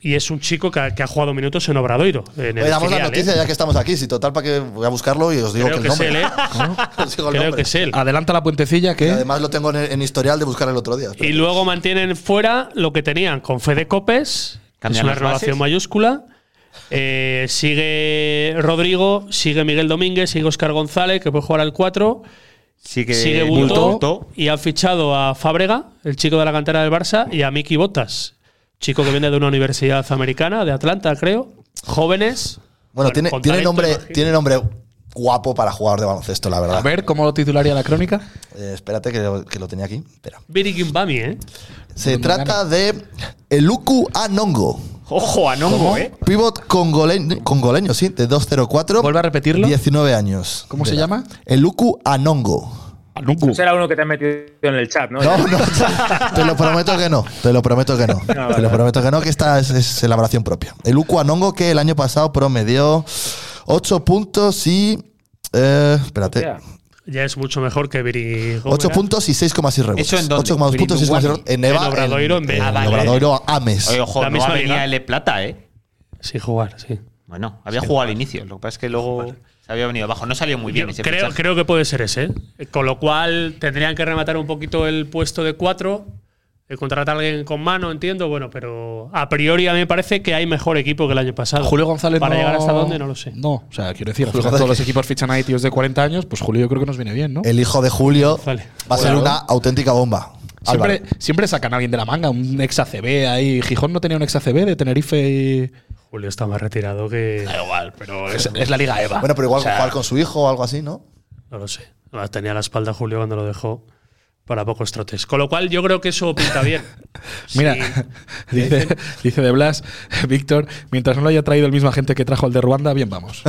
Speaker 2: Y es un chico que ha, que ha jugado minutos en Obradoiro. En el
Speaker 1: Oye, damos la
Speaker 2: filial, ¿eh?
Speaker 1: noticia ya que estamos aquí. Si total, para que voy a buscarlo y os digo
Speaker 2: Creo
Speaker 1: que
Speaker 2: que
Speaker 1: el nombre.
Speaker 2: es él, ¿eh?
Speaker 1: Os digo el
Speaker 2: Creo
Speaker 1: nombre. Ah,
Speaker 2: que es él.
Speaker 3: Adelanta la puentecilla
Speaker 1: Y
Speaker 3: que.
Speaker 1: Además, lo tengo en, en historial de buscar el otro día.
Speaker 2: Y luego mantienen fuera lo que tenían con Fede Copes, que es
Speaker 4: Cambian
Speaker 2: una
Speaker 4: las
Speaker 2: renovación
Speaker 4: bases.
Speaker 2: mayúscula. Eh, sigue Rodrigo, sigue Miguel Domínguez, sigue Oscar González, que puede jugar al 4.
Speaker 4: Sigue,
Speaker 2: sigue Bulto, Y han fichado a Fábrega, el chico de la cantera del Barça, y a Miki Botas, chico que viene de una universidad americana, de Atlanta, creo. Jóvenes.
Speaker 1: Bueno, tiene,
Speaker 2: con
Speaker 1: tiene,
Speaker 2: talento,
Speaker 1: nombre,
Speaker 2: imagino.
Speaker 1: tiene nombre guapo para jugador de baloncesto, la
Speaker 3: A
Speaker 1: verdad.
Speaker 3: ver, ¿cómo lo titularía la crónica?
Speaker 1: Eh, espérate, que lo, que lo tenía aquí. Espera.
Speaker 2: Birigimbami, ¿eh?
Speaker 1: Se trata de Eluku Anongo.
Speaker 4: Ojo a Nongo, ¿eh?
Speaker 1: Pivot congoleño, congoleño, sí, de 204.
Speaker 3: ¿Vuelve a repetirlo?
Speaker 1: 19 años.
Speaker 3: ¿Cómo se
Speaker 1: De edad.
Speaker 3: llama?
Speaker 1: Eluku Anongo.
Speaker 5: Será Pues uno que te has metido en el chat, ¿no?
Speaker 1: No, no, te lo prometo que no. Te lo prometo que no.
Speaker 2: Ah,
Speaker 1: Te lo prometo que no, que esta es, es elaboración propia. El Uku Anongo que el año pasado promedió 8 puntos y. eh, espérate.
Speaker 5: Hostia.
Speaker 2: Ya es mucho mejor que Biri ¿eh?
Speaker 1: 8 puntos y 6,6 rebotes.
Speaker 4: ¿Eso en dónde?
Speaker 1: 8,2 puntos y 6,6
Speaker 4: Brindisi.
Speaker 1: rebotes. En Eva.
Speaker 2: En Obradoiro, en Vega, vale.
Speaker 1: Obradoiro Ames.
Speaker 4: Oye, ojo,
Speaker 2: La
Speaker 4: no
Speaker 2: misma
Speaker 4: ha venido
Speaker 2: liga.
Speaker 4: el plata, ¿eh?
Speaker 2: Sí, jugar, sí.
Speaker 4: Bueno, había jugado al inicio. Lo que pasa es que luego se había venido abajo. No salió muy bien
Speaker 2: Yo
Speaker 4: ese
Speaker 2: creo,
Speaker 4: fichaje.
Speaker 2: creo que puede ser ese. ¿eh? Con lo cual tendrían que rematar un poquito el puesto de cuatro. eh, contratar a alguien con mano, entiendo. Bueno, pero a priori a mí me parece que hay mejor equipo que el año pasado.
Speaker 3: Julio González
Speaker 2: Para
Speaker 3: no-
Speaker 2: llegar hasta dónde, no lo sé.
Speaker 3: No, o sea, quiero decir, al
Speaker 1: Julio
Speaker 3: final
Speaker 1: González.
Speaker 3: todos los equipos fichan ahí tíos de 40 años, pues Julio yo creo que nos viene bien, ¿no?
Speaker 1: El hijo de Julio
Speaker 2: Vale.
Speaker 1: va a ser una auténtica bomba.
Speaker 3: Siempre,
Speaker 1: Álvaro.
Speaker 3: siempre sacan a alguien de la manga, un ex ACB ahí. Gijón no tenía un ex ACB de Tenerife y.
Speaker 2: Julio está más retirado que.
Speaker 3: Da igual, pero es, es la Liga E Eva.
Speaker 1: Bueno, pero igual
Speaker 3: O sea,
Speaker 1: jugar con su hijo o algo así, ¿no?
Speaker 2: No lo sé. Ah, Tenía la espalda Julio cuando lo dejó para pocos trotes. Con lo cual yo creo que eso pinta bien.
Speaker 3: Mira,
Speaker 2: Sí.
Speaker 3: dice, dice De Blas, Víctor, mientras no lo haya traído el mismo agente que trajo al de Ruanda, bien vamos.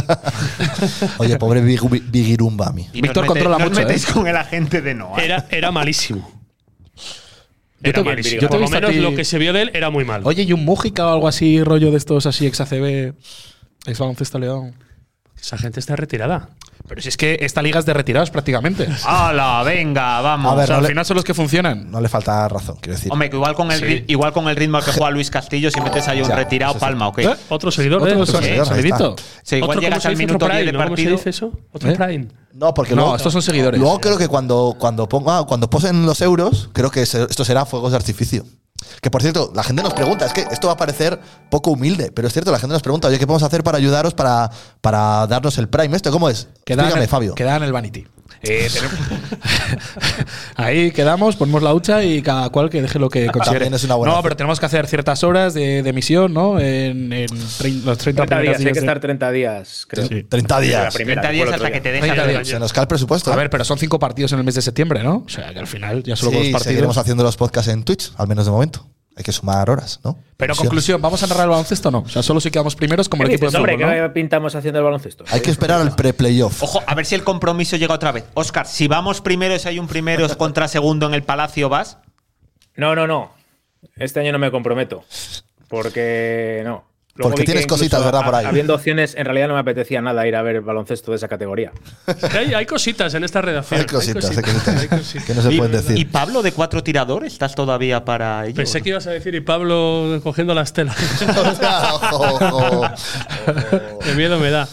Speaker 1: Oye, pobre Big- Bigirumbami.
Speaker 4: Y
Speaker 3: Víctor
Speaker 4: nos mete-
Speaker 3: controla
Speaker 4: nos
Speaker 3: mucho,
Speaker 4: metéis
Speaker 3: ¿eh?
Speaker 4: con el agente de Noah.
Speaker 2: Era, era malísimo.
Speaker 3: Yo
Speaker 2: Era
Speaker 3: te-
Speaker 2: malísimo.
Speaker 3: yo te he
Speaker 2: Por lo
Speaker 3: visto a
Speaker 2: menos
Speaker 3: ti-
Speaker 2: lo que se vio de él era muy malo.
Speaker 3: Oye, y un Mújica o algo así, rollo de estos así, ex ACB, ex baloncesto León.
Speaker 2: Esa gente está retirada.
Speaker 3: Pero si es que esta liga es de retirados prácticamente.
Speaker 4: ¡Hala, venga, vamos!
Speaker 1: A ver,
Speaker 3: O sea,
Speaker 1: no
Speaker 3: al
Speaker 1: le-
Speaker 3: final son los que funcionan.
Speaker 1: No le falta razón, quiero decir.
Speaker 4: Hombre, que igual con, el ri- igual con el ritmo al que juega Luis Castillo, si metes ahí un
Speaker 1: Ya,
Speaker 4: retirado,
Speaker 1: eso sí.
Speaker 4: palma, ¿ok?
Speaker 3: ¿Eh?
Speaker 2: Otro seguidor
Speaker 3: Otro
Speaker 2: de
Speaker 3: seguidor,
Speaker 1: Sí, ahí
Speaker 3: seguidito.
Speaker 1: está.
Speaker 4: O sea, igual
Speaker 2: Otro, ¿cómo
Speaker 4: llegas
Speaker 2: se
Speaker 4: al
Speaker 2: dice? Otro
Speaker 4: minuto 10 de
Speaker 2: prime, ¿no? ¿Cómo se
Speaker 4: partido.
Speaker 2: dice eso? ¿Otro
Speaker 3: ¿Eh?
Speaker 2: prime?
Speaker 1: No, porque
Speaker 3: No,
Speaker 1: luego,
Speaker 3: estos son seguidores.
Speaker 1: Luego creo que cuando, cuando ponga, cuando posen los euros, creo que se- esto será fuegos de artificio. Que por cierto, la gente nos pregunta, es que esto va a parecer poco humilde, pero es cierto, la gente nos pregunta, oye, ¿qué podemos hacer para ayudaros para, para darnos el prime? ¿Esto cómo es?
Speaker 3: Queda en
Speaker 1: Explícame,
Speaker 3: el-
Speaker 1: Fabio.
Speaker 3: queda en el Vanity. Eh, tenemos- Ahí quedamos, ponemos la hucha y cada cual que deje lo que considere.
Speaker 1: También es una buena
Speaker 3: no,
Speaker 1: opción.
Speaker 3: pero tenemos que hacer ciertas horas de, de emisión, ¿no? En, en trein-
Speaker 5: 30
Speaker 3: los 30, primeras
Speaker 5: días, hay que
Speaker 3: de-
Speaker 5: estar 30 días, creo.
Speaker 3: Sí.
Speaker 1: 30
Speaker 5: La
Speaker 1: días.
Speaker 5: primera,
Speaker 4: 30 días
Speaker 5: fue el
Speaker 4: hasta
Speaker 5: otro
Speaker 4: que
Speaker 5: día.
Speaker 4: te dejan.
Speaker 3: 30
Speaker 1: Se nos cae el presupuesto.
Speaker 3: A
Speaker 1: ¿eh?
Speaker 3: ver, pero son cinco partidos en el mes de septiembre, ¿no? O sea, que al final ya solo con
Speaker 1: sí,
Speaker 3: dos partidos.
Speaker 1: seguiremos haciendo los podcasts en Twitch, al menos de momento. Hay que sumar horas, ¿no?
Speaker 3: Pero
Speaker 1: Opciones.
Speaker 3: conclusión, ¿vamos a narrar el baloncesto o no? O sea, solo si quedamos primeros como el
Speaker 5: ¿Qué
Speaker 3: equipo de
Speaker 5: dices, pues, hombre,
Speaker 3: fútbol, ¿no?
Speaker 5: ¿qué pintamos haciendo el baloncesto?
Speaker 1: Hay que esperar al pre-playoff.
Speaker 4: Ojo, a ver si el compromiso llega otra vez. Oscar, si vamos primeros, hay un primeros contra segundo en el Palacio, ¿vas?
Speaker 5: No, no, no. Este año no me comprometo. Porque no.
Speaker 1: Porque
Speaker 5: vi que
Speaker 1: tienes cositas,
Speaker 5: incluso
Speaker 1: ¿verdad? Por ahí.
Speaker 5: Habiendo opciones, en realidad no me apetecía nada ir a ver el baloncesto de esa categoría.
Speaker 2: Hay, hay cositas en esta redacción.
Speaker 1: Hay cositas, hay cositas,
Speaker 2: hay cositas.
Speaker 1: que no se
Speaker 4: y,
Speaker 1: pueden decir.
Speaker 4: y Pablo de cuatro tirador? ¿Estás todavía para ello?
Speaker 2: Pensé que ibas a decir y Pablo cogiendo las telas.
Speaker 1: Ojo, ojo.
Speaker 2: Qué miedo me da.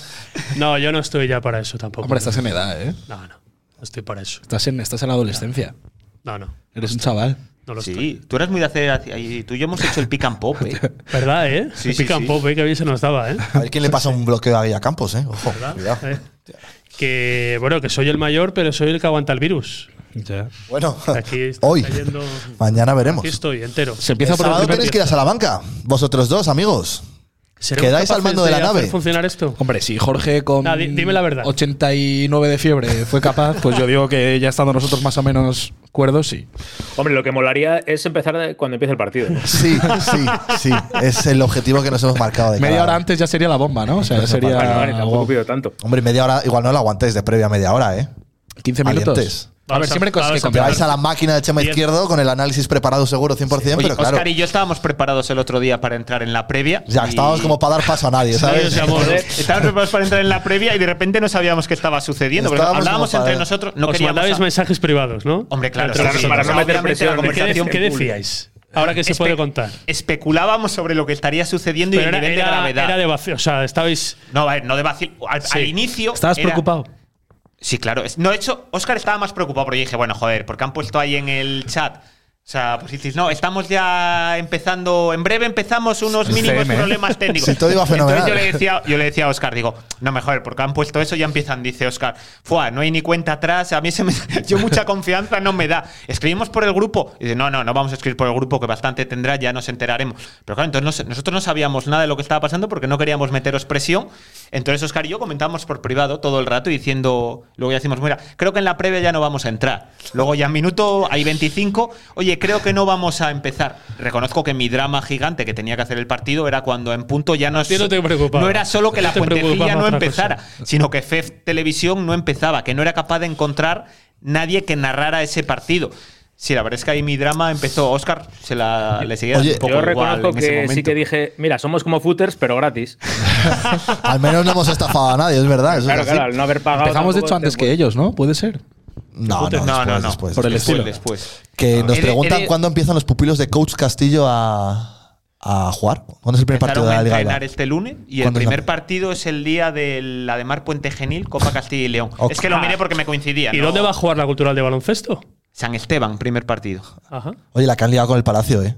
Speaker 2: No, yo no estoy ya para eso tampoco.
Speaker 3: Hombre, estás en edad, ¿eh?
Speaker 2: No, no. No estoy para eso.
Speaker 3: Estás en, estás en la adolescencia.
Speaker 2: No, no.
Speaker 3: Eres un chaval.
Speaker 2: No lo estoy.
Speaker 4: Sí, tú eras muy de hacer. hacia- Y tú y yo hemos hecho el pick and pop, ¿eh?
Speaker 2: ¿Verdad, eh?
Speaker 4: Sí,
Speaker 2: Me
Speaker 4: sí,
Speaker 2: pica un
Speaker 4: sí.
Speaker 2: poco, eh, que bien se nos daba, eh.
Speaker 1: A ver quién le pasa un bloqueo ahí a Campos, ¿eh? Ojo, cuidado.
Speaker 2: ¿Eh? Que, bueno, que soy el mayor, pero soy el que aguanta el virus.
Speaker 1: Bueno,
Speaker 2: Aquí está
Speaker 1: hoy,
Speaker 2: cayendo-
Speaker 1: mañana veremos.
Speaker 2: Aquí estoy, entero.
Speaker 3: Se
Speaker 1: El
Speaker 3: empieza por el
Speaker 1: sábado
Speaker 3: primer
Speaker 1: tenéis que ir a Salamanca, vosotros dos, amigos.
Speaker 2: ¿Seremos
Speaker 1: quedáis al
Speaker 2: capaces
Speaker 1: mando de la
Speaker 2: hacer
Speaker 1: nave?
Speaker 2: funcionar esto?
Speaker 3: Hombre, si Jorge con
Speaker 2: No, di- dime la verdad.
Speaker 3: 89 de fiebre fue capaz, pues yo digo que ya estando nosotros más o menos cuerdos, sí.
Speaker 5: Hombre, lo que molaría es empezar de- cuando empiece el partido. ¿no?
Speaker 1: Sí, sí, sí. Es el objetivo que nos hemos marcado. De
Speaker 3: Media
Speaker 1: cada-
Speaker 3: hora antes ya sería la bomba, ¿no? O sea, ya
Speaker 1: pues,
Speaker 3: sería
Speaker 5: Bueno, vale, tampoco
Speaker 3: guau.
Speaker 5: pido tanto.
Speaker 1: Hombre, media hora, igual no la aguantáis de previa media hora, ¿eh?
Speaker 3: 15 minutos.
Speaker 1: Valientes.
Speaker 3: A ver,
Speaker 2: Vamos a-
Speaker 3: siempre hay cosas que
Speaker 2: vamos a
Speaker 1: Te
Speaker 3: cambiar.
Speaker 1: vais a la máquina de Chema
Speaker 2: Bien.
Speaker 1: Izquierdo con el análisis preparado seguro 100%,
Speaker 4: Oye,
Speaker 1: pero claro,
Speaker 4: Oscar y yo estábamos preparados el otro día para entrar en la previa.
Speaker 1: ya
Speaker 4: y-
Speaker 1: estábamos como para dar paso a nadie,
Speaker 2: Adiós,
Speaker 1: ¿sabes?
Speaker 2: mi amor.
Speaker 4: Joder, Estábamos preparados para entrar en la previa y de repente no sabíamos qué estaba sucediendo. porque
Speaker 1: Estábamos
Speaker 4: hablábamos
Speaker 1: como para-
Speaker 4: entre nosotros, no
Speaker 2: Os
Speaker 4: queríamos.
Speaker 2: mandabais
Speaker 4: a-
Speaker 2: mensajes privados, ¿no?
Speaker 4: Hombre, claro,
Speaker 2: Entre
Speaker 4: sí,
Speaker 2: vosotros.
Speaker 5: para no meter
Speaker 4: Obviamente
Speaker 5: presión
Speaker 4: la
Speaker 5: en el
Speaker 2: ¿Qué de-
Speaker 4: conversación
Speaker 2: ¿Qué
Speaker 4: pública.
Speaker 2: decíais? Ahora que se puede
Speaker 4: Espe-
Speaker 2: contar.
Speaker 4: Especulábamos sobre lo que estaría sucediendo y
Speaker 2: Pero
Speaker 4: el
Speaker 2: era,
Speaker 4: nivel de
Speaker 2: era-
Speaker 4: gravedad.
Speaker 2: era de vacío. O sea, estabais.
Speaker 4: No, a ver, no de vacil. Al,
Speaker 2: Sí.
Speaker 4: al inicio.
Speaker 3: ¿Estabas
Speaker 4: era-
Speaker 3: preocupado?
Speaker 4: Sí, claro. Es- No, de hecho, Oscar estaba más preocupado, pero yo dije, bueno, joder, porque han puesto ahí en el chat. O sea, pues dices, no, estamos ya empezando, en breve empezamos unos
Speaker 3: El
Speaker 4: mínimos
Speaker 3: CM, ¿eh?
Speaker 4: problemas técnicos.
Speaker 1: Si todo iba fenomenal.
Speaker 4: Entonces yo le, decía, yo le decía a Oscar, digo, no, mejor, porque han puesto eso, ya empiezan, dice Oscar, fuá, no hay ni cuenta atrás, a mí se me, yo mucha confianza no me da. Escribimos por el grupo. Y dice, no, no, no vamos a escribir por el grupo, que bastante tendrá, ya nos enteraremos. Pero claro, entonces no sé- nosotros no sabíamos nada de lo que estaba pasando porque no queríamos meteros presión. Entonces Oscar y yo comentábamos por privado todo el rato y diciendo, luego ya decimos, mira, creo que en la previa ya no vamos a entrar. Luego ya en minuto, hay 25, oye, creo que no vamos a empezar. Reconozco que mi drama gigante que tenía que hacer el partido era cuando en punto ya no
Speaker 2: ti no te preocupaba.
Speaker 4: no era solo que
Speaker 2: No
Speaker 4: la
Speaker 2: te
Speaker 4: puentecilla
Speaker 2: preocupaba
Speaker 4: no
Speaker 2: otra
Speaker 4: empezara, sino que FEF Televisión no empezaba, que no era capaz de encontrar nadie que narrara ese partido. Sí, la verdad es que ahí mi drama empezó. Oscar se la, le seguía
Speaker 1: Oye,
Speaker 4: un poco
Speaker 5: Yo
Speaker 4: igual
Speaker 5: reconozco
Speaker 4: en ese
Speaker 5: que sí
Speaker 4: momento.
Speaker 5: que dije, mira, somos como footers, pero gratis.
Speaker 1: Al menos no hemos estafado a nadie, es verdad. eso es
Speaker 5: Claro,
Speaker 1: así.
Speaker 5: claro, al no haber pagado.
Speaker 3: Empezamos, de
Speaker 5: tampoco
Speaker 3: hecho,
Speaker 5: te-
Speaker 3: antes que ellos, ¿no? Puede ser.
Speaker 1: No, no,
Speaker 4: No, no, no.
Speaker 1: después, después,
Speaker 3: Por
Speaker 1: después.
Speaker 3: el
Speaker 4: después, Ah.
Speaker 3: estilo.
Speaker 4: después.
Speaker 1: Que nos
Speaker 4: He de-
Speaker 1: preguntan
Speaker 4: he de-
Speaker 1: cuándo empiezan los pupilos de Coach Castillo a, a jugar. ¿Cuándo es el primer partido
Speaker 4: Empezaron
Speaker 1: de
Speaker 4: a
Speaker 1: la Liga?
Speaker 4: entrenar
Speaker 1: Iberdrola?
Speaker 4: este lunes y el
Speaker 1: ¿Cuándo es la-
Speaker 4: primer partido es el día del Ademar Puente Genil, Copa Castilla y León.
Speaker 1: Ok.
Speaker 4: Es que lo miré porque me coincidía.
Speaker 2: ¿Y
Speaker 4: ¿no?
Speaker 2: dónde va a jugar la cultural de baloncesto?
Speaker 4: San Esteban, primer partido.
Speaker 2: Ajá.
Speaker 1: Oye, la que han liado con el Palacio, ¿eh?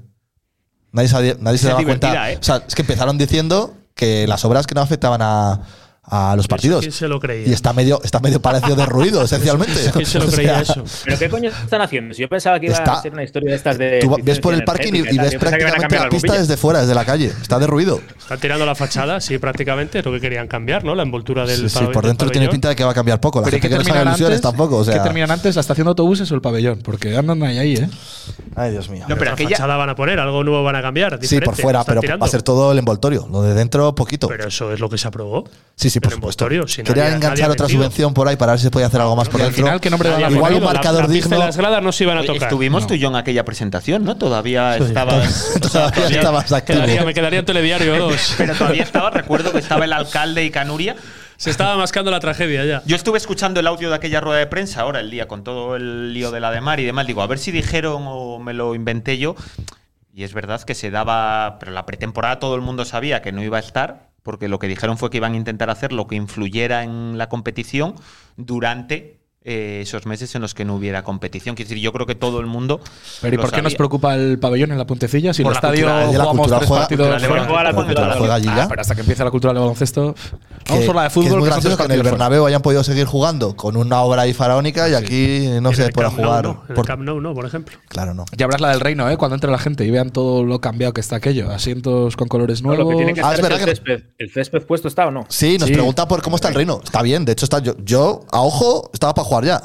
Speaker 1: Nadie, sabía- nadie
Speaker 4: Esa
Speaker 1: se
Speaker 4: es
Speaker 1: daba
Speaker 4: divertida,
Speaker 1: cuenta.
Speaker 4: ¿eh?
Speaker 1: O sea, es que empezaron diciendo que las obras que no afectaban a, a los partidos.
Speaker 2: ¿Quién se lo creía?
Speaker 1: Y está medio, está medio Palacio derruido, esencialmente.
Speaker 2: ¿Quién se lo
Speaker 1: O sea,
Speaker 2: creía eso?
Speaker 5: ¿Pero qué coño están haciendo? Si yo pensaba que iba
Speaker 1: Está-
Speaker 5: a ser una historia de estas de.
Speaker 1: Tú va- ves por el parking y, y ves prácticamente la pista desde fuera, desde la calle. Está derruido.
Speaker 2: Están tirando la fachada, sí, prácticamente, es lo que querían cambiar, ¿no? La envoltura del.
Speaker 1: Sí, sí,
Speaker 2: pabell-
Speaker 1: por
Speaker 2: del
Speaker 1: dentro tiene
Speaker 2: pabellón.
Speaker 1: pinta de que va a cambiar poco. La
Speaker 3: Pero hay
Speaker 1: gente que no se haga
Speaker 3: terminar
Speaker 1: ilusiones
Speaker 3: antes-
Speaker 1: tampoco. O
Speaker 3: ¿qué
Speaker 1: sea,
Speaker 3: terminan antes? ¿La estación de autobuses o el pabellón? Porque andan ahí, ahí ¿eh?
Speaker 1: ay, Dios mío.
Speaker 4: No, pero
Speaker 2: La
Speaker 4: aquella,
Speaker 2: fachada van a poner, algo nuevo van a cambiar.
Speaker 1: Sí, por
Speaker 2: diferente,
Speaker 1: fuera,
Speaker 2: están
Speaker 1: pero va
Speaker 2: tirando.
Speaker 1: a ser todo el envoltorio. Lo de dentro, poquito.
Speaker 2: Pero eso es lo que se aprobó.
Speaker 1: Sí, sí, por
Speaker 2: Pero
Speaker 1: supuesto.
Speaker 2: envoltorio, si
Speaker 1: Querían
Speaker 2: nadie- nadie
Speaker 1: enganchar
Speaker 2: ha
Speaker 1: otra
Speaker 2: metido.
Speaker 1: subvención por ahí para ver si se podía hacer algo más por
Speaker 3: Y al
Speaker 1: dentro.
Speaker 3: final, ¿qué nombre van
Speaker 2: Nadie ha
Speaker 3: a
Speaker 1: Igual
Speaker 2: podido.
Speaker 1: un
Speaker 2: La-
Speaker 1: marcador
Speaker 2: la pista
Speaker 1: digno-
Speaker 2: y las gradas no se iban a
Speaker 4: Oye,
Speaker 2: tocar.
Speaker 4: Estuvimos tú y yo en aquella presentación, ¿no? Todavía estabas.
Speaker 1: Todavía estabas activo.
Speaker 2: Quedaría- me quedaría en telediario 2.
Speaker 4: Pero todavía estaba, recuerdo que estaba el alcalde y Canuria.
Speaker 2: Se estaba mascando la tragedia ya.
Speaker 4: Yo estuve escuchando el audio de aquella rueda de prensa ahora el día con todo el lío de la de mar y demás. Digo, a ver si dijeron o me lo inventé yo. Y es verdad que se daba, pero la pretemporada todo el mundo sabía que no iba a estar, porque lo que dijeron fue que iban a intentar hacer lo que influyera en la competición durante eh, esos meses en los que no hubiera competición. Quiero decir, yo creo que todo el mundo.
Speaker 3: Pero ¿y
Speaker 4: lo
Speaker 3: por qué nos
Speaker 4: sabía.
Speaker 3: preocupa el pabellón en la puentecilla? Si
Speaker 4: Por
Speaker 3: el
Speaker 4: la
Speaker 3: estadio
Speaker 4: cultural,
Speaker 1: de la
Speaker 3: jugamos
Speaker 1: cultural
Speaker 3: tres
Speaker 1: juega-
Speaker 3: partidos
Speaker 4: cultural de
Speaker 3: fuera.
Speaker 4: baloncesto.
Speaker 1: La cultural juega allí
Speaker 3: Ah,
Speaker 1: ya.
Speaker 3: pero hasta que empieza la cultura del baloncesto.
Speaker 1: que-
Speaker 3: Vamos por la
Speaker 1: que
Speaker 3: de
Speaker 1: es muy
Speaker 3: fútbol. que son tres
Speaker 1: gracioso que en el
Speaker 3: partidos fuera.
Speaker 1: Bernabéu hayan podido seguir jugando con una obra ahí faraónica y aquí no
Speaker 2: En
Speaker 1: se
Speaker 2: el
Speaker 1: pueda
Speaker 2: Camp Nou
Speaker 1: jugar.
Speaker 2: no, en el
Speaker 1: por-
Speaker 2: Camp Nou, no, por ejemplo.
Speaker 1: Claro, no.
Speaker 3: Ya habrás la del reino, ¿eh? Cuando entre la gente y vean todo lo cambiado que está aquello. Asientos con colores
Speaker 5: No,
Speaker 3: nuevos.
Speaker 5: lo que tiene que estar
Speaker 1: Ah, es
Speaker 5: es
Speaker 1: verdad
Speaker 5: el
Speaker 1: que-
Speaker 5: césped. ¿El césped puesto está o no?
Speaker 1: Sí, nos
Speaker 3: Sí.
Speaker 1: pregunta por cómo está el reino. Está bien, de hecho está yo, yo a ojo estaba para jugar ya.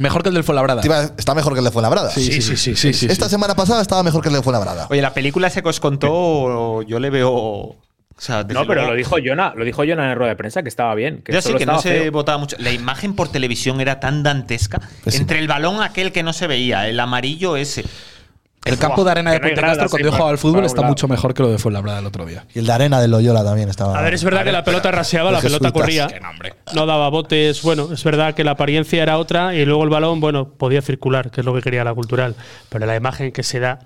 Speaker 3: Mejor que el del Fuenlabrada.
Speaker 1: Te iba a- Está mejor que el de Fuenlabrada.
Speaker 3: Sí, sí, sí, sí, sí,
Speaker 1: Esta
Speaker 3: sí.
Speaker 1: semana pasada estaba mejor que el de Fuenlabrada.
Speaker 4: Oye, la película se que os contó, yo le veo. o sea, desde
Speaker 5: No, pero
Speaker 4: luego-
Speaker 5: lo dijo Jonah, lo dijo Jonah en rueda de prensa que estaba bien. Que
Speaker 4: Yo sí
Speaker 5: solo
Speaker 4: que no
Speaker 5: estaba
Speaker 4: se
Speaker 5: feo.
Speaker 4: votaba mucho. La imagen por televisión era tan dantesca.
Speaker 1: Pues sí.
Speaker 4: Entre el balón aquel que no se veía, el amarillo ese.
Speaker 3: El campo de arena
Speaker 5: que
Speaker 3: de
Speaker 5: no hay
Speaker 3: Puente
Speaker 5: gradas,
Speaker 3: Castro,
Speaker 5: sí,
Speaker 3: cuando yo
Speaker 5: para-
Speaker 3: jugaba al fútbol,
Speaker 5: para un
Speaker 3: está
Speaker 5: lado.
Speaker 3: mucho mejor que lo de Fuenlabrada el otro día.
Speaker 1: Y el de arena de Loyola también estaba. Pues
Speaker 2: A ver, es verdad que la pelota raseaba, la
Speaker 1: los
Speaker 2: pelota
Speaker 1: jesuitas.
Speaker 2: corría,
Speaker 1: Que
Speaker 2: no daba botes. Bueno, es verdad que la apariencia era otra y luego el balón, bueno, podía circular, que es lo que quería la cultural. Pero la imagen que se da.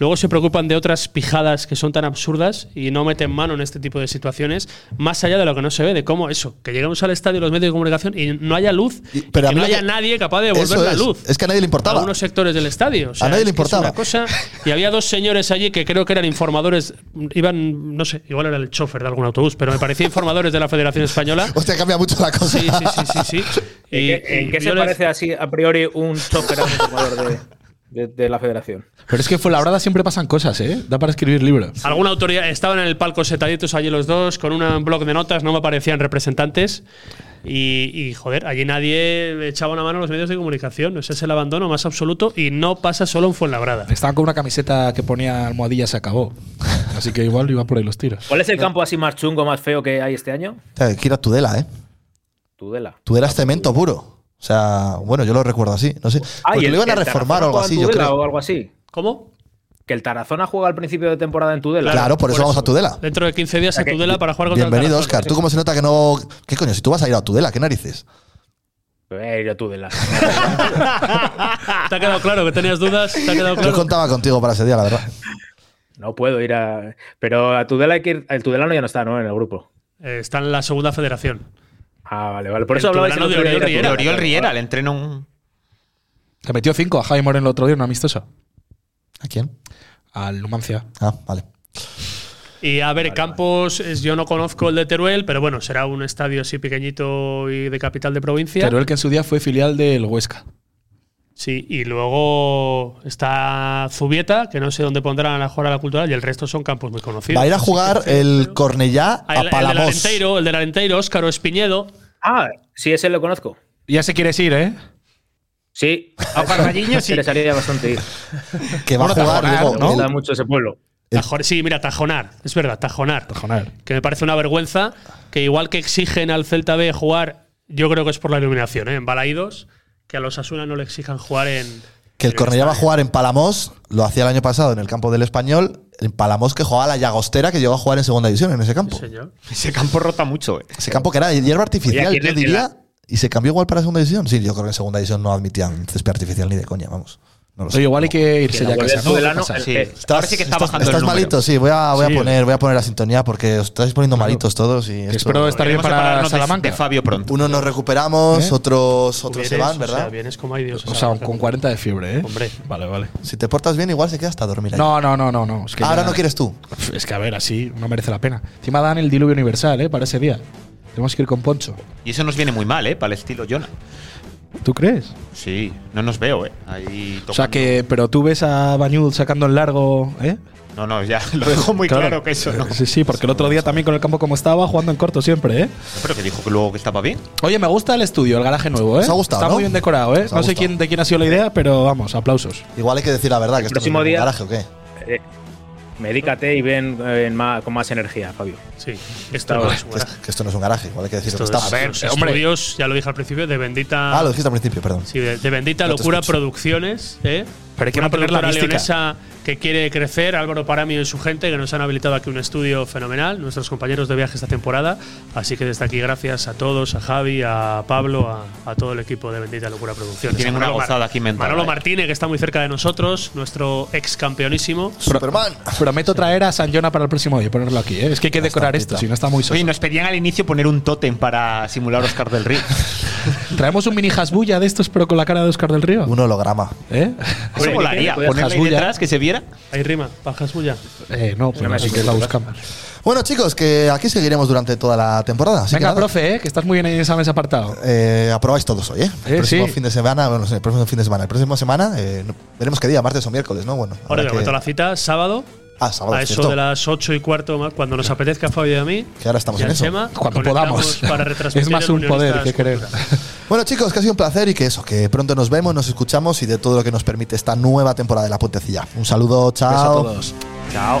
Speaker 2: Luego se preocupan de otras pijadas que son tan absurdas y no meten mano en este tipo de situaciones, más allá de lo que no se ve, de cómo eso, que llegamos al estadio, los medios de comunicación y no haya luz,
Speaker 1: Y- pero a
Speaker 2: que
Speaker 1: mí
Speaker 2: no
Speaker 1: lo
Speaker 2: haya
Speaker 1: que-
Speaker 2: nadie capaz de devolver
Speaker 1: Eso
Speaker 2: la
Speaker 1: es.
Speaker 2: luz.
Speaker 1: Es que a nadie le importaba.
Speaker 2: algunos sectores del estadio. O sea,
Speaker 1: A nadie le
Speaker 2: es que es
Speaker 1: importaba.
Speaker 2: una cosa, y había dos señores allí que creo que eran informadores, iban, no sé, igual era el chofer de algún autobús, pero me parecía informadores de la Federación Española.
Speaker 1: Hostia, cambia mucho la cosa.
Speaker 2: Sí, sí, sí, sí. sí.
Speaker 5: ¿En
Speaker 2: Y-
Speaker 5: qué-
Speaker 2: y
Speaker 5: ¿En qué se
Speaker 2: yo les-
Speaker 5: parece así a priori un chofer a un jugador de, de- de la federación?
Speaker 3: Pero es que en Fuenlabrada siempre pasan cosas, ¿eh? Da para escribir libros.
Speaker 2: Alguna autoridad estaban en el palco setaditos allí los dos con un blog de notas, no me aparecían representantes. Y, y, joder, allí nadie le echaba una mano a los medios de comunicación. Ese es el abandono más absoluto y no pasa solo en Fuenlabrada.
Speaker 3: Estaban con una camiseta que ponía almohadilla se acabó. Así que igual iba por ahí los tiros.
Speaker 5: ¿Cuál es el campo así más chungo, más feo que hay este año?
Speaker 1: O sea, Kira Tudela, ¿eh?
Speaker 5: Tudela.
Speaker 1: Tudela es cemento puro. O sea, bueno, yo lo recuerdo así. No sé.
Speaker 5: Ah, y
Speaker 1: Porque
Speaker 5: el-
Speaker 1: lo iban a
Speaker 5: el
Speaker 1: reformar
Speaker 5: Tarazona
Speaker 1: o algo
Speaker 5: juega en
Speaker 1: así, yo
Speaker 5: Tudela
Speaker 1: creo.
Speaker 5: o algo así.
Speaker 2: ¿Cómo?
Speaker 5: Que el Tarazona juega al principio de temporada en Tudela.
Speaker 1: Claro, por eso vamos a Tudela.
Speaker 2: Dentro de 15
Speaker 5: O
Speaker 2: días
Speaker 5: sea
Speaker 2: a
Speaker 5: que-
Speaker 2: Tudela para jugar contra el
Speaker 1: Bienvenido,
Speaker 2: Tarazona.
Speaker 1: Oscar. ¿Tú cómo se nota que no.? ¿Qué coño? Si tú vas a ir a Tudela, ¿qué narices?
Speaker 5: Voy a ir a Tudela.
Speaker 2: ¿Te ha quedado claro que tenías dudas? ¿Te ha quedado
Speaker 1: Yo
Speaker 2: claro?
Speaker 1: contaba contigo para ese día, la verdad.
Speaker 5: No puedo ir a. Pero a Tudela hay que ir. El Tudelano ya no está, ¿no? En el grupo.
Speaker 2: Eh, está en la segunda federación.
Speaker 5: Ah, vale, vale. Por
Speaker 2: El
Speaker 5: eso hablaba
Speaker 2: Tudelano
Speaker 5: ese otro
Speaker 2: de
Speaker 5: día
Speaker 4: El
Speaker 5: ir a
Speaker 2: Oriol Riera.
Speaker 5: Tudela.
Speaker 4: Oriol Riera, le entrena un.
Speaker 3: Que metió cinco a Jaime Moreno el otro día, una amistosa.
Speaker 1: ¿A quién?
Speaker 3: Al Numancia.
Speaker 1: Ah, vale.
Speaker 2: Y a ver, Campos, es- yo no conozco el de Teruel, pero bueno, será un estadio así pequeñito y de capital de provincia.
Speaker 3: Teruel, que en su día fue filial del Huesca.
Speaker 2: Sí, y luego está Zubieta, que no sé dónde pondrán a jugar a la cultural, y el resto son campos muy conocidos.
Speaker 1: Va a ir a jugar el Cornellá
Speaker 2: Ah,
Speaker 1: a
Speaker 2: el, el del
Speaker 1: Palamos.
Speaker 2: Alenteiro, el del Alenteiro, Óscar Espiñedo.
Speaker 5: Ah, sí, ese lo conozco.
Speaker 3: Ya se quieres ir, ¿eh?
Speaker 5: Sí. A sí. Le salía bastante ir.
Speaker 1: Que va a
Speaker 3: Bueno,
Speaker 1: jugar,
Speaker 3: Tajonar,
Speaker 1: digo,
Speaker 5: Me
Speaker 3: ¿no?
Speaker 1: el-
Speaker 5: gusta mucho ese pueblo.
Speaker 1: El-
Speaker 2: Tajonar- sí, mira, Tajonar, es verdad, Tajonar.
Speaker 3: Tajonar.
Speaker 2: Que me parece una vergüenza que igual que exigen al Celta B jugar, yo creo que es por la iluminación, ¿eh? en Balaídos, que a los Asuna no le exijan jugar en.
Speaker 1: que el Cornellá va a jugar en Palamos, lo hacía el año pasado en el campo del Español, en Palamos que jugaba la Llagostera, que llegó a jugar en segunda división en ese campo.
Speaker 2: Señor.
Speaker 4: Ese campo rota mucho, eh.
Speaker 1: Ese campo que era de hierba artificial,
Speaker 5: Oye, aquí
Speaker 1: yo
Speaker 5: en el-
Speaker 1: diría,
Speaker 5: en
Speaker 1: y se cambió igual para segunda división. Sí, yo creo que en segunda división no admitían césped artificial ni de coña, vamos. No lo sé.
Speaker 3: Oye, igual hay que
Speaker 5: Que
Speaker 3: irse
Speaker 5: la
Speaker 3: ya a
Speaker 5: vuelve
Speaker 3: casa.
Speaker 5: a
Speaker 3: ¿no?
Speaker 5: Tudelano,
Speaker 3: Pasa.
Speaker 5: el
Speaker 4: Sí.
Speaker 5: que-
Speaker 4: Ahora sí que está
Speaker 1: estás-
Speaker 4: bajando
Speaker 1: estás
Speaker 4: el número.
Speaker 1: malito, sí. Voy a, voy,
Speaker 3: Sí.
Speaker 1: a poner, voy a poner la sintonía porque os estáis poniendo malitos todos. Y esto-
Speaker 3: Espero estar bien
Speaker 4: Queremos
Speaker 3: para
Speaker 4: separarnos de-
Speaker 3: Salamanca.
Speaker 4: De Fabio pronto.
Speaker 1: Unos nos recuperamos,
Speaker 3: ¿Eh?
Speaker 1: otros, otros se
Speaker 2: Vienes,
Speaker 1: van,
Speaker 2: O
Speaker 1: ¿verdad?
Speaker 2: sea, vienes como hay Dios.
Speaker 3: O sea, con 40 de fiebre, ¿eh?
Speaker 2: Hombre.
Speaker 3: Vale, vale.
Speaker 1: si te portas bien, igual se queda hasta dormir ahí.
Speaker 3: No, no, no, no. no. Es que
Speaker 1: Ahora
Speaker 3: ya-
Speaker 1: no quieres tú.
Speaker 3: Es que a ver, así no merece la pena. Encima dan el diluvio universal, ¿eh? Para ese día. Tenemos que ir con Poncho.
Speaker 4: Y eso nos viene muy mal, ¿eh? Para el estilo Jonah.
Speaker 3: ¿Tú crees?
Speaker 4: Sí, no nos veo, ¿eh? Ahí
Speaker 3: O sea
Speaker 4: tocando.
Speaker 3: que, pero tú ves a Bañul sacando el largo, ¿eh?
Speaker 4: No, no, ya lo dejo muy claro, que eso no.
Speaker 3: Sí, sí, porque el otro día también con el campo como estaba, jugando en corto siempre, ¿eh?
Speaker 4: Pero que dijo que luego que estaba bien.
Speaker 3: Oye, me gusta el estudio, el garaje nuevo, ¿eh?
Speaker 1: Os ha gustado,
Speaker 3: Está
Speaker 1: ¿no?
Speaker 3: muy bien decorado, ¿eh?
Speaker 1: Os ha
Speaker 3: No sé
Speaker 1: gustado.
Speaker 3: quién, de quién ha sido la idea, pero vamos, aplausos.
Speaker 1: Igual hay que decir la verdad, que esto
Speaker 5: próximo
Speaker 1: no es un
Speaker 5: día-
Speaker 1: garaje o qué.
Speaker 5: Eh, medícate y ven eh, en más- con más energía, Fabio.
Speaker 2: Sí,
Speaker 5: Está
Speaker 2: esto no
Speaker 5: bien.
Speaker 2: es un
Speaker 1: Que, es-
Speaker 2: garaje.
Speaker 1: que esto no es un garaje, igual hay que decir lo
Speaker 2: Esto
Speaker 1: que está.
Speaker 2: es
Speaker 3: ver,
Speaker 2: unos
Speaker 3: hombre.
Speaker 2: estudios, ya lo dije al principio, de bendita.
Speaker 1: Ah, lo dijiste al principio, perdón.
Speaker 2: Sí, de, de bendita
Speaker 1: No te
Speaker 2: locura
Speaker 1: escucho.
Speaker 2: producciones, ¿eh?
Speaker 3: Pero hay que
Speaker 2: una
Speaker 3: mantener la
Speaker 2: productora
Speaker 3: mística.
Speaker 2: leonesa que quiere crecer, Álvaro Paramio y su gente, que nos han habilitado aquí un estudio fenomenal, nuestros compañeros de viaje esta temporada. Así que desde aquí, gracias a todos, a Javi, a Pablo, a, a todo el equipo de Bendita Locura Producciones.
Speaker 4: Tienen
Speaker 2: A
Speaker 4: una
Speaker 2: Manolo Mar-
Speaker 4: gozada aquí mental,
Speaker 2: Manolo
Speaker 4: eh.
Speaker 2: Martínez, que está muy cerca de nosotros, nuestro ex campeonísimo.
Speaker 1: Superman.
Speaker 3: Prometo traer a San Jona para el próximo día y ponerlo aquí, ¿eh? Es que hay que decorar esto, si no está muy soso.
Speaker 4: Oye, nos pedían al inicio poner un tótem para simular Oscar del Río.
Speaker 3: Traemos un mini hasbulla de estos, pero con la cara de Oscar del Río.
Speaker 1: Un holograma.
Speaker 3: ¿Eh?
Speaker 8: Eso molaría.
Speaker 3: Podías
Speaker 8: Ponerla ahí
Speaker 3: hasbulla.
Speaker 8: detrás, que se viera.
Speaker 2: Ahí rima, bajas bulla.
Speaker 3: Eh, no, pero así que la buscamos.
Speaker 1: Bueno, chicos, que aquí seguiremos durante toda la temporada. Así que
Speaker 3: Venga,
Speaker 1: nada.
Speaker 3: profe, eh, que estás muy bien ahí en examen apartado.
Speaker 1: Eh, aprobáis todos hoy, ¿eh? El
Speaker 3: Eh,
Speaker 1: próximo
Speaker 3: sí.
Speaker 1: fin de semana, bueno, no sé, el próximo fin de semana, el próximo semana, eh, no- veremos qué día, martes o miércoles, ¿no? Bueno, habrá
Speaker 2: Ahora de momento
Speaker 1: que-
Speaker 2: la cita, sábado.
Speaker 1: Ah, sábado,
Speaker 2: a
Speaker 1: es
Speaker 2: eso
Speaker 1: cierto.
Speaker 2: de las 8 y cuarto, más, cuando nos apetezca a Fabio y a mí.
Speaker 1: Que ahora estamos
Speaker 2: y
Speaker 1: en
Speaker 2: al
Speaker 1: eso.
Speaker 2: Chema,
Speaker 3: Cuando
Speaker 2: conectamos
Speaker 3: podamos.
Speaker 2: Para retransmitir
Speaker 3: es más
Speaker 2: el
Speaker 3: un poder que
Speaker 2: Unionistas
Speaker 3: querer.
Speaker 2: Cultura.
Speaker 1: Bueno, chicos, que ha sido un placer y que eso, que pronto nos vemos, nos escuchamos y de todo lo que nos permite esta nueva temporada de La Puentecilla. Un saludo, chao.
Speaker 3: Beso a todos.
Speaker 8: Chao.